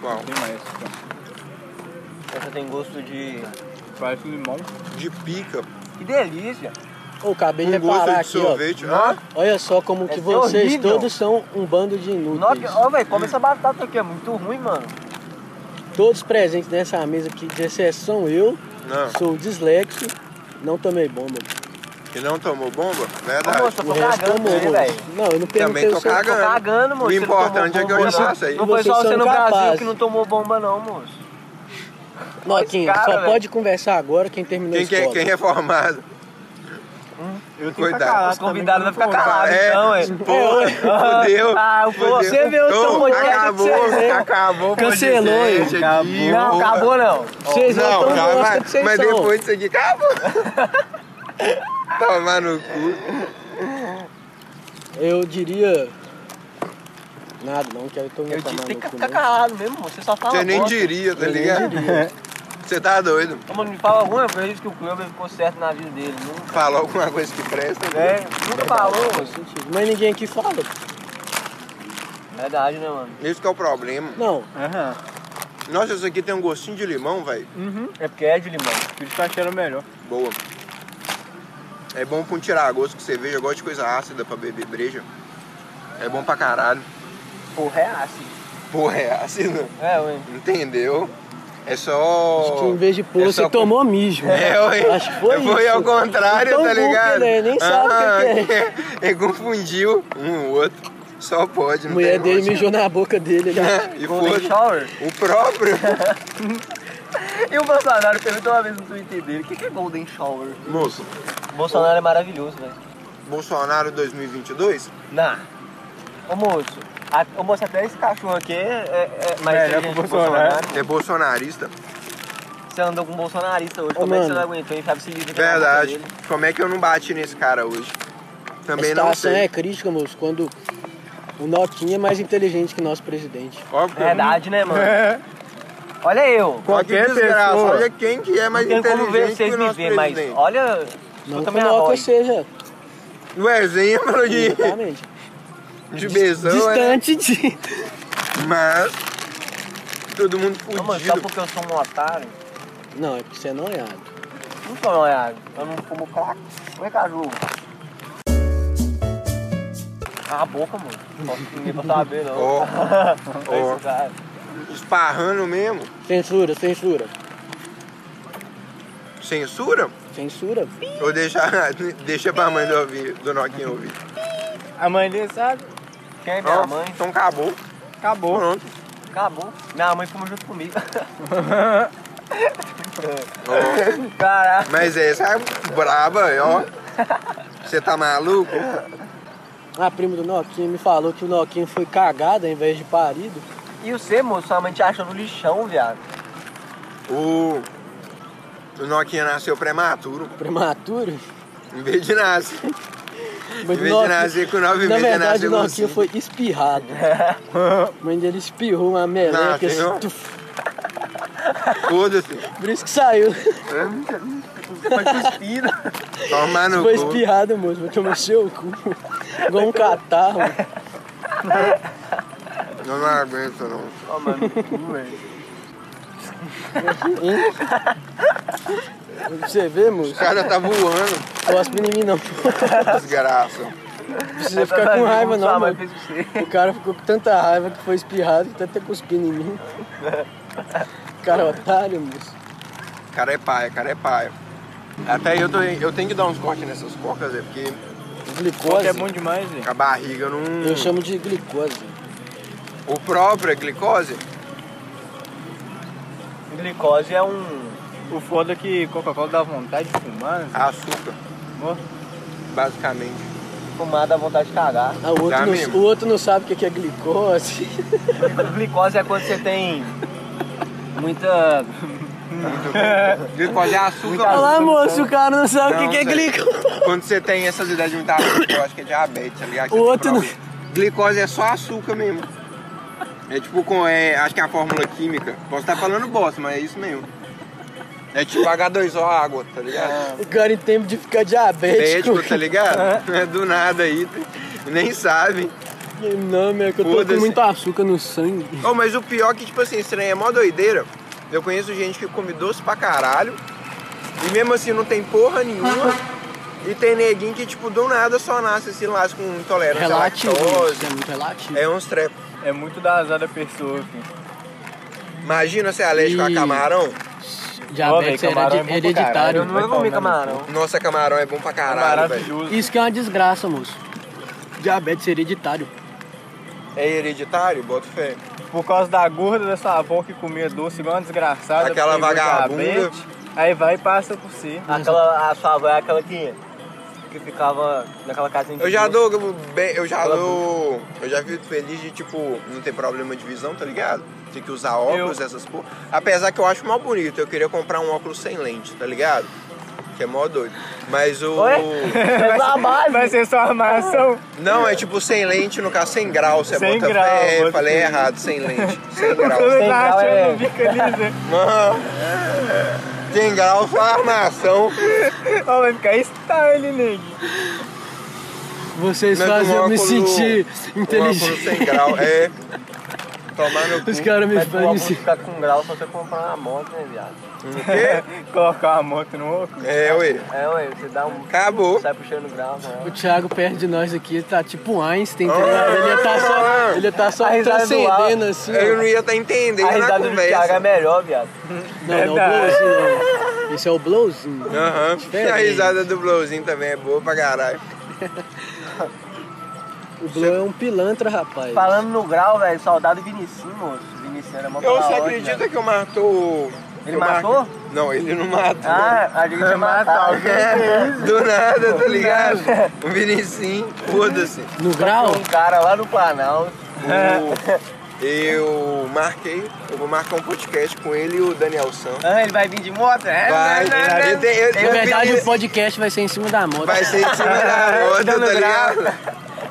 Speaker 1: Qual?
Speaker 3: Tem mais. tá?
Speaker 4: Essa tem gosto de.
Speaker 3: Parece um limão.
Speaker 1: De pica.
Speaker 4: Que delícia!
Speaker 2: Ô, acabei de
Speaker 1: Um gosto
Speaker 2: reparar
Speaker 1: de
Speaker 2: aqui, ó.
Speaker 1: sorvete. Ah, É Hã?
Speaker 2: Olha só como
Speaker 4: Deve
Speaker 2: que
Speaker 4: ser
Speaker 2: vocês
Speaker 4: horrível.
Speaker 2: todos são um bando de
Speaker 4: Nossa,
Speaker 2: inúteis.
Speaker 4: que- ó, velho, come essa batata aqui, é muito ruim, mano.
Speaker 2: Todos presentes nessa mesa aqui, de exceção eu,
Speaker 1: Não.
Speaker 2: sou dislexo, não tomei bomba.
Speaker 1: Que não tomou bomba?
Speaker 4: Ô,
Speaker 1: Verdade.
Speaker 4: moço, eu
Speaker 2: O
Speaker 4: tô
Speaker 2: resto
Speaker 4: cagando pra
Speaker 2: tomou,
Speaker 4: você,
Speaker 2: mano.
Speaker 4: velho.
Speaker 2: Não, eu não
Speaker 1: Também
Speaker 2: perguntei
Speaker 1: tô
Speaker 2: o seu...
Speaker 1: cagando.
Speaker 4: Tô cagando, moço.
Speaker 1: É. O
Speaker 4: você não tomou
Speaker 1: importante é que eu
Speaker 4: bomba,
Speaker 1: já
Speaker 4: não.
Speaker 1: passei.
Speaker 4: Não foi
Speaker 2: Vocês
Speaker 4: só você
Speaker 2: são
Speaker 4: no Brasil
Speaker 2: capazes.
Speaker 4: que não tomou bomba, não, moço.
Speaker 2: Noquinha,
Speaker 4: Cara,
Speaker 2: só
Speaker 4: velho.
Speaker 2: pode conversar agora quem terminou a
Speaker 1: Quem,
Speaker 2: escola.
Speaker 1: quem, quem é formado?
Speaker 3: Eu tenho
Speaker 1: Cuidado.
Speaker 3: pra caralho.
Speaker 4: Os convidados vão
Speaker 3: também,
Speaker 4: ficar
Speaker 3: que eu não
Speaker 4: calados,
Speaker 1: É,
Speaker 4: então, ué.
Speaker 1: Pô, fudeu.
Speaker 4: Ah, o povo-
Speaker 1: fudeu.
Speaker 4: você vê o
Speaker 1: Então,
Speaker 4: seu podcast que
Speaker 1: Acabou,
Speaker 4: vocês vê.
Speaker 1: acabou. o
Speaker 2: Cancelou,
Speaker 1: podcast
Speaker 2: hein?
Speaker 1: aqui,
Speaker 4: Não,
Speaker 1: opa.
Speaker 4: acabou não.
Speaker 2: Vocês não,
Speaker 1: Não,
Speaker 2: estão
Speaker 1: já
Speaker 2: no
Speaker 1: vai.
Speaker 2: Oscar que vocês
Speaker 1: Mas
Speaker 2: são.
Speaker 1: depois disso aqui, acabou. Tomar no cu.
Speaker 2: Eu diria... Nada, não quero tomar
Speaker 4: Eu disse, tem
Speaker 2: no
Speaker 4: que
Speaker 2: cu,
Speaker 4: ficar
Speaker 2: não.
Speaker 4: calado mesmo, moço. Você só fala
Speaker 1: Você nem
Speaker 4: bosta.
Speaker 1: diria, tá
Speaker 2: Eu nem
Speaker 1: ligado?
Speaker 2: diria.
Speaker 1: Você tá doido.
Speaker 4: Ô, Mano, me fala alguma vez que o Clube ficou certo na vida dele. Nunca,
Speaker 1: Falou alguma coisa que presta.
Speaker 4: né? Nunca falou,
Speaker 2: Faz
Speaker 4: moço.
Speaker 2: sentido. Mas ninguém aqui fala.
Speaker 4: Verdade, né, mano?
Speaker 1: Esse que é o problema.
Speaker 2: Não,
Speaker 3: Aham.
Speaker 1: Nossa, isso aqui tem um gostinho de limão, velho.
Speaker 3: Uhum.
Speaker 4: É porque é de limão.
Speaker 3: Por isso que eu achei ela melhor.
Speaker 1: Boa. É bom pra um tiragosto com cerveja. Eu gosto de coisa ácida pra beber breja. É bom pra caralho.
Speaker 4: Porra, é ácido.
Speaker 1: Porra, é ácido?
Speaker 4: É, ué.
Speaker 1: Entendeu? É só...
Speaker 2: acho que em vez de pôr,
Speaker 1: é
Speaker 2: você
Speaker 1: só-
Speaker 2: tomou mijo.
Speaker 1: É, ué.
Speaker 2: Acho que foi
Speaker 1: Foi
Speaker 2: isso.
Speaker 1: ao contrário,
Speaker 2: Então,
Speaker 1: tá
Speaker 2: bom
Speaker 1: ligado?
Speaker 2: que ele é, nem sabe o que que
Speaker 1: é. Ele confundiu um o outro. Só
Speaker 2: A
Speaker 1: pode, não
Speaker 2: mulher
Speaker 1: tem
Speaker 2: dele
Speaker 1: outro.
Speaker 2: mijou na boca dele. né? ele-
Speaker 1: E
Speaker 4: Golden
Speaker 1: foi
Speaker 4: Shower.
Speaker 1: o próprio.
Speaker 4: E o Bolsonaro perguntou uma vez no Twitter dele, o que que é Golden Shower?
Speaker 1: Moço,
Speaker 4: O Bolsonaro é maravilhoso, velho.
Speaker 1: Bolsonaro 2022?
Speaker 4: Nah. Ô, moço. A, ô, moço, até esse cachorro aqui é, é- é mais
Speaker 3: Melhor
Speaker 4: inteligente
Speaker 3: que o Bolsonaro.
Speaker 1: É bolsonarista.
Speaker 4: Você andou com um bolsonarista hoje,
Speaker 2: Ô,
Speaker 4: como é que você
Speaker 2: mano.
Speaker 4: não aguentou enfiar a bicicleta na boca
Speaker 1: Verdade.
Speaker 4: dele?
Speaker 1: Como é que eu não bati nesse cara hoje?
Speaker 2: A
Speaker 1: Também não
Speaker 2: situação é
Speaker 1: sei.
Speaker 2: crítica, moço, quando o Noquinha é mais inteligente que o nosso presidente.
Speaker 1: Óbvio.
Speaker 4: Verdade, né, mano?
Speaker 3: É.
Speaker 4: Olha eu.
Speaker 1: Olha que
Speaker 3: Qualquer
Speaker 1: desgraça.
Speaker 3: pessoa.
Speaker 1: Olha quem que é mais
Speaker 4: Não tem como ver
Speaker 1: inteligente
Speaker 4: vocês
Speaker 1: que o
Speaker 4: me
Speaker 1: nosso
Speaker 4: ver, mas
Speaker 1: presidente.
Speaker 4: olha.
Speaker 2: Não
Speaker 4: escuta
Speaker 2: que o
Speaker 4: minha
Speaker 2: Noca
Speaker 4: voz.
Speaker 2: seja.
Speaker 1: O Um exemplo de,
Speaker 2: Exatamente.
Speaker 1: de besão é...
Speaker 2: Distante de.
Speaker 1: Mas...
Speaker 2: tá
Speaker 1: Todo mundo
Speaker 4: Ô, mano, só
Speaker 1: fudido.
Speaker 4: porque eu sou um otário,
Speaker 2: Não, é porque você é noiado.
Speaker 4: não sou não, Iago. Eu não fumo crack. Vem cá, Ju. Cala a boca, mano. Posso ninguém pra saber, não.
Speaker 1: Ó.
Speaker 4: É
Speaker 1: Ó.
Speaker 4: isso, cara.
Speaker 1: Esparrando mesmo.
Speaker 2: Censura, censura.
Speaker 1: Censura?
Speaker 2: Censura?
Speaker 1: Ou deixa, deixa pra mãe do, ouvir, do Noquinha ouvir?
Speaker 3: A mãe dele sabe?
Speaker 4: Quem é minha
Speaker 1: Ó,
Speaker 4: mãe?
Speaker 1: Então acabou.
Speaker 3: Acabou.
Speaker 1: Pronto.
Speaker 4: Acabou. Minha mãe fuma junto comigo.
Speaker 1: Ó.
Speaker 4: Caralho.
Speaker 1: Mas essa é braba, ó. Você tá maluco?
Speaker 2: A prima Ah, do Noquinha me falou que o Noquinha foi cagado ao invés de parido.
Speaker 4: E você, moço, sua mãe te achou no lixão, viado.
Speaker 1: O. O Noquinha nasceu prematuro.
Speaker 2: Prematuro.
Speaker 1: Em vez de nascer. Em
Speaker 2: Mas o
Speaker 1: vez de
Speaker 2: Noquinha-
Speaker 1: nascer com nove
Speaker 2: Na
Speaker 1: meses, ele
Speaker 2: verdade,
Speaker 1: nasceu
Speaker 2: o
Speaker 1: com
Speaker 2: Noquinha
Speaker 1: cinco.
Speaker 2: foi espirrado. A mãe dele espirrou uma meleca.
Speaker 1: tem não?
Speaker 2: tuf,
Speaker 1: Foda-se.
Speaker 2: por isso que saiu.
Speaker 4: Foi cuspida.
Speaker 1: Tomar no
Speaker 2: Foi
Speaker 1: cu.
Speaker 2: espirrado, moço. Vai tomar seu cu. Igual um catarro.
Speaker 1: Eu não aguento, não.
Speaker 4: Ó, mano, tu, velho.
Speaker 2: Hein? Você vê, moço?
Speaker 1: O cara tá voando,
Speaker 2: Cospe em mim, não.
Speaker 1: desgraça.
Speaker 2: Precisa
Speaker 4: É pra
Speaker 2: ficar
Speaker 4: saber
Speaker 2: com
Speaker 4: como
Speaker 2: raiva,
Speaker 4: Sua
Speaker 2: não,
Speaker 4: mãe
Speaker 2: mano.
Speaker 4: fez com você.
Speaker 2: O cara ficou com tanta raiva que foi espirrado que até cuspindo em mim. Cara, otário, moço.
Speaker 1: Cara é paia, cara é paia. Até eu, tô, eu tenho que dar uns cortes nessas cocas, é porque
Speaker 2: Glicose.
Speaker 3: Coca é bom demais, velho.
Speaker 1: a barriga não.
Speaker 2: Eu chamo de glicose.
Speaker 1: O próprio é glicose?
Speaker 4: Glicose é um.
Speaker 3: O foda é que Coca-Cola dá vontade de fumar, né?
Speaker 1: é Açúcar,
Speaker 3: Ó,
Speaker 1: basicamente.
Speaker 4: Fumar dá vontade de cagar.
Speaker 2: Ah, o,
Speaker 1: Dá
Speaker 2: outro
Speaker 1: mesmo.
Speaker 2: não, o outro não sabe o que que é glicose.
Speaker 4: Glicose é quando você tem muita.
Speaker 1: Glicose é açúcar.
Speaker 2: Olha lá, moço, o cara não sabe o que
Speaker 1: Não,
Speaker 2: que é
Speaker 1: sério.
Speaker 2: glicose.
Speaker 1: Quando você tem essas ideias de muita açúcar, eu acho que é diabetes, tá ligado? Que
Speaker 2: O
Speaker 1: você
Speaker 2: outro
Speaker 1: tem
Speaker 2: não-
Speaker 1: problema. Glicose é só açúcar mesmo. É tipo com. É, acho que é a fórmula química. Posso estar falando bosta, mas é isso mesmo. É tipo H2O água, tá
Speaker 2: Ah.
Speaker 1: ligado?
Speaker 2: Agora em tempo de ficar diabético.
Speaker 1: Médico, tá ligado? É do nada aí, tá- nem sabe.
Speaker 2: Não, meu, é que eu tô com
Speaker 1: tá Foda-se.
Speaker 2: muito açúcar no sangue.
Speaker 1: Oh, mas o pior é que, tipo assim, estranho é mó doideira. Eu conheço gente que come doce pra caralho. E mesmo assim não tem porra nenhuma. E tem neguinho que, tipo, do nada só nasce assim, lá com intolerância à
Speaker 2: Relativo.
Speaker 1: lactose.
Speaker 2: Isso é muito relativo.
Speaker 1: É uns trepos.
Speaker 3: É muito da azar da pessoa, filho.
Speaker 1: Imagina ser alérgico a
Speaker 2: Ih.
Speaker 1: camarão.
Speaker 2: Diabetes
Speaker 3: Ô, velho, camarão é
Speaker 2: heredi-
Speaker 3: bom pra
Speaker 2: hereditário.
Speaker 3: caralho.
Speaker 4: Eu não vou comer camarão.
Speaker 1: Nossa, camarão é bom pra
Speaker 3: É
Speaker 1: caralho, velho.
Speaker 3: maravilhoso.
Speaker 2: Isso que é uma desgraça, moço. Diabetes hereditário.
Speaker 1: É hereditário? Bota fé.
Speaker 3: Por causa da gorda dessa avó que comia doce igual uma desgraçada.
Speaker 1: Aquela
Speaker 3: pegou
Speaker 1: vagabunda.
Speaker 3: diabetes, Aí vai e passa por si.
Speaker 4: Ah, Aquela, a sua avó é aquela que, que ficava naquela casinha de
Speaker 1: Eu já
Speaker 4: doce.
Speaker 1: dou. bem- Eu já dou. Eu já fico feliz de, tipo, não ter problema de visão, tá ligado? Tem que usar óculos, essas porra. Apesar que eu acho mal bonito, eu queria comprar um óculos sem lente, tá ligado? Que é mó doido. Mas o.
Speaker 4: Oi? Mas a base.
Speaker 3: Vai ser só armação.
Speaker 1: Não, é tipo sem lente, no caso sem grau. Você
Speaker 3: Sem
Speaker 1: bota
Speaker 3: grau,
Speaker 1: fé.
Speaker 3: bota
Speaker 1: falei
Speaker 3: fé.
Speaker 1: errado, sem lente. Sem grau.
Speaker 3: Quando
Speaker 4: Sem
Speaker 3: tá
Speaker 4: grau é-
Speaker 3: achando fica lisa.
Speaker 1: Não. Sem grau, só armação.
Speaker 3: Ó, vai ficar style, nego.
Speaker 2: Vocês
Speaker 1: Mas um
Speaker 2: fazem eu me
Speaker 1: óculos-
Speaker 2: sentir
Speaker 1: Um óculos sem
Speaker 2: inteligente.
Speaker 1: grau, é. Tomar no cu.
Speaker 2: Os caras me
Speaker 4: Mas o
Speaker 2: fazem me
Speaker 4: óculos
Speaker 2: sentir.
Speaker 4: ficar com grau só você comprar uma moto, né, viado?
Speaker 1: O quê?
Speaker 3: Colocar uma moto no óculos.
Speaker 1: É, ué.
Speaker 4: É, ué, você dá um.
Speaker 1: Acabou.
Speaker 4: Sai puxando grau, né?
Speaker 2: O Thiago perto de nós aqui tá tipo Einstein, tá ligado?
Speaker 1: Ah,
Speaker 2: Ele ia tá só, ele ia tá só
Speaker 4: A risada do
Speaker 2: transcendendo assim. ó.
Speaker 1: Eu não ia estar entendendo
Speaker 4: A
Speaker 1: na
Speaker 4: risada do Thiago é
Speaker 1: conversa.
Speaker 4: melhor, viado.
Speaker 2: Não, não, o
Speaker 3: Verdade.
Speaker 2: Blowzinho. Esse é o Blowzinho.
Speaker 1: Aham.
Speaker 2: Diferente.
Speaker 1: A risada do Blowzinho também é boa pra caralho.
Speaker 4: Tá
Speaker 2: O Blow é um pilantra, rapaz.
Speaker 4: Falando no grau, velho, saudade do Vinicinho, moço. Vinicinho era mó
Speaker 1: Eu,
Speaker 4: pra
Speaker 1: você
Speaker 4: lá,
Speaker 1: acredita
Speaker 4: viado.
Speaker 1: que eu matou.
Speaker 4: Ele
Speaker 1: eu marco-
Speaker 4: matou?
Speaker 1: Não, ele não matou.
Speaker 4: Ah, a gente ia matar.
Speaker 1: É, do nada, tá ligado? O Vinicinho, foda-se.
Speaker 2: No grau?
Speaker 4: Um cara lá no Planalto.
Speaker 1: É.
Speaker 4: É.
Speaker 1: O- Eu marquei, eu vou marcar um podcast com ele e o Daniel Santos.
Speaker 4: Ah, ele vai vir de moto? É,
Speaker 1: Vai, eu tenho- eu-
Speaker 2: Na
Speaker 1: eu-
Speaker 2: verdade,
Speaker 1: eu-
Speaker 2: o podcast vai ser em cima da moto.
Speaker 1: Vai ser em cima da moto, tá ligado?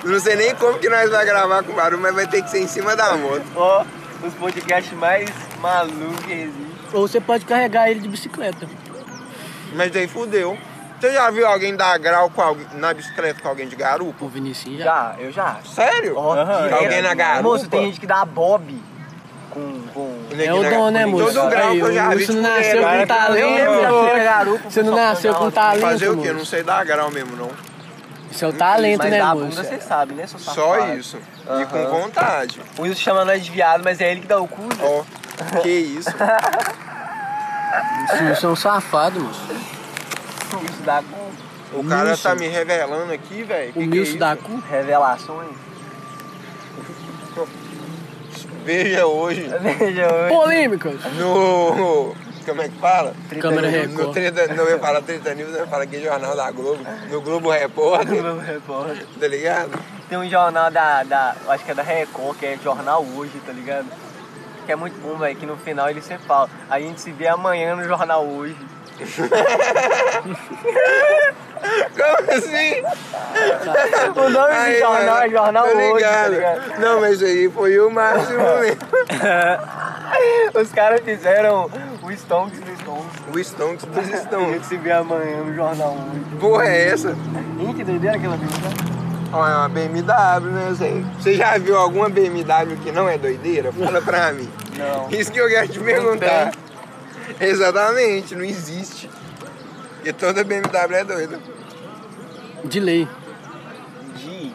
Speaker 1: Não sei nem como que nós vamos gravar com barulho, mas vai ter que ser em cima da moto.
Speaker 4: Ó, os podcasts mais malucos que existem.
Speaker 2: Ou você pode carregar ele de bicicleta.
Speaker 1: Mas daí fudeu. Você já viu alguém dar grau com alguém, na bicicleta com alguém de garupa?
Speaker 2: O Vinicius já.
Speaker 4: Já, eu já.
Speaker 1: Sério?
Speaker 4: Ó,
Speaker 3: Aham.
Speaker 4: direto.
Speaker 1: Alguém
Speaker 2: é.
Speaker 1: na garupa?
Speaker 4: é. Moço, tem gente que dá bob com. com...
Speaker 1: Ninguém
Speaker 2: o
Speaker 1: na
Speaker 2: dom,
Speaker 1: garupa.
Speaker 2: né, moço?
Speaker 1: Todo grau que eu
Speaker 2: Aí,
Speaker 1: já
Speaker 2: o
Speaker 1: vi.
Speaker 2: moço não
Speaker 1: tipo,
Speaker 2: nasceu
Speaker 1: é,
Speaker 2: com
Speaker 1: vai-
Speaker 2: talento,
Speaker 1: eu- eu-
Speaker 2: moço.
Speaker 4: garupa,
Speaker 2: Você não
Speaker 4: só
Speaker 2: nasceu
Speaker 4: pra
Speaker 2: com
Speaker 4: dar aula.
Speaker 2: talento,
Speaker 1: Fazer o quê? Eu não
Speaker 2: moço.
Speaker 1: sei dar grau mesmo, não.
Speaker 2: Isso é o talento,
Speaker 4: Mas
Speaker 2: né,
Speaker 4: dá a
Speaker 2: moço?
Speaker 4: bunda, você sabe, né, seu
Speaker 1: Só
Speaker 4: safado?
Speaker 1: isso. E
Speaker 4: Aham.
Speaker 1: com vontade.
Speaker 4: O Wilson chama nós de viado, mas é ele que dá o cu.
Speaker 1: Ó, que isso.
Speaker 2: Isso, isso é um safado, moço.
Speaker 4: O Wilson dá cu.
Speaker 1: O cara
Speaker 2: Nilson.
Speaker 1: tá me revelando aqui, velho.
Speaker 2: O
Speaker 1: Que que é
Speaker 2: Nilson
Speaker 1: isso?
Speaker 2: da cu.
Speaker 4: Revelações.
Speaker 1: Veja hoje
Speaker 4: Veja hoje.
Speaker 2: Polêmicas.
Speaker 1: no... Como é que fala?
Speaker 2: Câmera
Speaker 1: No- No
Speaker 2: Record.
Speaker 1: 30, não eu ia falar 30 News, eu ia falar que é jornal da Globo. No Globo Repórter, tá ligado?
Speaker 4: Tem um jornal da, da. eu Acho que é da Record, que é Jornal Hoje, tá ligado? Que é muito bom, velho, que no final ele sempre fala. A gente se vê amanhã no Jornal Hoje.
Speaker 1: Como assim?
Speaker 4: O nome do jornal é Jornal
Speaker 1: tô
Speaker 4: Hoje, tá
Speaker 1: ligado.
Speaker 4: ligado?
Speaker 1: Não, mas aí foi o máximo mesmo.
Speaker 4: Os caras fizeram o Stonks do Stonks.
Speaker 1: O Stonks dos
Speaker 4: A
Speaker 1: Stonks.
Speaker 4: gente se vê amanhã no Jornal Hoje.
Speaker 1: Porra é essa?
Speaker 4: Ih, que doideira aquela né? música.
Speaker 1: Olha, é uma BMW, né? Zé? Você já viu alguma BMW que não é doideira? Fala pra mim.
Speaker 4: Não.
Speaker 1: Isso que eu quero te perguntar. Exatamente, não existe. Porque toda BMW é doida.
Speaker 2: De lei.
Speaker 4: De.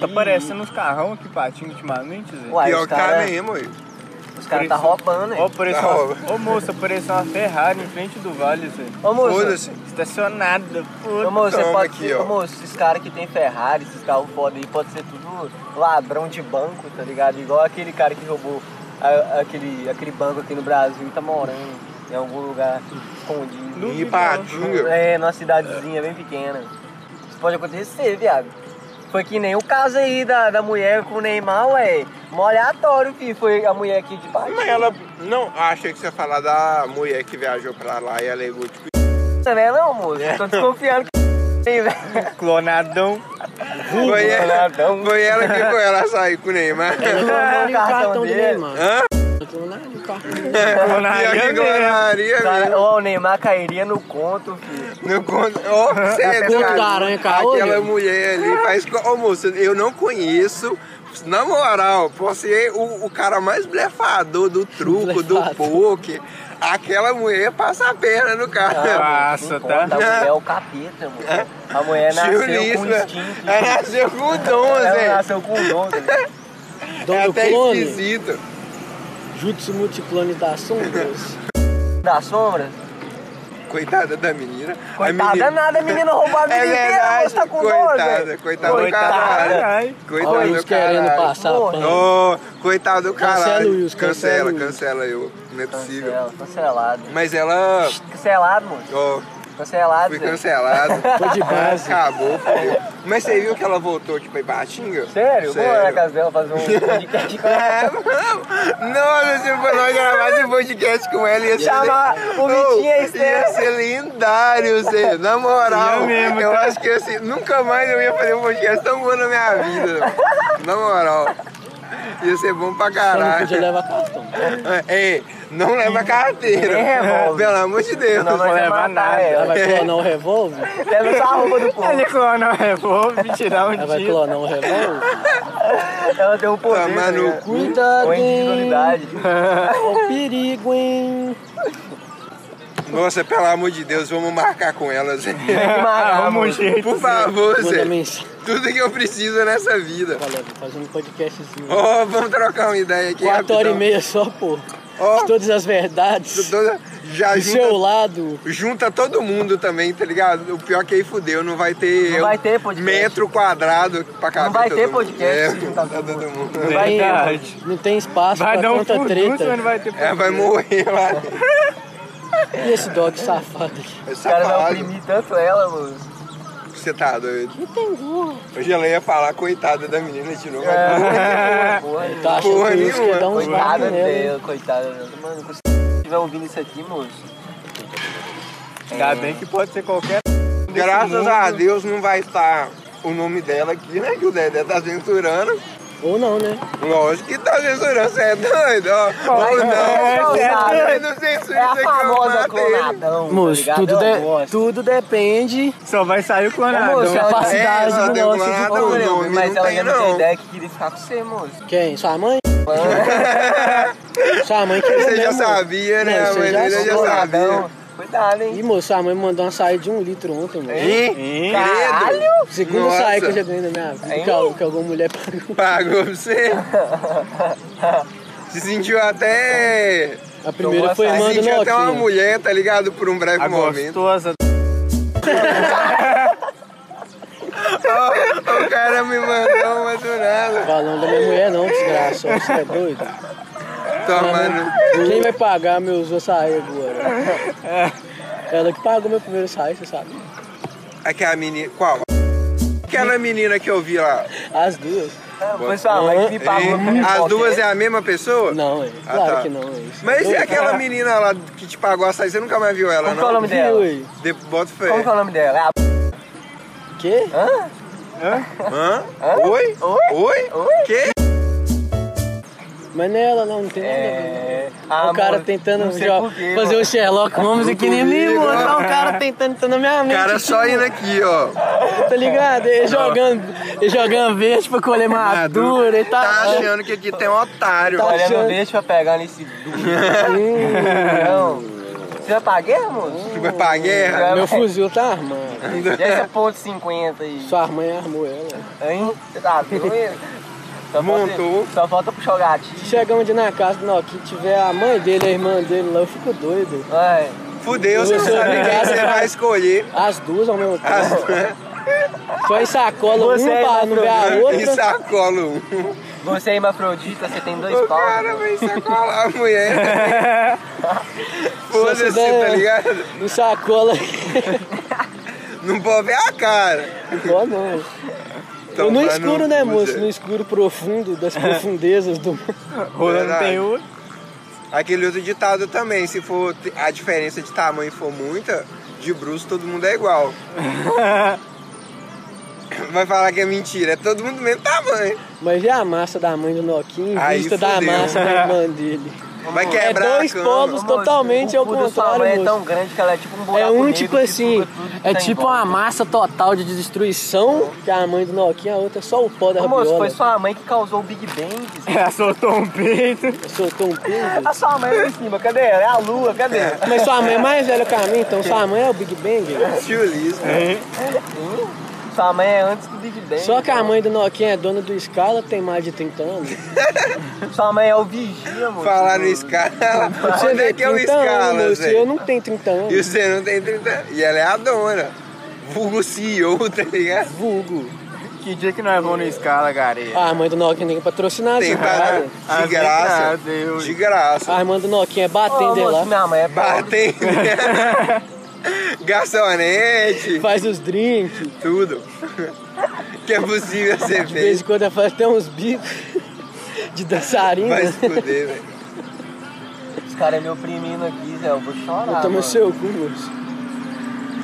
Speaker 3: Tá parecendo uns carrão aqui, patinho, ultimamente, Zé.
Speaker 4: Uai,
Speaker 1: Pior
Speaker 4: os
Speaker 1: que tá
Speaker 4: caras
Speaker 1: mesmo, ué.
Speaker 4: os cara tá roubando,
Speaker 3: Ó,
Speaker 4: hein?
Speaker 3: apareceu
Speaker 1: Tá,
Speaker 3: uma... Ô, moço, apareceu uma Ferrari em frente do Vale, Zé.
Speaker 4: Ô moço,
Speaker 1: Foda-se.
Speaker 3: Estacionada,
Speaker 4: ô,
Speaker 3: puta.
Speaker 4: moço, você
Speaker 1: Toma
Speaker 4: pode
Speaker 1: aqui,
Speaker 4: ser,
Speaker 1: ó.
Speaker 4: ô, moço, esses caras que tem Ferrari, esses carros foda aí, pode ser tudo ladrão de banco, tá ligado? Igual aquele cara que roubou a- aquele, aquele banco aqui no Brasil e tá morando em algum lugar escondido.
Speaker 1: E patinho.
Speaker 4: É, numa cidadezinha bem pequena. Isso pode acontecer, viado. Foi que nem o caso aí da, da mulher com o Neymar, ué. Mó aleatório, fi. Foi a mulher aqui de baixo.
Speaker 1: Mas ela. Não, é. achei que você ia falar da mulher que viajou pra lá e alegou, tipo,
Speaker 4: Não é não, moço. Tô desconfiando que... Aí, velho.
Speaker 3: Clonadão.
Speaker 1: Foi ela,
Speaker 4: Boladão.
Speaker 1: foi ela que foi ela sair com o Neymar.
Speaker 2: Clonaram o um cartão do
Speaker 4: dele.
Speaker 2: Neymar.
Speaker 1: Hã?
Speaker 2: Clonaram o cartão.
Speaker 1: Pior que clonaria
Speaker 4: Cara,
Speaker 1: mesmo.
Speaker 4: ó, o Neymar cairia no conto, filho.
Speaker 1: No conto. Ó, sério,
Speaker 2: Conto
Speaker 1: cara.
Speaker 2: da aranha, cara.
Speaker 1: Aquela
Speaker 2: Olha.
Speaker 1: mulher ali faz. co- Ô, moço, eu não conheço. Na moral, você é o, o cara mais blefador do truco, do
Speaker 2: Blefado.
Speaker 1: poker. Aquela mulher passa a perna no
Speaker 4: Ah,
Speaker 1: cara.
Speaker 5: Passa,
Speaker 4: Não
Speaker 5: tá?
Speaker 4: conta, A mulher é o capeta, mano. A mulher nasceu com
Speaker 1: Julisma.
Speaker 4: instinto.
Speaker 1: né? Ela nasceu com dom,
Speaker 4: Ela
Speaker 1: Zé.
Speaker 4: nasceu com o dom, tá ligado?
Speaker 2: Dom
Speaker 1: É
Speaker 2: do
Speaker 1: até
Speaker 2: clone.
Speaker 1: esquisito.
Speaker 2: Jutsu multiclone das sombras.
Speaker 4: Da sombra.
Speaker 1: Coitada da menina. A
Speaker 4: Coitada
Speaker 1: menina-
Speaker 4: nada, a menina roubada
Speaker 1: É verdade,
Speaker 4: inteira, tá com dó,
Speaker 1: coitada,
Speaker 4: velho.
Speaker 1: coitada do
Speaker 4: Coitada.
Speaker 1: caralho. É Coitada
Speaker 2: né? Olha
Speaker 1: do
Speaker 2: eles querendo
Speaker 1: caralho.
Speaker 2: passar
Speaker 4: Pô,
Speaker 2: a pano.
Speaker 1: Ô, coitado do
Speaker 2: Cancela,
Speaker 1: caralho.
Speaker 2: Wilson,
Speaker 1: cancela,
Speaker 2: cancela,
Speaker 1: cancela,
Speaker 2: Wilson.
Speaker 1: eu. Não é possível.
Speaker 4: Cancela, cancelado.
Speaker 1: Mas ela.
Speaker 4: Cancelado, moço.
Speaker 1: Ó,
Speaker 4: Cancelado,
Speaker 1: foi
Speaker 4: velho.
Speaker 1: cancelada.
Speaker 2: Foi de base.
Speaker 1: Acabou, fodeu. Mas você viu que ela voltou aqui pra Ipatinga?
Speaker 4: Sério? é Vamos lá na casa dela fazer um podcast com ela.
Speaker 1: É, vamos. Nossa, se for nós gravar esse podcast com ela, ia ser.
Speaker 4: Chamar o
Speaker 1: Oh,
Speaker 4: Vitinho e a
Speaker 1: ia
Speaker 4: Estela.
Speaker 1: ser lendário, Zé. Na moral,
Speaker 5: Ia mesmo, tá?
Speaker 1: eu acho que assim, nunca mais eu ia fazer um podcast tão bom na minha vida. Na moral, ia ser bom
Speaker 2: Só
Speaker 1: pra
Speaker 2: não podia
Speaker 1: caralho.
Speaker 2: levar cartão.
Speaker 1: Ei, não leva carteira.
Speaker 4: Nem revólver.
Speaker 1: Pelo amor de Deus.
Speaker 4: Não, nós vai
Speaker 5: levar
Speaker 4: matar
Speaker 5: nada.
Speaker 2: Ela
Speaker 4: ela.
Speaker 2: vai clonar o revólver?
Speaker 4: Deve usar a roupa do povo.
Speaker 5: Ele clonou, eu vou me tirar
Speaker 2: Ela
Speaker 5: um
Speaker 2: vai
Speaker 5: tiro.
Speaker 2: clonar o revólver?
Speaker 4: Ela tem um poder.
Speaker 1: Tomar
Speaker 4: tá
Speaker 1: no
Speaker 4: ligado?
Speaker 1: cu.
Speaker 2: Cuidado,
Speaker 4: Ou
Speaker 2: hein?
Speaker 4: individualidade.
Speaker 2: O perigo, hein?
Speaker 1: Nossa, pelo amor de Deus, vamos marcar com ela, Zé.
Speaker 3: Ah,
Speaker 5: Arruma um jeito.
Speaker 1: Por favor, Zé.
Speaker 2: Manda mensagem.
Speaker 1: Tudo que eu preciso é nessa vida.
Speaker 2: Galera, fazendo um podcastzinho.
Speaker 1: Ó, vamos trocar uma ideia aqui.
Speaker 2: Quatro horas e
Speaker 1: rapidão.
Speaker 2: meia só, pô.
Speaker 1: Ó.
Speaker 2: De todas as verdades.
Speaker 1: Toda- já
Speaker 2: Do
Speaker 1: junta,
Speaker 4: é
Speaker 2: seu lado.
Speaker 1: junta todo mundo também, tá ligado? O pior é que aí fudeu, não vai ter, um
Speaker 4: Não vai ter podcast.
Speaker 1: metro quadrado pra caber
Speaker 4: Não vai
Speaker 1: todo
Speaker 4: ter
Speaker 1: mundo.
Speaker 4: podcast
Speaker 1: É,
Speaker 4: se juntar
Speaker 1: tá
Speaker 4: todo
Speaker 1: todo mundo.
Speaker 2: Não tem-
Speaker 5: Verdade.
Speaker 2: Não tem espaço
Speaker 5: Vai dar
Speaker 2: pra
Speaker 5: um
Speaker 2: tanta
Speaker 5: furdunço, mas não
Speaker 2: treta.
Speaker 5: vai ter
Speaker 1: É, vai morrer lá.
Speaker 2: E esse dog safado aqui?
Speaker 1: É
Speaker 4: O cara um vai
Speaker 1: safado.
Speaker 4: oprimir tanto ela, mano.
Speaker 1: Você tá doido? Hoje ela ia falar, coitada da menina de novo.
Speaker 4: É. Porra, mano.
Speaker 2: Tá achando
Speaker 1: Porra
Speaker 2: que isso
Speaker 1: nenhuma.
Speaker 2: quer dar uns
Speaker 4: Coitada
Speaker 2: barcos nela.
Speaker 4: dela, coitada dela. Mano, se você estiver ouvindo isso aqui, moço.
Speaker 5: Ainda bem que pode ser qualquer.
Speaker 1: Graças a Deus não vai estar o nome dela aqui, né? Que o Dedé tá censurando.
Speaker 2: Ou não, né?
Speaker 1: Lógico que tá censurando, você é doido? Ó, ou não,
Speaker 4: é, é,
Speaker 1: não censura
Speaker 4: É a
Speaker 1: isso aqui, eu
Speaker 4: famosa
Speaker 1: mato ele.
Speaker 4: clonadão. tá
Speaker 2: Moço,
Speaker 4: ligado?
Speaker 2: tudo,
Speaker 4: Eu
Speaker 2: de-
Speaker 4: gosto.
Speaker 2: tudo depende
Speaker 5: Só vai sair o
Speaker 4: Ô,
Speaker 5: clonadão.
Speaker 4: moço,
Speaker 2: da
Speaker 1: É,
Speaker 2: capacidade
Speaker 1: ela
Speaker 2: do
Speaker 1: deu
Speaker 2: nosso
Speaker 1: uma-
Speaker 2: de
Speaker 1: Não,
Speaker 4: Ô,
Speaker 1: não,
Speaker 4: meu,
Speaker 1: não
Speaker 4: mas ela
Speaker 1: tem,
Speaker 4: já não
Speaker 1: não.
Speaker 4: tem ideia que queria ficar com você, moço.
Speaker 2: Quem? Sua mãe? Sua mãe que
Speaker 1: Você já sabia, né?
Speaker 2: Não,
Speaker 1: a
Speaker 2: você
Speaker 1: mãe
Speaker 2: já
Speaker 1: dele já sabia.
Speaker 4: Clonadão. Cuidado,
Speaker 2: E
Speaker 4: hein?
Speaker 2: moço, sua mãe me mandou uma saia de um litro ontem, mano.
Speaker 1: Hein?
Speaker 5: ah,
Speaker 4: Caralho!
Speaker 1: Credo.
Speaker 2: Segunda
Speaker 1: Nossa,
Speaker 2: saia que eu já ganhei na minha vida, que, al- que alguma mulher pagou.
Speaker 1: Pagou pra você. Se sentiu até.
Speaker 2: A primeira foi né?
Speaker 1: Se
Speaker 2: irmã do
Speaker 1: sentiu até uma
Speaker 2: Noquinha.
Speaker 1: mulher, tá ligado? Por um breve
Speaker 5: A
Speaker 1: momento.
Speaker 5: gostosa.
Speaker 1: Ó, o cara me mandou uma do nada.
Speaker 2: Falando da minha mulher não, desgraça. Você é doido? né,
Speaker 1: Tomando.
Speaker 2: Quem vai pagar meus duas saias agora?
Speaker 1: É.
Speaker 2: Ela que pagou meu primeiro saia, você sabe?
Speaker 1: Aquela menina. Qual? Aquela menina que eu vi lá.
Speaker 2: As duas.
Speaker 4: Foi sua mãe que me pagou. pra
Speaker 1: Hein?
Speaker 4: me
Speaker 1: As
Speaker 4: comer.
Speaker 1: duas é a mesma pessoa?
Speaker 2: Não, é.
Speaker 1: Ah,
Speaker 2: Claro
Speaker 1: tá.
Speaker 2: que não, é isso.
Speaker 1: Mas e
Speaker 2: Doido?
Speaker 1: aquela menina lá que te pagou a saia? Você nunca mais viu ela,
Speaker 4: né? Como que é o
Speaker 1: não?
Speaker 4: nome dela?
Speaker 2: Viu, ué?
Speaker 1: De... Bota fé.
Speaker 4: Como que é o nome dela? É a
Speaker 2: Quê?
Speaker 1: Hã? Oi? Oi?
Speaker 4: Oi?
Speaker 1: Que?
Speaker 2: Mas não é ela não, não tem nada a ver. não.
Speaker 4: É,
Speaker 2: o cara tentando já fazer
Speaker 4: o
Speaker 2: o Sherlock Holmes aqui nem me
Speaker 1: comigo,
Speaker 2: mano.
Speaker 1: ó.
Speaker 2: Tá o cara tentando entrar na minha
Speaker 1: O
Speaker 2: mente.
Speaker 1: cara
Speaker 2: aqui,
Speaker 1: só indo
Speaker 2: mano.
Speaker 1: aqui, ó.
Speaker 2: Tá ligado? Ele jogando, ele jogando verde pra colher madura e tal.
Speaker 1: Tá achando que aqui tem um otário.
Speaker 2: Tá.
Speaker 4: Olha,
Speaker 2: achando.
Speaker 4: não deixa eu pegar nesse duro. não. Você vai pra guerra, moço? é
Speaker 1: Vai pra guerra.
Speaker 2: Meu fuzil tá armado.
Speaker 4: Deixa é ponto 50 aí.
Speaker 2: Sua mãe armou ela.
Speaker 4: Hein? Você tá doido? Só
Speaker 1: Montou.
Speaker 4: Falta, só falta puxar o gatinho.
Speaker 2: Chegamos de na casa do Nokia, tiver a mãe dele, a irmã dele lá, eu fico doido.
Speaker 4: Ai,
Speaker 1: Fudeu, você não
Speaker 2: Você
Speaker 1: sabe quem
Speaker 2: obrigado,
Speaker 1: você
Speaker 2: cara.
Speaker 1: vai escolher.
Speaker 2: As duas ao mesmo tempo.
Speaker 1: As
Speaker 2: Só em sacola,
Speaker 4: Você
Speaker 2: uma
Speaker 4: é
Speaker 2: pra não ver a
Speaker 1: duas em
Speaker 2: outra.
Speaker 1: sacola um.
Speaker 4: você é hermafrodita, você tem dois
Speaker 1: O
Speaker 4: pau. né?
Speaker 1: cara vai sacolar a mulher.
Speaker 2: Se
Speaker 1: Foda-se,
Speaker 2: você der-
Speaker 1: tá ligado?
Speaker 2: Em sacola.
Speaker 1: Não pode ver a cara.
Speaker 2: Ó, não.
Speaker 1: Então,
Speaker 2: no
Speaker 1: mano,
Speaker 2: escuro, né, moço?
Speaker 1: você-
Speaker 2: No escuro profundo, das profundezas do
Speaker 5: Rolando
Speaker 1: Verdade.
Speaker 5: tem outro.
Speaker 1: Aquele outro ditado também, se for a diferença de tamanho for muita, de bruxo todo mundo é igual. Vai falar que é mentira. É todo mundo do mesmo tamanho.
Speaker 2: Mas e a massa da mãe do Noquinha em
Speaker 1: Aí
Speaker 2: vista da
Speaker 1: fudeu.
Speaker 2: massa da irmã dele?
Speaker 1: Vai
Speaker 2: É
Speaker 1: quebrar a
Speaker 2: dois
Speaker 1: cama.
Speaker 2: polos totalmente
Speaker 4: o
Speaker 2: ao
Speaker 4: cu da sua
Speaker 2: contrário,
Speaker 4: mãe é
Speaker 2: moço.
Speaker 4: tão grande que ela é tipo um buraco
Speaker 2: É um
Speaker 4: negro
Speaker 2: tipo
Speaker 4: que
Speaker 2: assim,
Speaker 4: suga tudo que
Speaker 2: é
Speaker 4: tá em
Speaker 2: tipo
Speaker 4: volta.
Speaker 2: uma massa total de destruição, que é a mãe do Noquinha, a outra é só o pó da
Speaker 4: Ô, Moço, foi
Speaker 2: rabiola.
Speaker 4: sua mãe que causou o Big Bang.
Speaker 5: Ela soltou um peito.
Speaker 2: Soltou um pingo.
Speaker 4: A sua mãe lá em cima, cadê? ela? É a lua, cadê?
Speaker 2: Mas sua mãe é mais velha que a minha, então sua mãe é o Big Bang.
Speaker 1: Tiolismo.
Speaker 4: Sua mãe é antes do Big Bang.
Speaker 2: Só que a
Speaker 4: então.
Speaker 2: mãe do Noquinha é dona do Scala, tem mais de 30 anos.
Speaker 4: Sua mãe é o vigia, moço.
Speaker 1: Falar no Scala. Onde é que é o
Speaker 2: 30 anos,
Speaker 1: Scala,
Speaker 2: moço,
Speaker 1: Zé?
Speaker 2: Eu não tenho 30 anos.
Speaker 1: E você não tem 30 anos. E ela é a dona. Vulgo CEO, tá ligado?
Speaker 2: Vulgo.
Speaker 3: Que dia que nós vamos no escala, gareia?
Speaker 2: A mãe do Noquinha tem que patrocinar
Speaker 1: Tem
Speaker 2: essa
Speaker 1: para...
Speaker 2: parada.
Speaker 1: De
Speaker 3: As
Speaker 1: graça.
Speaker 3: brincadeiras.
Speaker 1: De graça.
Speaker 2: A irmã do Noquinha é
Speaker 4: Ô,
Speaker 2: batendo
Speaker 4: moço,
Speaker 2: lá,
Speaker 4: minha mãe é pobre.
Speaker 1: Batem. Garçonete.
Speaker 2: faz os drinks,
Speaker 1: Tudo. Que é possível ser
Speaker 2: de vez
Speaker 1: feito.
Speaker 2: em quando ela faz até uns bicos de dançarina.
Speaker 1: Vai se fuder, velho.
Speaker 4: Os caras é meu priminho aqui, Zé, eu vou
Speaker 2: Eu
Speaker 4: chorar.
Speaker 2: tomo
Speaker 4: Ah, mano.
Speaker 2: o seu cu, moço.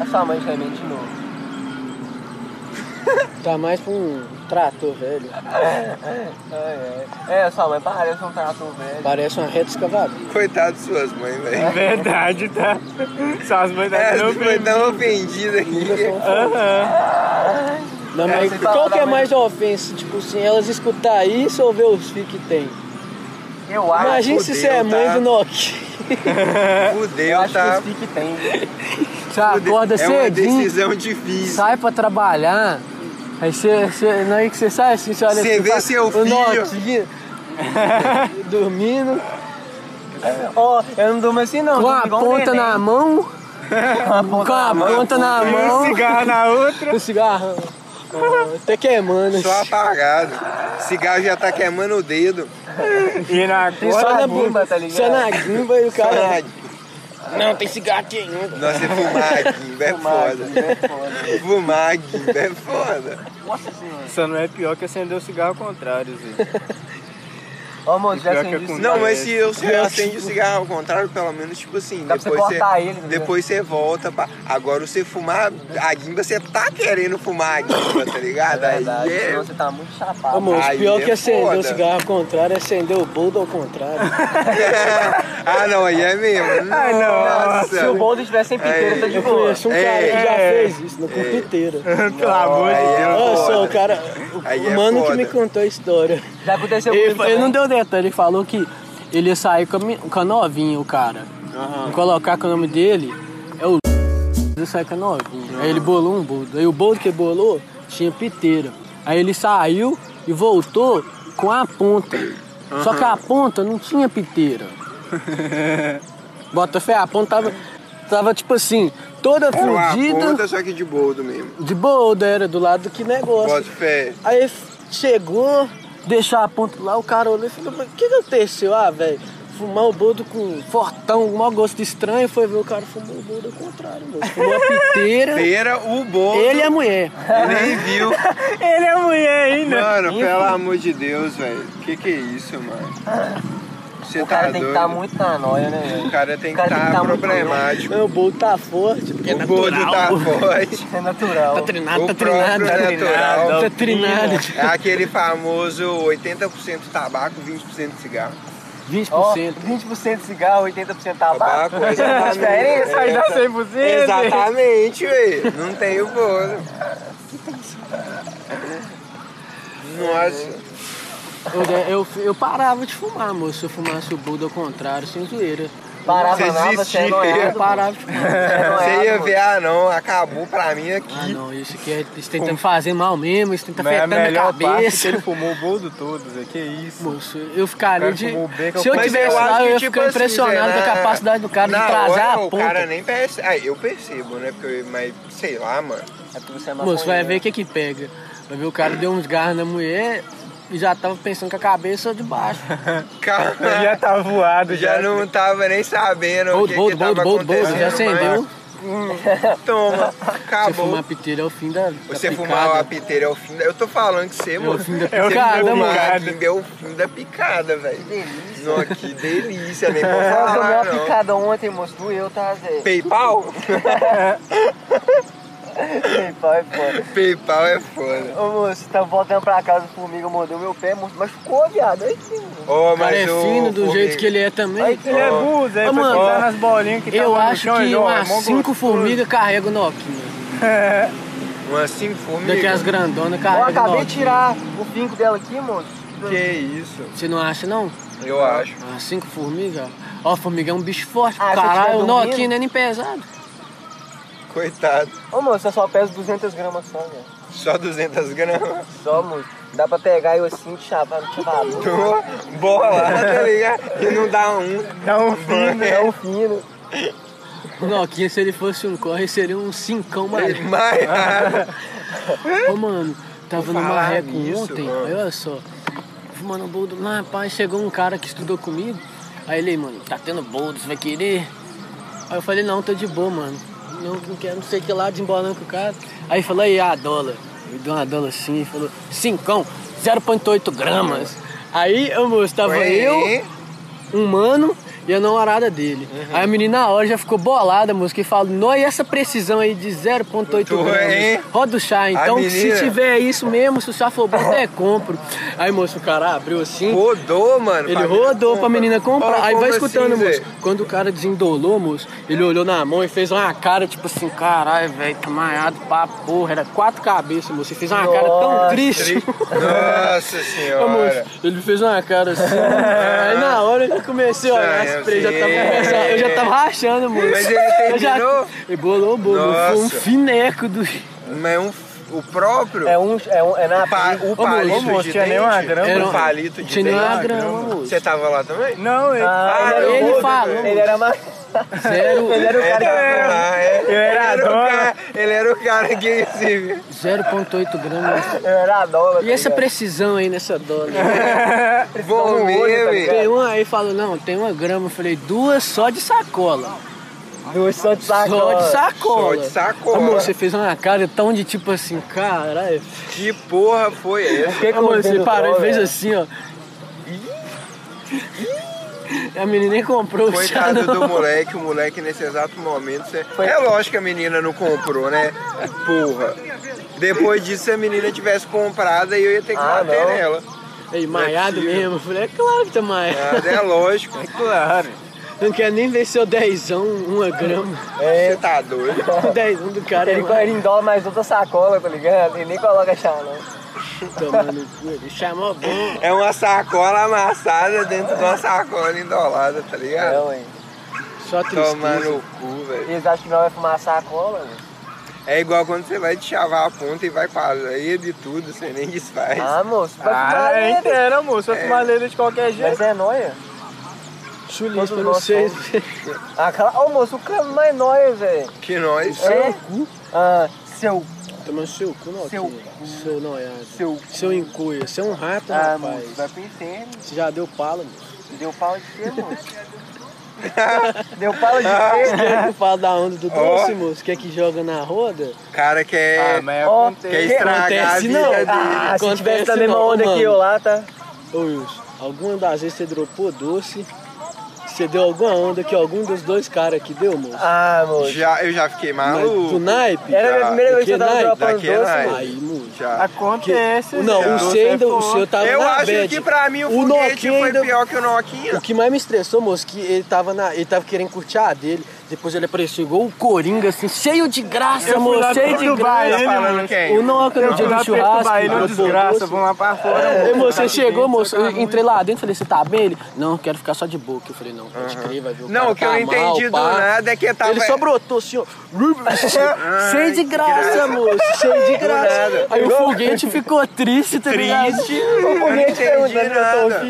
Speaker 4: A sua mãe já é de novo.
Speaker 2: Tá mais pra um trator, velho.
Speaker 4: É, é. É, sua mãe parece um trato velho.
Speaker 2: Parece uma reta escavadora.
Speaker 1: Coitado de suas mães, velho.
Speaker 5: É Verdade, tá? Suas mães
Speaker 1: É,
Speaker 5: tá dando
Speaker 1: foi
Speaker 5: peito.
Speaker 1: tão ofendido aqui.
Speaker 5: Aham.
Speaker 2: Não,
Speaker 4: É,
Speaker 2: mas
Speaker 4: você fala
Speaker 2: qual que
Speaker 4: da
Speaker 2: é
Speaker 4: mãe.
Speaker 2: mais a ofensa? Tipo assim, elas escutar isso ou ver os filhos que tem?
Speaker 4: Eu acho.
Speaker 2: Imagina se
Speaker 1: fudeu,
Speaker 2: você é mãe
Speaker 1: tá?
Speaker 2: do Nokia.
Speaker 4: Eu
Speaker 1: Fudeu,
Speaker 4: acho
Speaker 1: tá?
Speaker 4: que os piques tem. né?
Speaker 2: Você
Speaker 1: Fudeu.
Speaker 2: acorda
Speaker 1: é uma
Speaker 2: cedinho,
Speaker 1: decisão difícil.
Speaker 2: sai pra trabalhar. Aí você, você, na hora que você sai assim, você olha
Speaker 1: Você
Speaker 2: assim,
Speaker 1: vê
Speaker 2: fala,
Speaker 1: seu
Speaker 2: "O
Speaker 1: filho."
Speaker 2: Noquinha dormindo,
Speaker 4: Ó, eu não durmo assim não.
Speaker 2: com a
Speaker 4: durmo igual um
Speaker 2: ponta
Speaker 4: neném.
Speaker 2: na mão,
Speaker 4: Com
Speaker 2: com a ponta na
Speaker 5: E um
Speaker 2: mão,
Speaker 5: cigarro na outra.
Speaker 2: o cigarrão. Ah, Até queimando.
Speaker 1: Só apagado. Cigarro já tá queimando o dedo.
Speaker 5: E na
Speaker 2: E
Speaker 5: cor.
Speaker 2: só na
Speaker 4: gimba,
Speaker 2: bunda,
Speaker 4: tá
Speaker 2: Só
Speaker 4: ligado?
Speaker 2: na guimba e o cara.
Speaker 1: Não, tem cigarro aqui ainda. Nossa, é fumaguinho, é foda. Fumaguinho, é foda.
Speaker 5: Só não é pior que acender o cigarro ao contrário, Zé.
Speaker 4: Ó, moço, já
Speaker 5: Pior que
Speaker 4: acendi
Speaker 5: é
Speaker 4: o
Speaker 5: com-
Speaker 1: Não, mas
Speaker 5: Parece.
Speaker 1: se eu se acende o cigarro ao contrário, pelo menos, tipo assim,
Speaker 4: Dá pra você
Speaker 1: depois você,
Speaker 4: cortar ele, né?
Speaker 1: depois você volta. Pra... Agora você fumar a guimba, você tá querendo fumar a guimba, tá ligado? Aí
Speaker 4: Verdade,
Speaker 1: é
Speaker 4: senão você tá muito chapado.
Speaker 2: Ô, moço,
Speaker 1: Aí
Speaker 2: pior
Speaker 1: é
Speaker 2: que acender
Speaker 1: foda.
Speaker 2: o cigarro ao contrário é acender o boldo ao contrário.
Speaker 1: ah, não, aí é mesmo.
Speaker 5: Ai, não.
Speaker 4: Se o boldo tivesse sem piteira, tá de
Speaker 2: Eu
Speaker 4: boa.
Speaker 2: conheço um
Speaker 1: tá É,
Speaker 2: cara que já
Speaker 5: é.
Speaker 2: fez isso, no corpo inteiro.
Speaker 5: Pelo amor de
Speaker 1: Aí é
Speaker 5: Deus.
Speaker 2: Olha só, o
Speaker 1: foda.
Speaker 2: cara, o
Speaker 1: Aí é
Speaker 2: mano que
Speaker 1: foda.
Speaker 2: me contou a história.
Speaker 4: Já aconteceu
Speaker 2: Ele,
Speaker 4: comigo
Speaker 2: fa- ele não
Speaker 4: também.
Speaker 2: deu detalhe, ele falou que ele ia sair com a, mi- com a novinha, o cara. Colocar que o nome dele é o ele saiu com a novinha. Aí ele bolou um boldo. Aí o boldo que bolou tinha piteira. Aí ele saiu e voltou com a ponta. Só que a ponta não tinha piteira. Bota fé, a ponta tava, tava tipo assim, toda
Speaker 4: tá
Speaker 1: Era uma
Speaker 2: fundida.
Speaker 1: Tipo, ponta, só que de boldo mesmo.
Speaker 2: De boldo era do lado que negócio.
Speaker 1: Bota fé.
Speaker 2: Aí f- chegou, deixou a ponta lá, o cara olhou e falou, mas o que que aconteceu? Ah, velho, fumar o boldo com fortão, um mau gosto estranho, foi ver o cara fumou o boldo ao contrário, mano. Fumou a piteira,
Speaker 1: Feira, o boldo.
Speaker 2: ele e a mulher.
Speaker 4: É.
Speaker 1: Nem viu.
Speaker 5: Ele é mulher ainda.
Speaker 1: Mano, pelo amor de Deus, velho. Que que é isso, mano? Você
Speaker 4: O
Speaker 1: tá
Speaker 4: cara tem que
Speaker 1: doido?
Speaker 4: estar muito na noia, né? velho?
Speaker 1: O cara tem
Speaker 4: o
Speaker 1: que
Speaker 4: cara tem que
Speaker 1: estar
Speaker 4: tá muito
Speaker 1: problemático.
Speaker 2: Não, o boldo tá forte, porque é
Speaker 1: o boldo tá
Speaker 2: natural.
Speaker 1: forte.
Speaker 4: É natural.
Speaker 2: Tá trinado,
Speaker 1: O
Speaker 2: tá
Speaker 1: próprio
Speaker 2: trinado. Tá
Speaker 1: natural.
Speaker 2: trinado, Tá trinado.
Speaker 1: É aquele famoso 80% tabaco, 20% cigarro.
Speaker 2: 20%.
Speaker 4: Ó, 20% cigarro, 80% tabaco.
Speaker 1: Tabaco, exatamente. É.
Speaker 4: diferença aí dá
Speaker 5: 100%.
Speaker 1: Exatamente, velho. Não tem o bolo. Nossa.
Speaker 2: Eu, eu, eu parava de fumar, moço, se eu fumasse o boldo ao contrário, sem zoeira.
Speaker 4: Parava
Speaker 1: Você
Speaker 4: nada, você é
Speaker 1: desistia.
Speaker 2: Eu
Speaker 4: noiado.
Speaker 2: parava de fumar.
Speaker 4: é,
Speaker 1: Você ia ver, ah não, acabou pra mim aqui.
Speaker 2: Ah, não, isso aqui é, isso tem tá me fazendo mal mesmo, isso tem
Speaker 5: é
Speaker 2: tá
Speaker 1: é
Speaker 3: Mas a
Speaker 2: afetando a
Speaker 3: melhor parte que
Speaker 2: cabeça.
Speaker 3: ele fumou o boldo todo, Zé. Que isso?
Speaker 2: Moço, eu ficaria
Speaker 3: Cara,
Speaker 2: de.
Speaker 3: fumou o beco,
Speaker 2: Se eu
Speaker 1: um Mas
Speaker 2: tivesse
Speaker 1: eu acho
Speaker 2: lá,
Speaker 1: que,
Speaker 2: eu ia
Speaker 1: tipo
Speaker 2: ficar
Speaker 1: assim,
Speaker 2: impressionado
Speaker 1: Zé,
Speaker 2: com a
Speaker 1: na-
Speaker 2: capacidade do cara de
Speaker 1: Na
Speaker 2: trazer
Speaker 1: hora,
Speaker 2: a
Speaker 1: o
Speaker 2: ponta.
Speaker 1: cara nem percebe. Ah, eu percebo, né? Porque, eu- mas sei lá, mano.
Speaker 4: É porque você é
Speaker 2: Moço, vai
Speaker 4: maconheiro.
Speaker 1: né?
Speaker 2: ver o que que pega. Vai ver o cara deu uns garros na mulher e já tava pensando com a cabeça de baixo.
Speaker 1: Cara,
Speaker 5: Ele já tá voado, já,
Speaker 1: já não tava nem sabendo o
Speaker 2: Bold,
Speaker 1: que,
Speaker 2: bold,
Speaker 1: que tava
Speaker 2: bold, bold, bold,
Speaker 1: acontecendo.
Speaker 2: já acendeu.
Speaker 1: mas- Toma,
Speaker 2: Você
Speaker 1: acabou.
Speaker 2: fumar piteira é o fim da. da
Speaker 1: Você
Speaker 2: picada. É
Speaker 1: fumar uma piteira é o fim da... Eu tô falando que você, mano.
Speaker 2: fim da
Speaker 1: você
Speaker 2: picada,
Speaker 1: fumar
Speaker 2: mano.
Speaker 1: a quimba É o fim da picada, velho. Nossa, que delícia. Nem vou
Speaker 4: Eu tomei
Speaker 1: falar,
Speaker 4: uma
Speaker 1: não.
Speaker 4: picada ontem, moço, doeu, tá, Zé?
Speaker 1: Paypal?
Speaker 4: PayPal é foda.
Speaker 1: PayPal é foda.
Speaker 4: Ô, moço, tava voltando pra casa, o formiga mordeu meu pé, moço, machucou, viado. Aí sim, mano.
Speaker 1: Ô,
Speaker 2: O cara é
Speaker 1: mas o
Speaker 2: fino do jeito
Speaker 1: formiga-
Speaker 2: que ele é também.
Speaker 4: Aí né? sim,
Speaker 3: Ele é
Speaker 1: Ó.
Speaker 3: burro, aí
Speaker 2: Ô,
Speaker 3: foi
Speaker 2: mano,
Speaker 3: pisar nas bolinhas que
Speaker 2: Eu
Speaker 3: tava no
Speaker 2: acho
Speaker 3: chão,
Speaker 2: que
Speaker 3: ele, ó,
Speaker 1: é
Speaker 2: umas
Speaker 3: mó
Speaker 2: cinco
Speaker 3: gostoso.
Speaker 2: formigas carregam o Nokia.
Speaker 1: Umas cinco formigas.
Speaker 2: Daqui as grandonas
Speaker 4: Eu
Speaker 2: carregam o
Speaker 4: acabei de
Speaker 2: Nokia.
Speaker 4: tirar o pinco dela aqui, moço.
Speaker 1: Que isso?
Speaker 2: Você não acha, não?
Speaker 1: Eu acho.
Speaker 2: Ah, cinco formigas? Ó, formiga é um bicho forte.
Speaker 4: Ah, se eu tiver
Speaker 2: Caralho, o
Speaker 1: um
Speaker 4: dormindo-
Speaker 2: Nokia não é nem pesado.
Speaker 1: Coitado.
Speaker 4: Ô, moço, eu só peso 200 gramas só, velho.
Speaker 1: Só 200 gramas.
Speaker 4: Só, moço. Dá pra pegar eu assim, te chavar, te chavar.
Speaker 1: Tô bola, tá ligado? E não dá um.
Speaker 3: Dá um fino.
Speaker 4: É um fino.
Speaker 2: O Nokia, se ele fosse um corre, seria um cincão mais.
Speaker 1: Mas,
Speaker 2: Ô, mano, tava no
Speaker 1: É. falar
Speaker 2: Marreco
Speaker 1: nisso,
Speaker 2: ontem,
Speaker 1: mano.
Speaker 2: olha só. Fumando boldo lá, pai, chegou um cara que estudou comigo. Aí ele, mano, tá tendo boldo, você vai querer? Aí eu falei, não, tô de boa, mano. Não, não quero, não sei o que lá, desembolando com o cara. Aí ele falou, aí, a dólar. Me deu uma dólar assim, falou, cincão, 0,8 gramas. Aí, ô, moço, tava eu, um mano e a namorada dele.
Speaker 1: Uhum.
Speaker 2: Aí a menina na hora já ficou bolada, moço, que falou, não, e essa precisão aí de 0.8
Speaker 1: Tô, hein?
Speaker 2: gramas? Roda o chá, então, que
Speaker 1: menina-
Speaker 2: se tiver isso mesmo, se o chá for bom, até compro. Aí, moço, o cara abriu assim,
Speaker 1: Rodou, mano.
Speaker 2: ele
Speaker 1: pra
Speaker 2: rodou pra menina comprar.
Speaker 1: Ó,
Speaker 2: aí vai
Speaker 1: compra
Speaker 2: escutando,
Speaker 1: assim,
Speaker 2: moço.
Speaker 1: Zé.
Speaker 2: Quando o cara desendolou, moço, ele olhou na mão e fez uma cara, tipo assim, caralho, velho, que maiado pra porra. Era quatro cabeças, moço. Ele fez uma cara tão
Speaker 4: Nossa,
Speaker 2: triste.
Speaker 1: Nossa
Speaker 2: Ô,
Speaker 1: senhora.
Speaker 2: moço, ele fez uma cara assim. aí na hora eu comecei a olhar
Speaker 1: Sei,
Speaker 2: esse preço, já
Speaker 1: eu
Speaker 2: tava
Speaker 1: sei.
Speaker 2: começando- Eu já tava rachando, moço.
Speaker 1: Mas ele
Speaker 2: Eu já-
Speaker 1: terminou?
Speaker 2: Ele bolou o bolo.
Speaker 1: Nossa.
Speaker 2: Foi um fineco do.
Speaker 1: Mas um, o próprio.
Speaker 4: É um, é um, é na
Speaker 1: pa- o palito
Speaker 3: moço,
Speaker 1: de
Speaker 3: tinha
Speaker 1: dente.
Speaker 3: nem uma grama.
Speaker 1: Era
Speaker 2: Era
Speaker 1: um
Speaker 2: um-
Speaker 1: palito de
Speaker 2: Tinha nem uma
Speaker 1: dente.
Speaker 2: grama, moço.
Speaker 1: Você tava lá também?
Speaker 3: Não, ele...
Speaker 4: Ah,
Speaker 1: Ah,
Speaker 2: ele
Speaker 4: era o-
Speaker 2: falou.
Speaker 4: Ele era mais...
Speaker 2: Zero,
Speaker 4: Ele era o cara que...
Speaker 1: Ah, é.
Speaker 3: Eu era
Speaker 1: ele, era o
Speaker 3: dono.
Speaker 1: cara, ele era o cara que se
Speaker 2: 0,8 gramas.
Speaker 4: Eu era a dólar.
Speaker 2: E essa
Speaker 4: tá ligado?
Speaker 2: precisão aí nessa dólar?
Speaker 1: Vou
Speaker 4: no olho, tá
Speaker 1: mesmo.
Speaker 4: ligado?
Speaker 2: Tem uma aí falou, não, tem uma grama. Eu falei, duas só de sacola.
Speaker 4: Duas só de sacola.
Speaker 2: Só de sacola.
Speaker 1: Só de sacola.
Speaker 2: Amor, você fez uma cara tão de tipo assim, caralho.
Speaker 1: Que porra foi essa?
Speaker 4: Fiquei com
Speaker 2: Amor,
Speaker 4: o
Speaker 2: você
Speaker 4: dedo
Speaker 2: parou
Speaker 4: dólar.
Speaker 2: e fez assim, ó. A menina nem comprou o chá,
Speaker 1: Coitado
Speaker 2: não.
Speaker 1: do moleque, o moleque nesse exato momento. Você... É lógico que a menina não comprou, né? Porra. Depois disso, se a menina tivesse comprado, aí eu ia ter que
Speaker 4: Ah,
Speaker 1: bater
Speaker 4: não.
Speaker 1: nela.
Speaker 2: Aí, maiado
Speaker 1: Não é possível.
Speaker 2: mesmo. Eu falei, é claro que tá maiado.
Speaker 1: Mas é lógico.
Speaker 3: Claro.
Speaker 2: Não quero nem ver seu dezão, uma grama.
Speaker 1: Você tá doido.
Speaker 2: O dezão do cara é
Speaker 4: Ele,
Speaker 2: mais.
Speaker 4: ele endola mais outra sacola, tá ligado? Ele nem coloca chá, não.
Speaker 2: Tomando cu, ele chamou bom.
Speaker 1: É uma sacola amassada dentro de uma sacola endolada, tá ligado?
Speaker 4: Não, hein?
Speaker 2: Só
Speaker 1: Tomar
Speaker 2: tristeza.
Speaker 1: no cu, velho.
Speaker 4: Eles acham que não vai fumar sacola, mano.
Speaker 1: É igual quando você vai te chavar a ponta e vai pra areia de tudo, você nem desfaz.
Speaker 4: Ah, então. moço, vai fumar
Speaker 2: é
Speaker 3: Ah,
Speaker 4: ainda.
Speaker 3: inteira, moço. Vai fumar leira de qualquer jeito.
Speaker 4: Mas é nóia.
Speaker 2: Chulis pra
Speaker 4: Quando nós
Speaker 2: vocês.
Speaker 4: Aquela... Ô, moço, o cano mais nóia, velho.
Speaker 1: Que nós.
Speaker 4: É? Ah, seu...
Speaker 2: Tomando seu cu, não.
Speaker 4: Seu
Speaker 2: Seu, seu noiado.
Speaker 4: Seu...
Speaker 2: Seu encolha. Seu um rato,
Speaker 4: Ah,
Speaker 2: rapaz.
Speaker 4: moço, vai pro inferno.
Speaker 2: Você já deu pala, mano.
Speaker 4: Deu pau de quê, moço? Deu pau de quê?
Speaker 2: Quer que fala da onda do
Speaker 1: Ó.
Speaker 2: doce, moço? Quer que joga na roda?
Speaker 1: Cara que é.
Speaker 3: Ah, mas
Speaker 4: Ó,
Speaker 3: acontece.
Speaker 1: Quer estragar a
Speaker 2: acontece,
Speaker 1: vida
Speaker 2: não.
Speaker 1: dele.
Speaker 4: Ah, se
Speaker 2: Acontece
Speaker 4: tivesse na mesma
Speaker 2: não,
Speaker 4: onda
Speaker 2: mano.
Speaker 4: que eu lá, tá?
Speaker 2: Ô Wilson, alguma das vezes você dropou doce? Você deu alguma onda que algum dos dois caras aqui deu, moço?
Speaker 4: Ah, moço.
Speaker 1: Já, eu já fiquei
Speaker 2: Mas
Speaker 1: maluco.
Speaker 2: do naipe?
Speaker 4: Era a
Speaker 1: Já.
Speaker 4: minha primeira vez que eu tava
Speaker 2: Daqui é
Speaker 4: dropando
Speaker 1: naipe, daqui é
Speaker 4: doce,
Speaker 1: naipe.
Speaker 4: mano.
Speaker 2: Aí, moço.
Speaker 1: Já.
Speaker 3: Acontece.
Speaker 2: Não,
Speaker 1: Já.
Speaker 2: o
Speaker 3: moço,
Speaker 2: seu
Speaker 3: é
Speaker 2: ainda, o
Speaker 3: foda.
Speaker 2: seu tava
Speaker 1: Eu
Speaker 2: na
Speaker 1: acho
Speaker 2: bad.
Speaker 1: que pra mim o,
Speaker 2: O
Speaker 1: foguete
Speaker 2: Nokia
Speaker 1: foi
Speaker 2: ainda-
Speaker 1: pior que o Noquinha.
Speaker 2: O que mais me estressou, moço, que ele tava, na, ele tava querendo curtir a dele. Depois ele apareceu igual o Coringa, assim, cheio de graça,
Speaker 3: Eu fui lá
Speaker 2: moço, cheio de
Speaker 3: perturbar
Speaker 2: graça.
Speaker 3: ele,
Speaker 1: falando
Speaker 3: moço.
Speaker 1: quem?
Speaker 2: O Noca no dia
Speaker 3: Fui lá
Speaker 2: do churrasco.
Speaker 3: perturbar ele, ô
Speaker 2: dropou
Speaker 3: desgraça.
Speaker 2: doce.
Speaker 3: Vamos lá pra fora, moço.
Speaker 2: Ei, é, moço, você chegou, moço, eu
Speaker 3: Tá ruim.
Speaker 2: entrei lá dentro, falei, você tá bem? Ele, não, quero ficar só de boca. Eu falei, não, pode crer, vai ver o cara
Speaker 1: Não, o que eu
Speaker 2: tá mal,
Speaker 1: entendi do
Speaker 2: pá.
Speaker 1: nada é que tava.
Speaker 2: Ele só brotou assim, ó. cheio de graça, moço. Cheio de
Speaker 1: nada.
Speaker 2: graça. Aí o foguete ficou triste, tá ligado?
Speaker 1: Eu não entendi
Speaker 2: né,
Speaker 1: nada.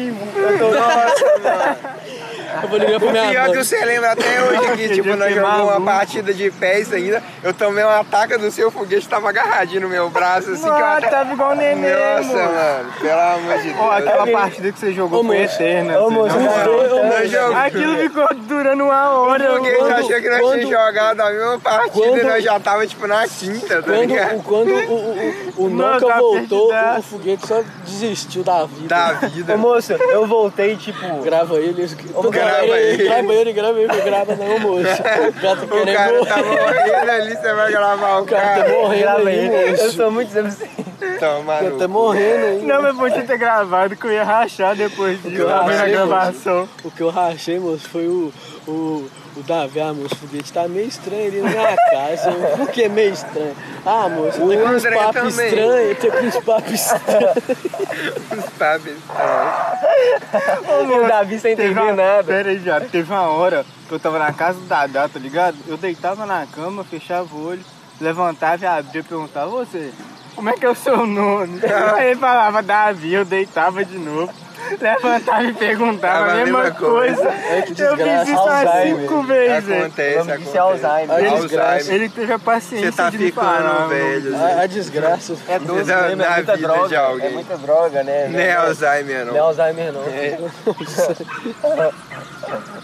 Speaker 2: Eu vou ligar pra minha
Speaker 1: Pior que
Speaker 2: mãe.
Speaker 1: você lembra até hoje que, tipo,
Speaker 3: dia
Speaker 1: nós
Speaker 3: que
Speaker 1: jogamos uma
Speaker 3: maluco.
Speaker 1: partida de pés ainda, eu tomei uma ataca do seu foguete, tava agarradinho no meu braço, assim, que eu
Speaker 3: Ah,
Speaker 1: até-
Speaker 3: tava igual o neném,
Speaker 1: Nossa,
Speaker 3: moço.
Speaker 1: mano, pelo amor de Deus.
Speaker 3: Ó, aquela partida que você jogou
Speaker 2: é Ô,
Speaker 3: foi
Speaker 2: moço.
Speaker 3: eterna.
Speaker 4: Ô,
Speaker 3: você
Speaker 4: moço,
Speaker 3: não-
Speaker 2: Não,
Speaker 4: você-
Speaker 2: não,
Speaker 4: ô,
Speaker 1: Nós
Speaker 4: moço.
Speaker 1: jogamos.
Speaker 3: Aquilo ficou durando uma hora.
Speaker 1: Porque a gente
Speaker 2: Quando-
Speaker 1: achou que nós tínhamos
Speaker 2: quando-
Speaker 1: jogado a mesma partida e
Speaker 2: quando-
Speaker 1: nós já tava, tipo, na quinta, tá
Speaker 2: Quando,
Speaker 1: ligado?
Speaker 2: o- quando o, o, o, o
Speaker 3: Não,
Speaker 2: Noca
Speaker 3: tá
Speaker 2: voltou,
Speaker 3: perdidaço.
Speaker 2: o, o foguete só desistiu da vida.
Speaker 1: Da vida.
Speaker 4: Ô, moço, eu voltei, tipo...
Speaker 2: Grava ele. isso que-
Speaker 4: Ô,
Speaker 2: Toda
Speaker 1: grava aí.
Speaker 2: Grava aí, grava aí, não grava não, moço. O cara tá
Speaker 1: O
Speaker 2: querendo
Speaker 1: cara tá
Speaker 2: morrer.
Speaker 1: morrendo ali, você vai gravar o
Speaker 2: O cara tá
Speaker 1: cara.
Speaker 2: morrendo aí,
Speaker 4: Eu
Speaker 2: moço.
Speaker 4: sou muito desobediente.
Speaker 1: Então,
Speaker 2: O cara tá
Speaker 1: mano.
Speaker 2: morrendo aí.
Speaker 3: Não, mas podia ter gravado que eu ia rachar depois de
Speaker 2: Eu
Speaker 3: lá na
Speaker 2: rachei,
Speaker 3: gravação.
Speaker 2: O que eu rachei, moço, foi o, o, o Davi. Ah, moço, o foguete tá meio estranho ali na minha casa. Eu, Por que meio estranho? Ah, moço, tá com uns
Speaker 1: André
Speaker 2: papos
Speaker 1: também.
Speaker 2: estranhos, tá com uns papos estranhos.
Speaker 1: Sabe? então.
Speaker 4: O Davi sem
Speaker 3: Teve
Speaker 4: entender
Speaker 3: uma...
Speaker 4: nada.
Speaker 3: Pera aí, viado. Teve uma hora que eu tava na casa do Dadá, tá ligado? Eu deitava na cama, fechava o olho, levantava e abria e perguntava, "Ô, você, como é que é o seu nome? aí ele falava Davi, eu deitava de novo. Levantava e perguntava
Speaker 1: Tava
Speaker 3: a mesma coisa.
Speaker 2: Ai, que
Speaker 3: Eu
Speaker 2: desgraça,
Speaker 3: fiz isso umas
Speaker 4: Alzheimer.
Speaker 3: cinco vezes.
Speaker 4: O
Speaker 1: Acontece,
Speaker 4: nome disso é
Speaker 1: acontece.
Speaker 4: Alzheimer.
Speaker 2: Ai,
Speaker 1: Alzheimer.
Speaker 3: Ele teve a paciência
Speaker 1: Você tá
Speaker 3: de me falar.
Speaker 1: ficando
Speaker 3: o
Speaker 1: velho. Zé.
Speaker 2: A, a desgraça.
Speaker 4: É doce,
Speaker 1: Da-
Speaker 4: né?
Speaker 1: da
Speaker 4: é muita
Speaker 1: vida
Speaker 4: droga.
Speaker 1: de alguém.
Speaker 4: É muita droga, né?
Speaker 1: Não é Alzheimer,
Speaker 4: Não é
Speaker 1: não.
Speaker 4: Alzheimer, não.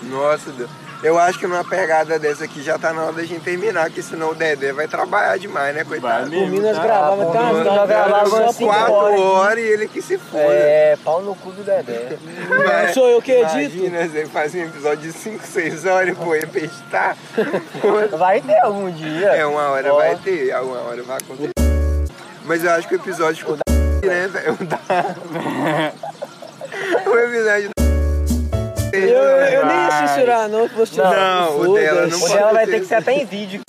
Speaker 1: Nossa, Deus. Eu acho que numa pegada dessa aqui já tá na hora da gente terminar, que senão o Dedé vai trabalhar demais, né, coitado?
Speaker 2: O Minas
Speaker 3: tá?
Speaker 2: gravava até umas
Speaker 4: Minas
Speaker 2: nove horas,
Speaker 4: gravava
Speaker 2: só
Speaker 4: umas
Speaker 2: pro-
Speaker 4: cinco
Speaker 1: Quatro
Speaker 4: horas.
Speaker 1: horas e ele que se foda.
Speaker 4: É, pau no cu do Dedé.
Speaker 1: Mas-
Speaker 2: Sou eu que edito.
Speaker 1: Imagina, você faz um episódio de 5, 6 horas e pô, tá? repetar.
Speaker 4: Vai ter algum dia.
Speaker 1: É, uma hora
Speaker 4: Ó,
Speaker 1: vai ter, alguma hora vai acontecer. Mas eu acho que o episódio ficou da... né, velho? O da- O episódio né? da...
Speaker 2: Eu, eu, eu nem ia censurar, não. que Você
Speaker 1: Não, o dela não
Speaker 2: Foda-se.
Speaker 4: O dela vai ter
Speaker 1: acontecer.
Speaker 4: que ser até em vídeo.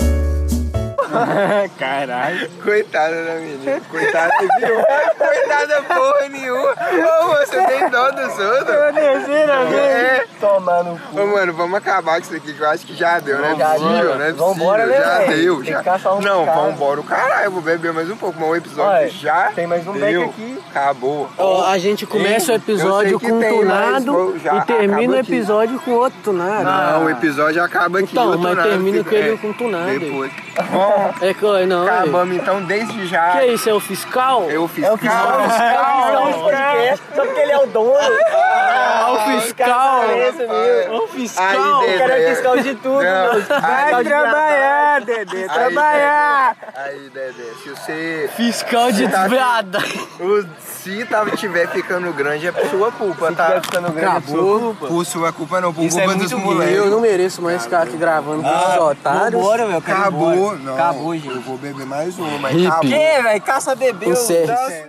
Speaker 3: Caralho.
Speaker 1: Coitada da menina. Coitada, viu? Coitada porra nenhuma. Ô, você tem dó dos outros.
Speaker 4: Terceira
Speaker 1: É.
Speaker 4: Tá Tomar no cu.
Speaker 1: Ô, mano, vamos acabar com isso aqui, que eu acho que já deu, né?
Speaker 4: Já
Speaker 1: possível,
Speaker 4: deu.
Speaker 1: né?
Speaker 4: Vambora, né,
Speaker 1: Já
Speaker 4: velho?
Speaker 1: deu,
Speaker 4: Tem
Speaker 1: já.
Speaker 4: que caçar um
Speaker 1: Não,
Speaker 4: cara.
Speaker 1: vambora o caralho. Eu vou beber mais um pouco, mas o episódio
Speaker 4: Olha,
Speaker 1: já
Speaker 4: tem mais um beck
Speaker 1: deu.
Speaker 4: aqui.
Speaker 1: Acabou.
Speaker 2: Ó, a gente começa o
Speaker 1: Eu sei
Speaker 2: episódio
Speaker 1: que
Speaker 2: com um
Speaker 1: tem, mas
Speaker 2: tunado
Speaker 1: vou- já
Speaker 2: e termina
Speaker 1: acaba
Speaker 2: o
Speaker 1: aqui.
Speaker 2: episódio com outro tunado.
Speaker 1: Não, o episódio acaba aqui.
Speaker 2: Então,
Speaker 1: outro
Speaker 2: mas
Speaker 1: nada,
Speaker 2: termina
Speaker 1: fica- é,
Speaker 2: com ele com tunada.
Speaker 1: Depois. Bom,
Speaker 2: É que, ó, não. é.
Speaker 1: acabamos então desde já.
Speaker 2: Que isso, é o fiscal?
Speaker 1: Eu fiz é
Speaker 4: Não, não, podcast. Só porque ele é o dono.
Speaker 2: Ah, o fiscal!
Speaker 4: Cara, esse mesmo.
Speaker 2: O fiscal!
Speaker 1: Aí,
Speaker 4: O cara é
Speaker 1: Dedé.
Speaker 4: fiscal de tudo,
Speaker 1: Não,
Speaker 4: meu.
Speaker 1: aí-
Speaker 4: Fiscal de trabalhar.
Speaker 3: Dedê,
Speaker 1: trabalhar! Aí, Dedé, se você.
Speaker 2: Fiscal de
Speaker 1: Tá.
Speaker 2: desviada!
Speaker 1: o- se tava, tiver ficando grande, é por sua culpa,
Speaker 4: Tá
Speaker 1: tá?
Speaker 4: ficando grande.
Speaker 2: Acabou.
Speaker 1: Por sua culpa não, por
Speaker 4: Isso é
Speaker 1: culpa dos
Speaker 4: muito gay.
Speaker 1: moleques.
Speaker 2: Eu não mereço mais ficar aqui gravando com
Speaker 1: Ah,
Speaker 2: esses otários.
Speaker 4: Vambora, meu.
Speaker 1: Acabou, não.
Speaker 4: Acabou,
Speaker 1: Eu
Speaker 4: gente.
Speaker 1: vou beber mais uma, mas
Speaker 2: Hippie.
Speaker 1: acabou. É.
Speaker 4: Que, velho? Caça bebeu.
Speaker 2: Encerre.
Speaker 4: Nossa.